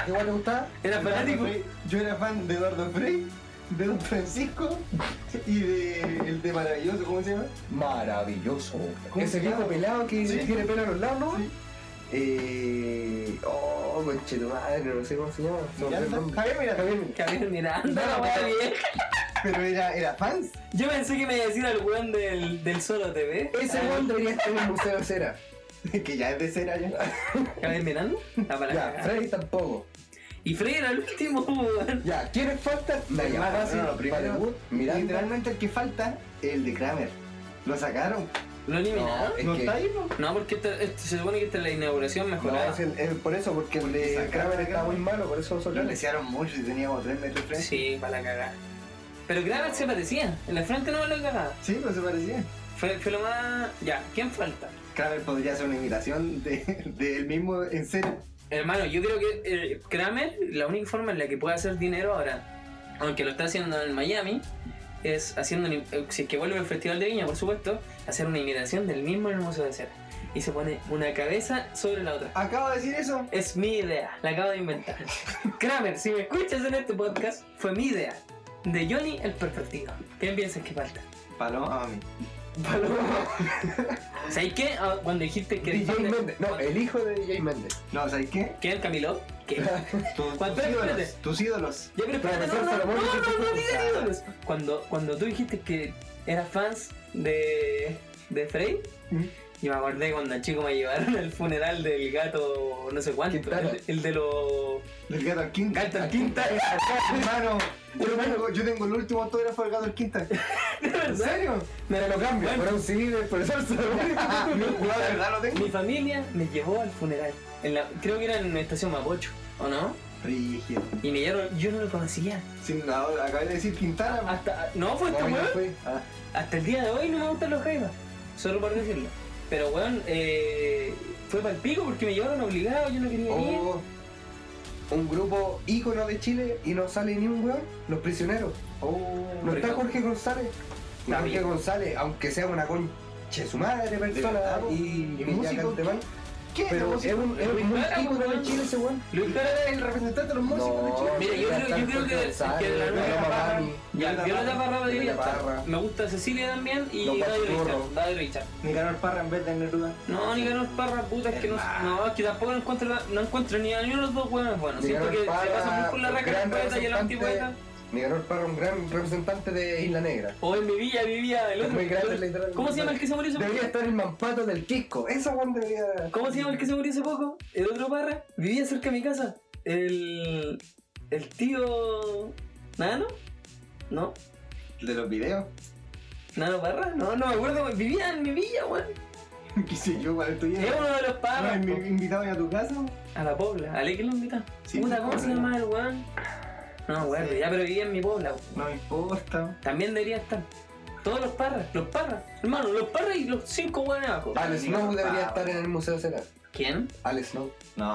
S5: Igual le gustaba.
S3: Era
S2: Eduardo
S3: fanático.
S2: Frei. Yo era fan de Eduardo Frey, de Don Francisco y de el de Maravilloso, ¿cómo se llama?
S5: Maravilloso.
S2: ¿Cómo
S5: Ese
S2: se
S5: viejo
S2: llama?
S5: pelado que
S2: Sí.
S5: tiene pelo a los lados, ¿no?
S2: Sí.
S5: Eh. Oh, conchetumadre, no sé cómo se llama. Se me olvidó el
S2: Miranda.
S5: nombre.
S2: Javier Miranda.
S5: Javier Miranda.
S3: Javier Miranda, la weá vieja.
S2: Pero era, era fans. [laughs]
S3: Yo pensé que me iba a decir al weón del, del Solo TV.
S5: Ese weón debería estar en el este Museo de Cera.
S2: que ya es de cera ya.
S3: Javier Miranda. Está para la [laughs]
S5: Ya,
S3: cagada.
S5: Freddy tampoco.
S3: Y Frey era el último, [laughs] weón.
S5: Ya, ¿quiénes faltan? Naya
S2: Hermano,
S5: Fácil,
S2: no, no, primero,
S5: Valerwood, Miranda.
S2: Literalmente el que falta es el de Kramer. Lo sacaron.
S3: ¿Lo eliminaron?
S5: Es
S2: ¿No
S5: que-
S2: está ahí, po?
S3: No, porque esto- esto- se supone que esta es la inauguración
S5: No,
S3: mejorada.
S5: es el- es por eso, porque el
S2: Porque
S5: de
S2: sacaron
S5: eh, Kramer
S2: a
S5: estaba
S2: Kramer.
S5: muy malo, por eso
S2: Lo
S5: solo
S2: lesearon mucho y teníamos 3 metros de frente.
S3: Sí, para la cagada. Pero Graver se parecía. En la frente no me lo cagaba.
S2: Sí, pero se parecía.
S3: Fue, fue lo más. Ya, ¿quién falta?
S2: Kramer podría hacer una imitación de, de él mismo en serio.
S3: Hermano, yo creo que eh, Kramer, la única forma en la que puede hacer dinero ahora, aunque lo está haciendo en Miami, es haciendo, una im- eh, si es que vuelve al Festival de Viña, por supuesto, hacer una imitación del mismo hermoso de cera. Y se pone una cabeza sobre la otra.
S2: Acabo de decir eso.
S3: Es mi idea, la acabo de inventar. [laughs] Kramer, si me escuchas en este podcast, fue mi idea. De Johnny el perfectito. ¿Quién piensas que falta?
S2: Paloma, mami.
S3: ¿Sabes qué? Ah, Cuando dijiste que...
S5: DJ Méndez, no, eh. el hijo de DJ Méndez.
S2: No, ¿sabes qué?
S3: ¿Qué? ¿El Camilo?
S5: [laughs]
S3: ¿Qué?
S2: Tus,
S3: ¿Cuánto
S2: tus
S3: es?
S2: ídolos.
S3: Espérate.
S2: Tus ídolos.
S3: Ya, pero espérate, no,
S5: Profesor
S3: no,
S5: Salomón
S3: no,
S5: dice
S3: no,
S5: que
S3: no
S5: fue
S3: diga
S5: usada.
S3: ídolos. Cuando, cuando tú dijiste que eras fans de, de Frey,
S2: ¿Mm?
S3: yo me acordé cuando al chico me llevaron al funeral del gato, no sé cuánto,
S5: Quintana.
S3: el, el de los
S2: Del gato al quinta. [laughs]
S3: gatos quinta.
S2: Hermano, yo tengo, yo tengo el último autógrafo del gato al [laughs] quinta.
S3: ¿En [laughs] serio?
S5: Te lo cambio,
S3: Bueno.
S5: por un CD del profesor Salomón.
S2: No, de verdad lo tengo.
S3: Mi familia me llevó al funeral. En la, creo que era en la estación Mapocho, ¿o no?
S2: Rígido.
S3: Y me llevaron, yo no lo conocía.
S2: Sin nada, acabé de decir Quintana.
S3: Hasta, no, fue este
S5: No, ya
S3: weón.
S5: fue. Ah,
S3: Hasta el día de hoy no me gustan los jaivas, solo por decirlo. Pero weón, eh, fue para el pico porque me llevaron obligado, yo no quería ir.
S5: o Oh. un grupo ícono de Chile y no sale ni un weón, los prisioneros.
S2: Oh,
S5: No
S3: Pero-
S5: está Jorge González.
S3: Está
S5: Jorge
S3: bien.
S5: González, aunque sea una conche su madre persona
S2: verdad,
S5: y,
S2: y
S5: y músico,
S2: músico, ¿Qué?
S5: pero
S2: Los
S5: es un, es
S3: Luis
S5: un
S3: Lara,
S5: ícono
S3: weón.
S5: de Chile ese weón.
S3: Luis Pérez
S2: era el representante de los músicos de Chile.
S3: Mira, yo creo- yo creo que- que la nueva Parra- Ya,
S2: Violeta
S3: Violeta
S2: Parra,
S3: Parra debería
S5: Violeta
S3: estar.
S5: Parra.
S3: Me gusta Cecilia también y
S5: Los
S3: David
S5: Pastorros.
S3: Richard. David Richard.
S2: Nicanor Parra en vez de Neruda.
S3: No, Nicanor Parra, puta, es que no, no, es que tampoco no encuentro, la- no encuentro ni a ni uno de los dos hueones buenos. Siento
S5: Nicanor
S3: que se
S5: Parra,
S3: pasan muy por la raca
S5: gran
S3: el poeta y el antipoeta.
S5: representante. Miguel Parra, un gran representante de Isla Negra.
S3: O en mi villa vivía el
S5: Es
S3: otro.
S5: muy grande, literalmente.
S3: ¿Cómo se llama el que se murió hace
S5: Debería
S3: poco?
S5: estar el mampato del Quisco. Esa weón debería.
S3: ¿Cómo se llama el que se murió hace poco? El otro Parra. Vivía cerca de mi casa. El. El tío. ¿Nano? No.
S2: De los videos.
S3: ¿Nano Parra? No, no me acuerdo. Vivía en mi villa, weón.
S2: [laughs] ¿Qué sé yo cuál es tu
S3: Es
S2: idea?
S3: uno de los
S2: ¿No
S3: Parras.
S2: me
S3: po.
S2: invitaban a tu casa?
S3: A la Pobla, a la que lo invita.
S2: Sí,
S3: Puta,
S2: sí,
S5: pues,
S3: ¿cómo se
S2: Pobla.
S3: llama el weón? No, weón,
S2: Sí.
S3: ya, pero vivía en mi Pobla. weón.
S2: No me importa.
S3: También debería estar. Todos los parras, los parras. Hermano, los parras y los cinco weones abajo.
S5: Al Snow
S2: Nicanor
S5: debería
S2: Parra.
S5: estar en el Museo Cera.
S3: ¿Quién?
S5: Al Snow.
S2: No,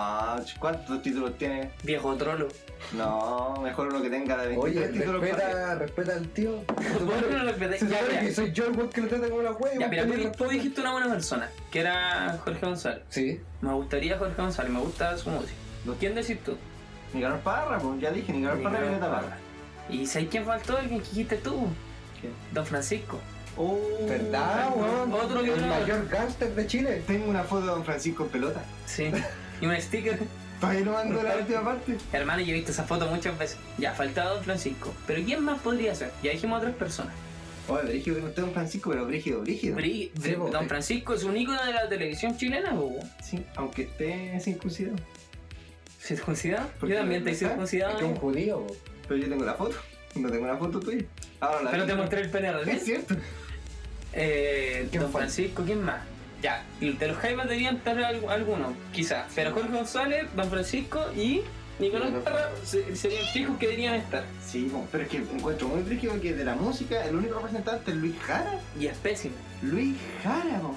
S2: ch- ¿cuántos títulos tiene?
S3: Viejo trolo.
S2: No, mejor uno que tenga de 23
S5: Oye,
S2: títulos. para-
S5: respeta, respeta al
S3: [laughs]
S5: tío. Se
S3: Vos no
S5: supone-
S3: lo respetáis.
S5: se
S3: Ya,
S5: supone
S3: mira,
S5: que soy yo el weón que lo trata como la wea. y
S3: ya,
S5: vos
S3: mira,
S5: tenés
S3: tú,
S5: razón.
S3: tú dijiste una buena persona, que era Jorge González.
S5: Sí.
S3: Me gustaría Jorge González, me gusta su música. ¿Quién decís tú?
S2: Nicanor Parra, pues ya dije, Nicanor Parra y Violeta Parra.
S3: ¿Y sabes quién faltó? ¿Quién dijiste tú?
S2: ¿Quién?
S3: Don Francisco.
S2: Oh,
S5: ¿Verdad, weón?
S3: Otro que
S5: El
S3: no.
S5: mayor gángster de Chile.
S2: Tengo una foto de Don Francisco en pelota.
S3: Sí. Y un sticker.
S2: Todavía no mando [laughs] la última parte.
S3: Hermano, yo he visto esa foto muchas veces. Ya, faltaba Don Francisco. Pero ¿quién más podría ser? Ya dijimos otras personas.
S2: Oye, Brígido, que no está Don Francisco, pero Brígido, Brígido.
S3: Bri-
S5: Sí,
S3: Bri-
S5: po.
S3: Don Francisco es un ícono de la televisión chilena, bobo.
S2: Sí, aunque esté circuncidado.
S3: ¿Circuncidado?
S2: ¿Por
S3: Yo
S2: qué
S3: también
S2: no
S3: estoy
S2: está?
S5: Es que un
S3: circuncidado.
S5: judío, po.
S2: Pero yo tengo la foto. No tengo la foto tuya. Ahora la
S3: Pero
S2: vi.
S3: te mostré el pene
S2: Es
S3: recién.
S2: cierto.
S3: Eh,
S5: ¿Quién
S3: Don
S5: fue?
S3: Francisco, ¿quién más? Ya, de los Jaivas deberían estar al- algunos, quizás. Pero Jorge González, Don Francisco y Nicolás
S2: Nicolás
S3: Parra se- serían fijos que deberían estar.
S2: Sí, bueno, pero es que encuentro muy brígido que de la música el único representante es Luis Jara.
S3: Y es pésimo.
S2: Luis Jara, po.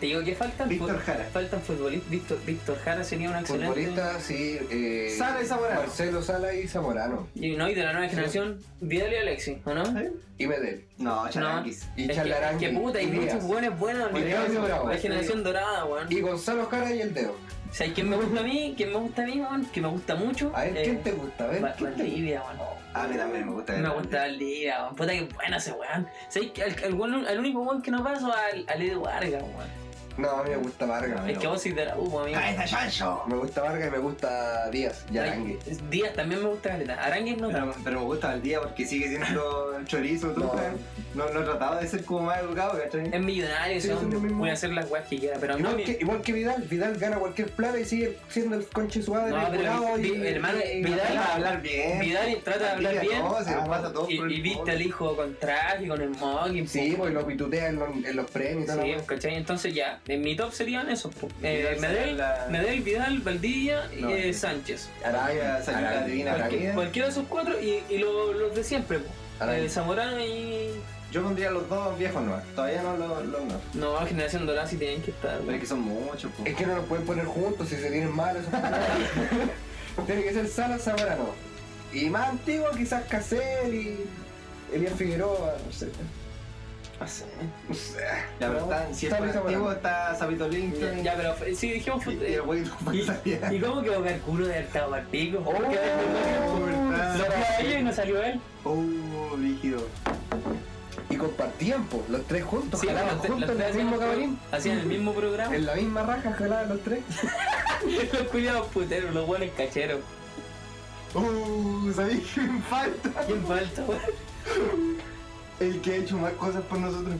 S3: Te digo que faltan.
S2: Víctor
S3: fut-
S2: Jara.
S3: Faltan futbolistas. Víctor, Víctor Jara sería un excelente.
S5: Futbolista, sí. Eh,
S2: Sala y Zamorano.
S5: Marcelo Sala y Zamorano.
S3: Y no, y de la nueva generación, Vidal y Alexis, ¿o no?
S2: ¿Eh?
S5: Y Medel.
S2: No, Charanguis.
S5: Y
S3: Es que, es
S5: Chalarangui.
S3: que puta, hay
S5: y
S3: muchos
S5: Díaz.
S3: buenos buenos.
S5: Y Claudio Bravo.
S3: La generación dorada, weón.
S5: Y Gonzalo Jara y el dedo.
S3: O sea, ¿quién me gusta a mí? ¿Quién me gusta a mí, weón? Que me gusta mucho.
S5: A ver,
S3: Eh,
S5: ¿quién te gusta? A ver,
S3: Ba-
S5: ¿quién te gusta?
S3: Valdivia, weón.
S2: A mí también me gusta.
S3: Me gusta Valdivia, weón. Puta que bueno ese weón. O sea, al, al, weón- al único weón que no paso al, al Edu Vargas, weón.
S5: No, a mí me gusta Vargas.
S3: Es que vos sois de la U, amigo.
S5: Ah,
S2: ¡Cabeza chancho!
S5: Me gusta Vargas y me gusta Díaz y Arangue.
S3: Ay, Díaz también me gusta Caleta. Arangues no
S2: Pero, pero me gusta el día porque sigue siendo el chorizo, tú,
S5: No.
S2: ¿sabes? no. No, trataba de ser como más educado, ¿cachai?
S3: Es millonario,
S5: Sí,
S3: ese
S5: son
S3: hombre.
S5: lo mismo.
S3: puede hacer las weas que quiera, pero a mí
S5: Igual
S3: me-
S5: que, igual que Vidal, Vidal gana cualquier plata y sigue siendo el conche suave
S3: No, pero
S5: regulado
S3: vi- vi- hermano, Vidal-
S2: Trata de hablar bien.
S3: Vidal trata de hablar bien
S2: No, se lo
S5: Ah,
S2: pasa todo
S3: y,
S2: por el
S3: y viste
S2: forro.
S3: al hijo con traje, con el mocking.
S5: Sí,
S3: po.
S5: pues lo pitutea en los, en los premios y
S3: Sí,
S5: tal. la-
S3: ¿cachai? Entonces ya, en mi top serían esos. po. Eh,
S2: Vidal,
S3: Medel,
S2: la-
S3: Medel, Vidal, Valdivia y
S2: No,
S3: eh,
S2: sí.
S3: Sánchez.
S2: Araya, salió la
S5: Araya,
S2: divina
S5: Araya.
S2: Araya.
S3: Cualquiera de esos cuatro y, y lo- los de siempre. po.
S5: Araya.
S3: Eh, Zamorano y...
S2: Yo pondría los dos viejos no, todavía no los los no.
S3: No, Generación Dorada sí tienen que estar.
S2: Pero es
S3: weón.
S2: que son muchos, po.
S5: Es que no los pueden poner juntos si se tienen mal. eso. [laughs] Tiene que ser Sala Zamorano. Y más antiguo quizás Casel y Elías Figueroa, no sé.
S2: No sé. La verdad,
S5: No,
S2: si es
S5: está
S2: por
S5: Luis
S2: antiguo
S5: Zamorano.
S2: está Sabito
S3: Ya,
S2: Lincoln.
S3: Ya, pero eh, sí, dijimos...
S2: y-
S3: fut- eh,
S2: y el güey no pasa [laughs] bien.
S3: ¿Y cómo quedó Mercurio de Artado Martín?
S5: Oh,
S3: Lo fue a ella y no salió él.
S2: Oh, líquido.
S5: Y compartían, po, los tres juntos,
S3: Sí,
S5: jalaban
S3: los te-
S5: juntos
S3: los
S5: en
S3: tres
S5: el mismo
S3: hacían-
S5: cabarín.
S3: Hacían el mismo programa.
S5: En la misma raja jalaban los tres.
S3: los [laughs] culiados puteros, los buenos cacheros.
S2: Uh, ¿sabéis qué me falta?
S3: ¿Quién falta? weón?
S2: El que ha hecho más cosas por nosotros.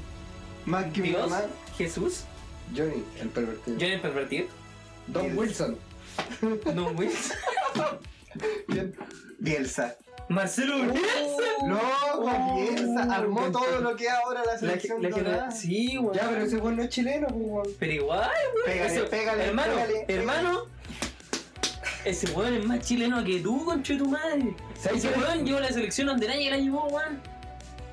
S2: Más que mi
S3: Dios,
S2: mamá.
S3: Jesús,
S5: Johnny, el pervertido.
S3: Johnny el Pervertido,
S5: Don Wilson.
S3: Don [laughs] Wilson,
S2: Bielsa.
S3: Marcelo Bielsa.
S5: Uh,
S2: No, Juan Bielsa armó todo lo que es ahora la
S3: La, que-
S2: selección.
S3: la que-
S2: dorada.
S3: sí, weón.
S5: Ya, pero ese weón no es chileno, po, weón.
S3: Pero igual, weón.
S2: Pégale,
S3: Ese-
S2: pégale,
S3: hermano,
S2: pégale,
S3: hermano. Ese weón es más chileno que tú, concho de tu madre.
S5: ¿Sabes
S3: Ese
S5: quién es?
S3: weón llevó la selección donde nadie la llevó, weón.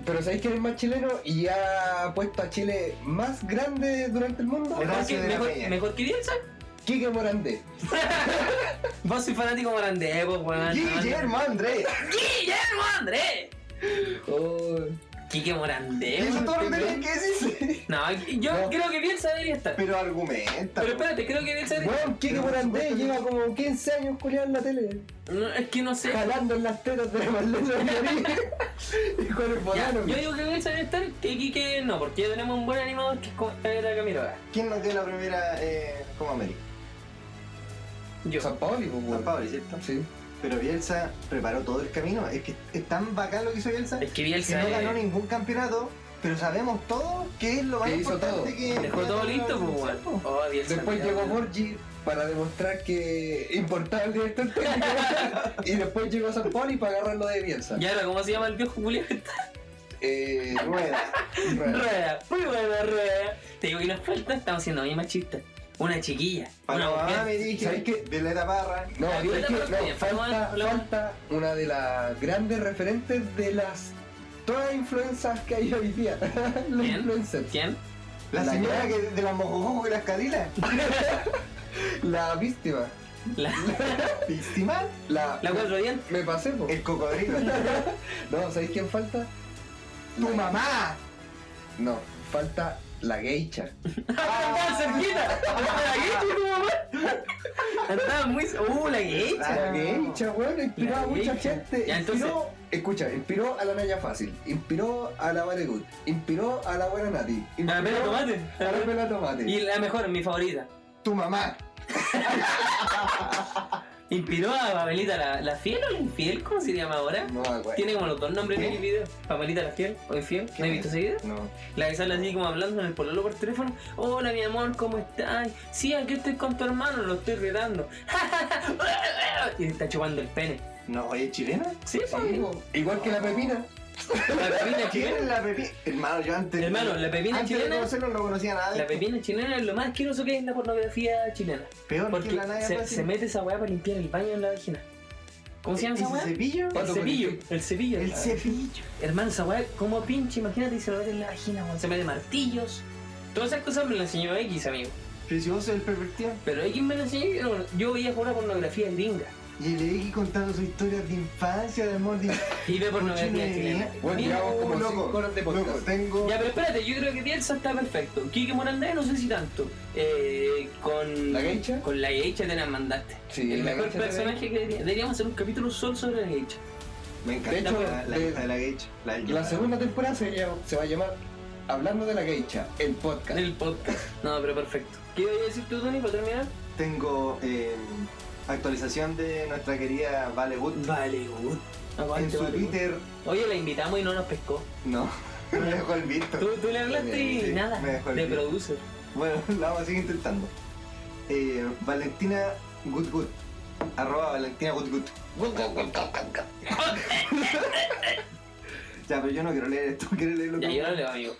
S5: Pero ¿sabéis quién es más chileno y ha puesto a Chile más grande durante el mundo?
S2: Era-
S3: Mejor que,
S2: Horacio de la
S3: mejor,
S2: Peña.
S3: mejor que Bielsa.
S5: Quique Morandé.
S3: Vos soy fanático morandé, pues, weón.
S2: Guillermo Andrés.
S3: Guillermo Andrés.
S5: Oh,
S3: Quique Morandé,
S2: Eso
S3: weón.
S2: es todo lo que tenía que decir.
S3: No, yo
S5: No.
S3: creo que Bielsa debería estar. Pero,
S2: Pero argumenta.
S3: espérate, creo que Bielsa debería
S5: Weón, Quique
S2: Pero por
S5: Morandé
S2: supuesto que
S5: lleva como 15 años culiado en la tele,
S3: No, es que no sé.
S5: jalando en las tetas de Marlene Oliveri [laughs] y con el
S3: Ya,
S5: polano.
S3: yo digo que Bielsa debe estar, que Quique no, porque ya tenemos un buen animador que es como era Camiroga.
S2: ¿Quién nos dio la primera eh, Copa América?
S3: Yo.
S5: San Paoli, po,
S2: San
S5: weón.
S2: Pablo, ¿cierto?
S5: Sí.
S2: Pero Bielsa preparó todo el camino. Es que es tan bacán lo que hizo Bielsa.
S3: Es que
S2: que
S3: Bielsa
S2: no ganó
S3: eh,
S2: ningún campeonato, pero sabemos todo que es lo más
S5: Que hizo
S2: importante
S5: todo.
S2: que
S3: dejó todo listo, pues, weón. Oh, Bielsa.
S5: Después
S3: mira,
S5: llegó
S3: weón.
S5: Borgi para demostrar que importaba el director técnico. [laughs] y después llegó San Paoli para agarrarlo de Bielsa.
S3: Y ahora, ¿cómo se llama el viejo Julio?
S5: Eh,
S2: Rueda.
S5: bueno,
S3: rueda, muy buena rueda. Te digo que nos falta, estamos siendo muy machistas. Una chiquilla,
S2: Ah,
S3: una
S2: Panamá me
S3: mujer.
S2: dije
S5: ¿Sabes qué?
S2: que Violeta Parra.
S5: No,
S3: Ah,
S5: digo
S3: pero
S5: que
S3: la
S5: no,
S3: Polonia,
S5: falta,
S3: la-
S5: falta una de las grandes referentes de las todas las influencias que hay hoy día. [laughs] Los
S3: ¿Quién?
S5: influencers.
S3: ¿Quién?
S2: La
S5: La
S2: señora
S5: gran-
S2: que de las mojojojo y las cadilas.
S5: La víctima.
S3: La,
S2: Víctima.
S5: La, Eh.
S3: la cuatro [laughs] dientes.
S5: me pasé, po.
S2: El cocodrilo.
S5: No, ¿sabéis quién falta?
S2: ¡Tu mamá!
S5: No, falta la geisha.
S3: Andaban Ah, cerquita. Andaba la geisha tu mamá. Andaba muy. Uh, la geisha.
S5: La geisha, weón, inspiró
S3: La
S5: a mucha
S3: geisha.
S5: gente.
S3: Ya, entonces-
S5: Inspiró, escucha, inspiró a la Naya Fácil, inspiró a la Vale Good, inspiró a la Buena Nati, inspiró
S3: La pela tomate.
S5: a la Pela Tomate.
S3: Y la mejor, mi favorita.
S2: ¡Tu mamá!
S3: ¿Inspiró a Pamelita la, la fiel o la infiel? ¿Cómo se llama ahora?
S5: No, weón.
S3: Tiene como los dos nombres en
S2: ¿Qué?
S3: el video. Pamelita la fiel o infiel. ¿No he visto ese video?
S2: No.
S3: La que sale así como hablando en el pololo por teléfono. Hola mi amor, ¿cómo estás? Sí, aquí estoy con tu hermano, lo estoy retando. [laughs] y le está chupando el pene.
S2: No, oye, chilena.
S3: Sí,
S5: Sí,
S3: Pablo.
S5: po. Igual que la Pepina.
S3: La pepina
S2: ¿Quién
S3: chilena.
S2: es la pepina? Hermano, yo antes.
S3: Hermano, la pepina
S2: antes
S3: chilena.
S2: de conocerlo no conocía nada. de
S3: La
S2: esto.
S3: pepina chilena es lo más asqueroso que es la pornografía chilena.
S2: Peor que
S3: Porque
S2: la naya
S3: se,
S2: fácil.
S3: se mete esa weá para limpiar el baño en la vagina. ¿Cómo se llama
S2: ¿Ese
S3: esa weá?
S2: cepillo?
S3: El
S5: Pato
S3: cepillo,
S5: Polifemo.
S3: el cepillo.
S2: El cepillo.
S3: Hermano, esa weá, como pinche, imagínate, se lo mete en la vagina, weón. Se mete martillos. Todas esas cosas me las enseñó X, amigo.
S2: Pero si vos sos el pervertido.
S3: Pero X me las enseñó y yo, yo veía pura pornografía gringa.
S2: Y el X contando sus historias de infancia, de
S3: [laughs]
S2: amor, de
S3: Y ve pornografía
S2: Chile,
S3: chilena.
S5: Bueno,
S3: Mira,
S5: llevamos como
S2: loco,
S5: cinco horas de podcast.
S2: Loco, tengo.
S3: Ya, pero espérate, yo creo que Bielsa está perfecto. Quique Morandé, no sé si tanto. Eh, con.
S5: ¿La geisha?
S3: Con la geisha te la mandaste.
S5: Sí,
S3: el
S5: la
S3: mejor
S5: geisha
S3: personaje que debería- deberíamos hacer un capítulo solo sobre la geisha.
S2: Me encanta
S5: De hecho,
S2: la, la
S5: de-
S2: hija de la geisha. La,
S5: La segunda temporada se, llama- se va a llamar Hablando de la geisha, el podcast.
S3: El podcast. No, pero perfecto. ¿Qué iba a decir tú, Tony, para terminar?
S2: Tengo eh, actualización de nuestra querida Vale Wood.
S3: Vale, good.
S2: en
S3: Aguante,
S2: su
S3: vale, good.
S2: Twitter,
S3: Oye, la invitamos y no nos
S2: [laughs]
S3: pescó.
S2: no, me dejó el visto.
S3: Tú, tú le hablaste y
S2: Sí,
S3: nada.
S2: me dejó el
S3: De
S2: bien.
S3: producer.
S2: Bueno, [laughs] la vamos a seguir intentando. Eh, Valentina Goodgood. Arroba Valentina Goodgood. [laughs] Ya, pero yo no quiero leer esto, [laughs] quiero leer lo
S3: Ya,
S2: que.
S3: yo no leo, amigo.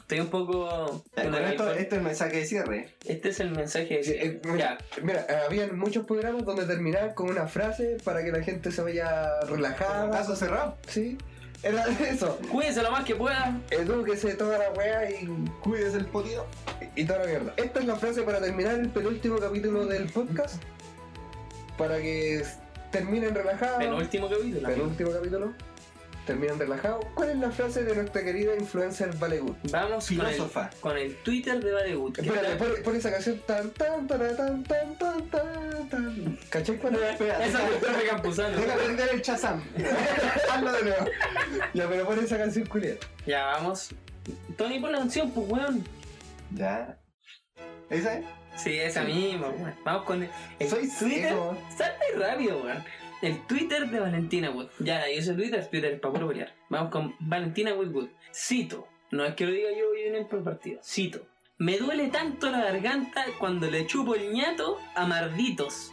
S3: Estoy un poco.
S2: Ya, Eh, con
S3: Bueno,
S2: esto,
S3: ahí fue.
S2: esto es el mensaje de cierre.
S3: Este es el mensaje.
S5: Sí, eh,
S3: De... Ya,
S5: mira, mira, habían muchos programas donde terminar con una frase para que la gente se vaya relajada.
S2: Caso cerrado.
S5: Sí, era [laughs] eso.
S3: cuídense lo más que puedan.
S5: Edúquese toda la wea y,
S2: Cuídese el podido.
S5: y toda la mierda. Esta es la frase para terminar el penúltimo capítulo del podcast. Para que s- terminen relajados.
S3: Penúltimo capítulo.
S5: Penúltimo capítulo. Terminen relajados. ¿Cuál es la frase de nuestra querida influencer Valegut?
S3: Vamos con el,
S2: Filósofa.
S3: con el Twitter de Badegut.
S5: Espérate, pon, pon esa canción tan tan tan tan tan tan tan tan. ¿Cachai cuál es?
S3: [laughs]
S2: Espera,
S3: Esa es el profe Campuzano.
S2: deja prender el Shazam.
S5: Hazlo de nuevo. Ya, pero pon esa canción culia.
S3: Ya, vamos. Tony, pon la canción, pues, weón.
S2: Ya. ¿Esa es?
S3: Sí, esa misma, weón. Vamos con el, el
S2: Soy
S3: Twitter.
S2: ciego.
S3: Salta y rápido, weón. El Twitter de Valentina Wood. Ya, yo soy Twitter, es Twitter para puro pelear. Vamos con Valentina Woodwood. Cito. No es que lo diga yo hoy en el partido. Cito. Me duele tanto la garganta cuando le chupo el ñato a marditos.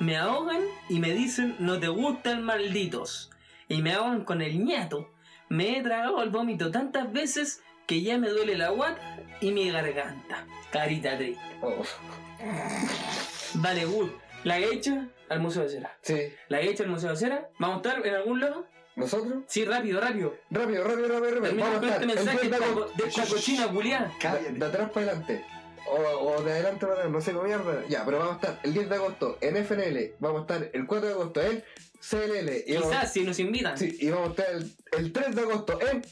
S3: Me ahogan y me dicen no te gustan malditos. Y me ahogan con el ñato. Me he tragado el vómito tantas veces que ya me duele la guata y mi garganta. Carita triste.
S5: Oh,
S3: Vale, Wood. uh, La hecha al Museo de Cera.
S5: Sí.
S3: La he hecho el Museo de Cera. ¿Vamos a estar en algún lado?
S5: ¿Nosotros?
S3: Sí, rápido, rápido.
S5: Rápido, rápido, rápido, rápido.
S3: Termina
S5: Vamos
S3: con
S5: a estar.
S3: este mensaje
S5: Empieza
S3: esta
S5: con-
S3: co- de esta cochina culiada.
S5: de, de
S2: Cállate.
S5: atrás para adelante. O, o de adelante para atrás, no sé cómo mierda. Ya, pero vamos a estar el 10 de agosto en FNL. Vamos a estar el 4 de agosto en CLL. Y vamos,
S3: Quizás si nos invitan. [laughs]
S5: sí, y vamos a estar el, el 3 de agosto en.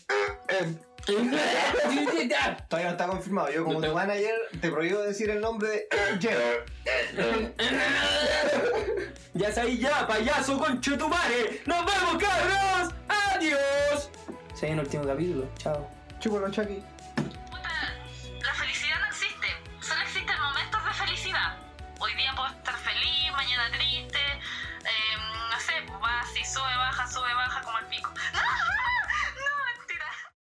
S5: en
S2: Todavía no está confirmado. Yo, como
S3: No
S2: tu
S3: tengo-
S2: manager, te prohíbo decir el nombre [coughs] de Jerry.
S3: ya sabéis, ya, payaso concho tu madre. ¡Nos vemos, cabros! ¡Adiós! Se viene el último capítulo. Chao.
S5: Chúpalo, Chucky.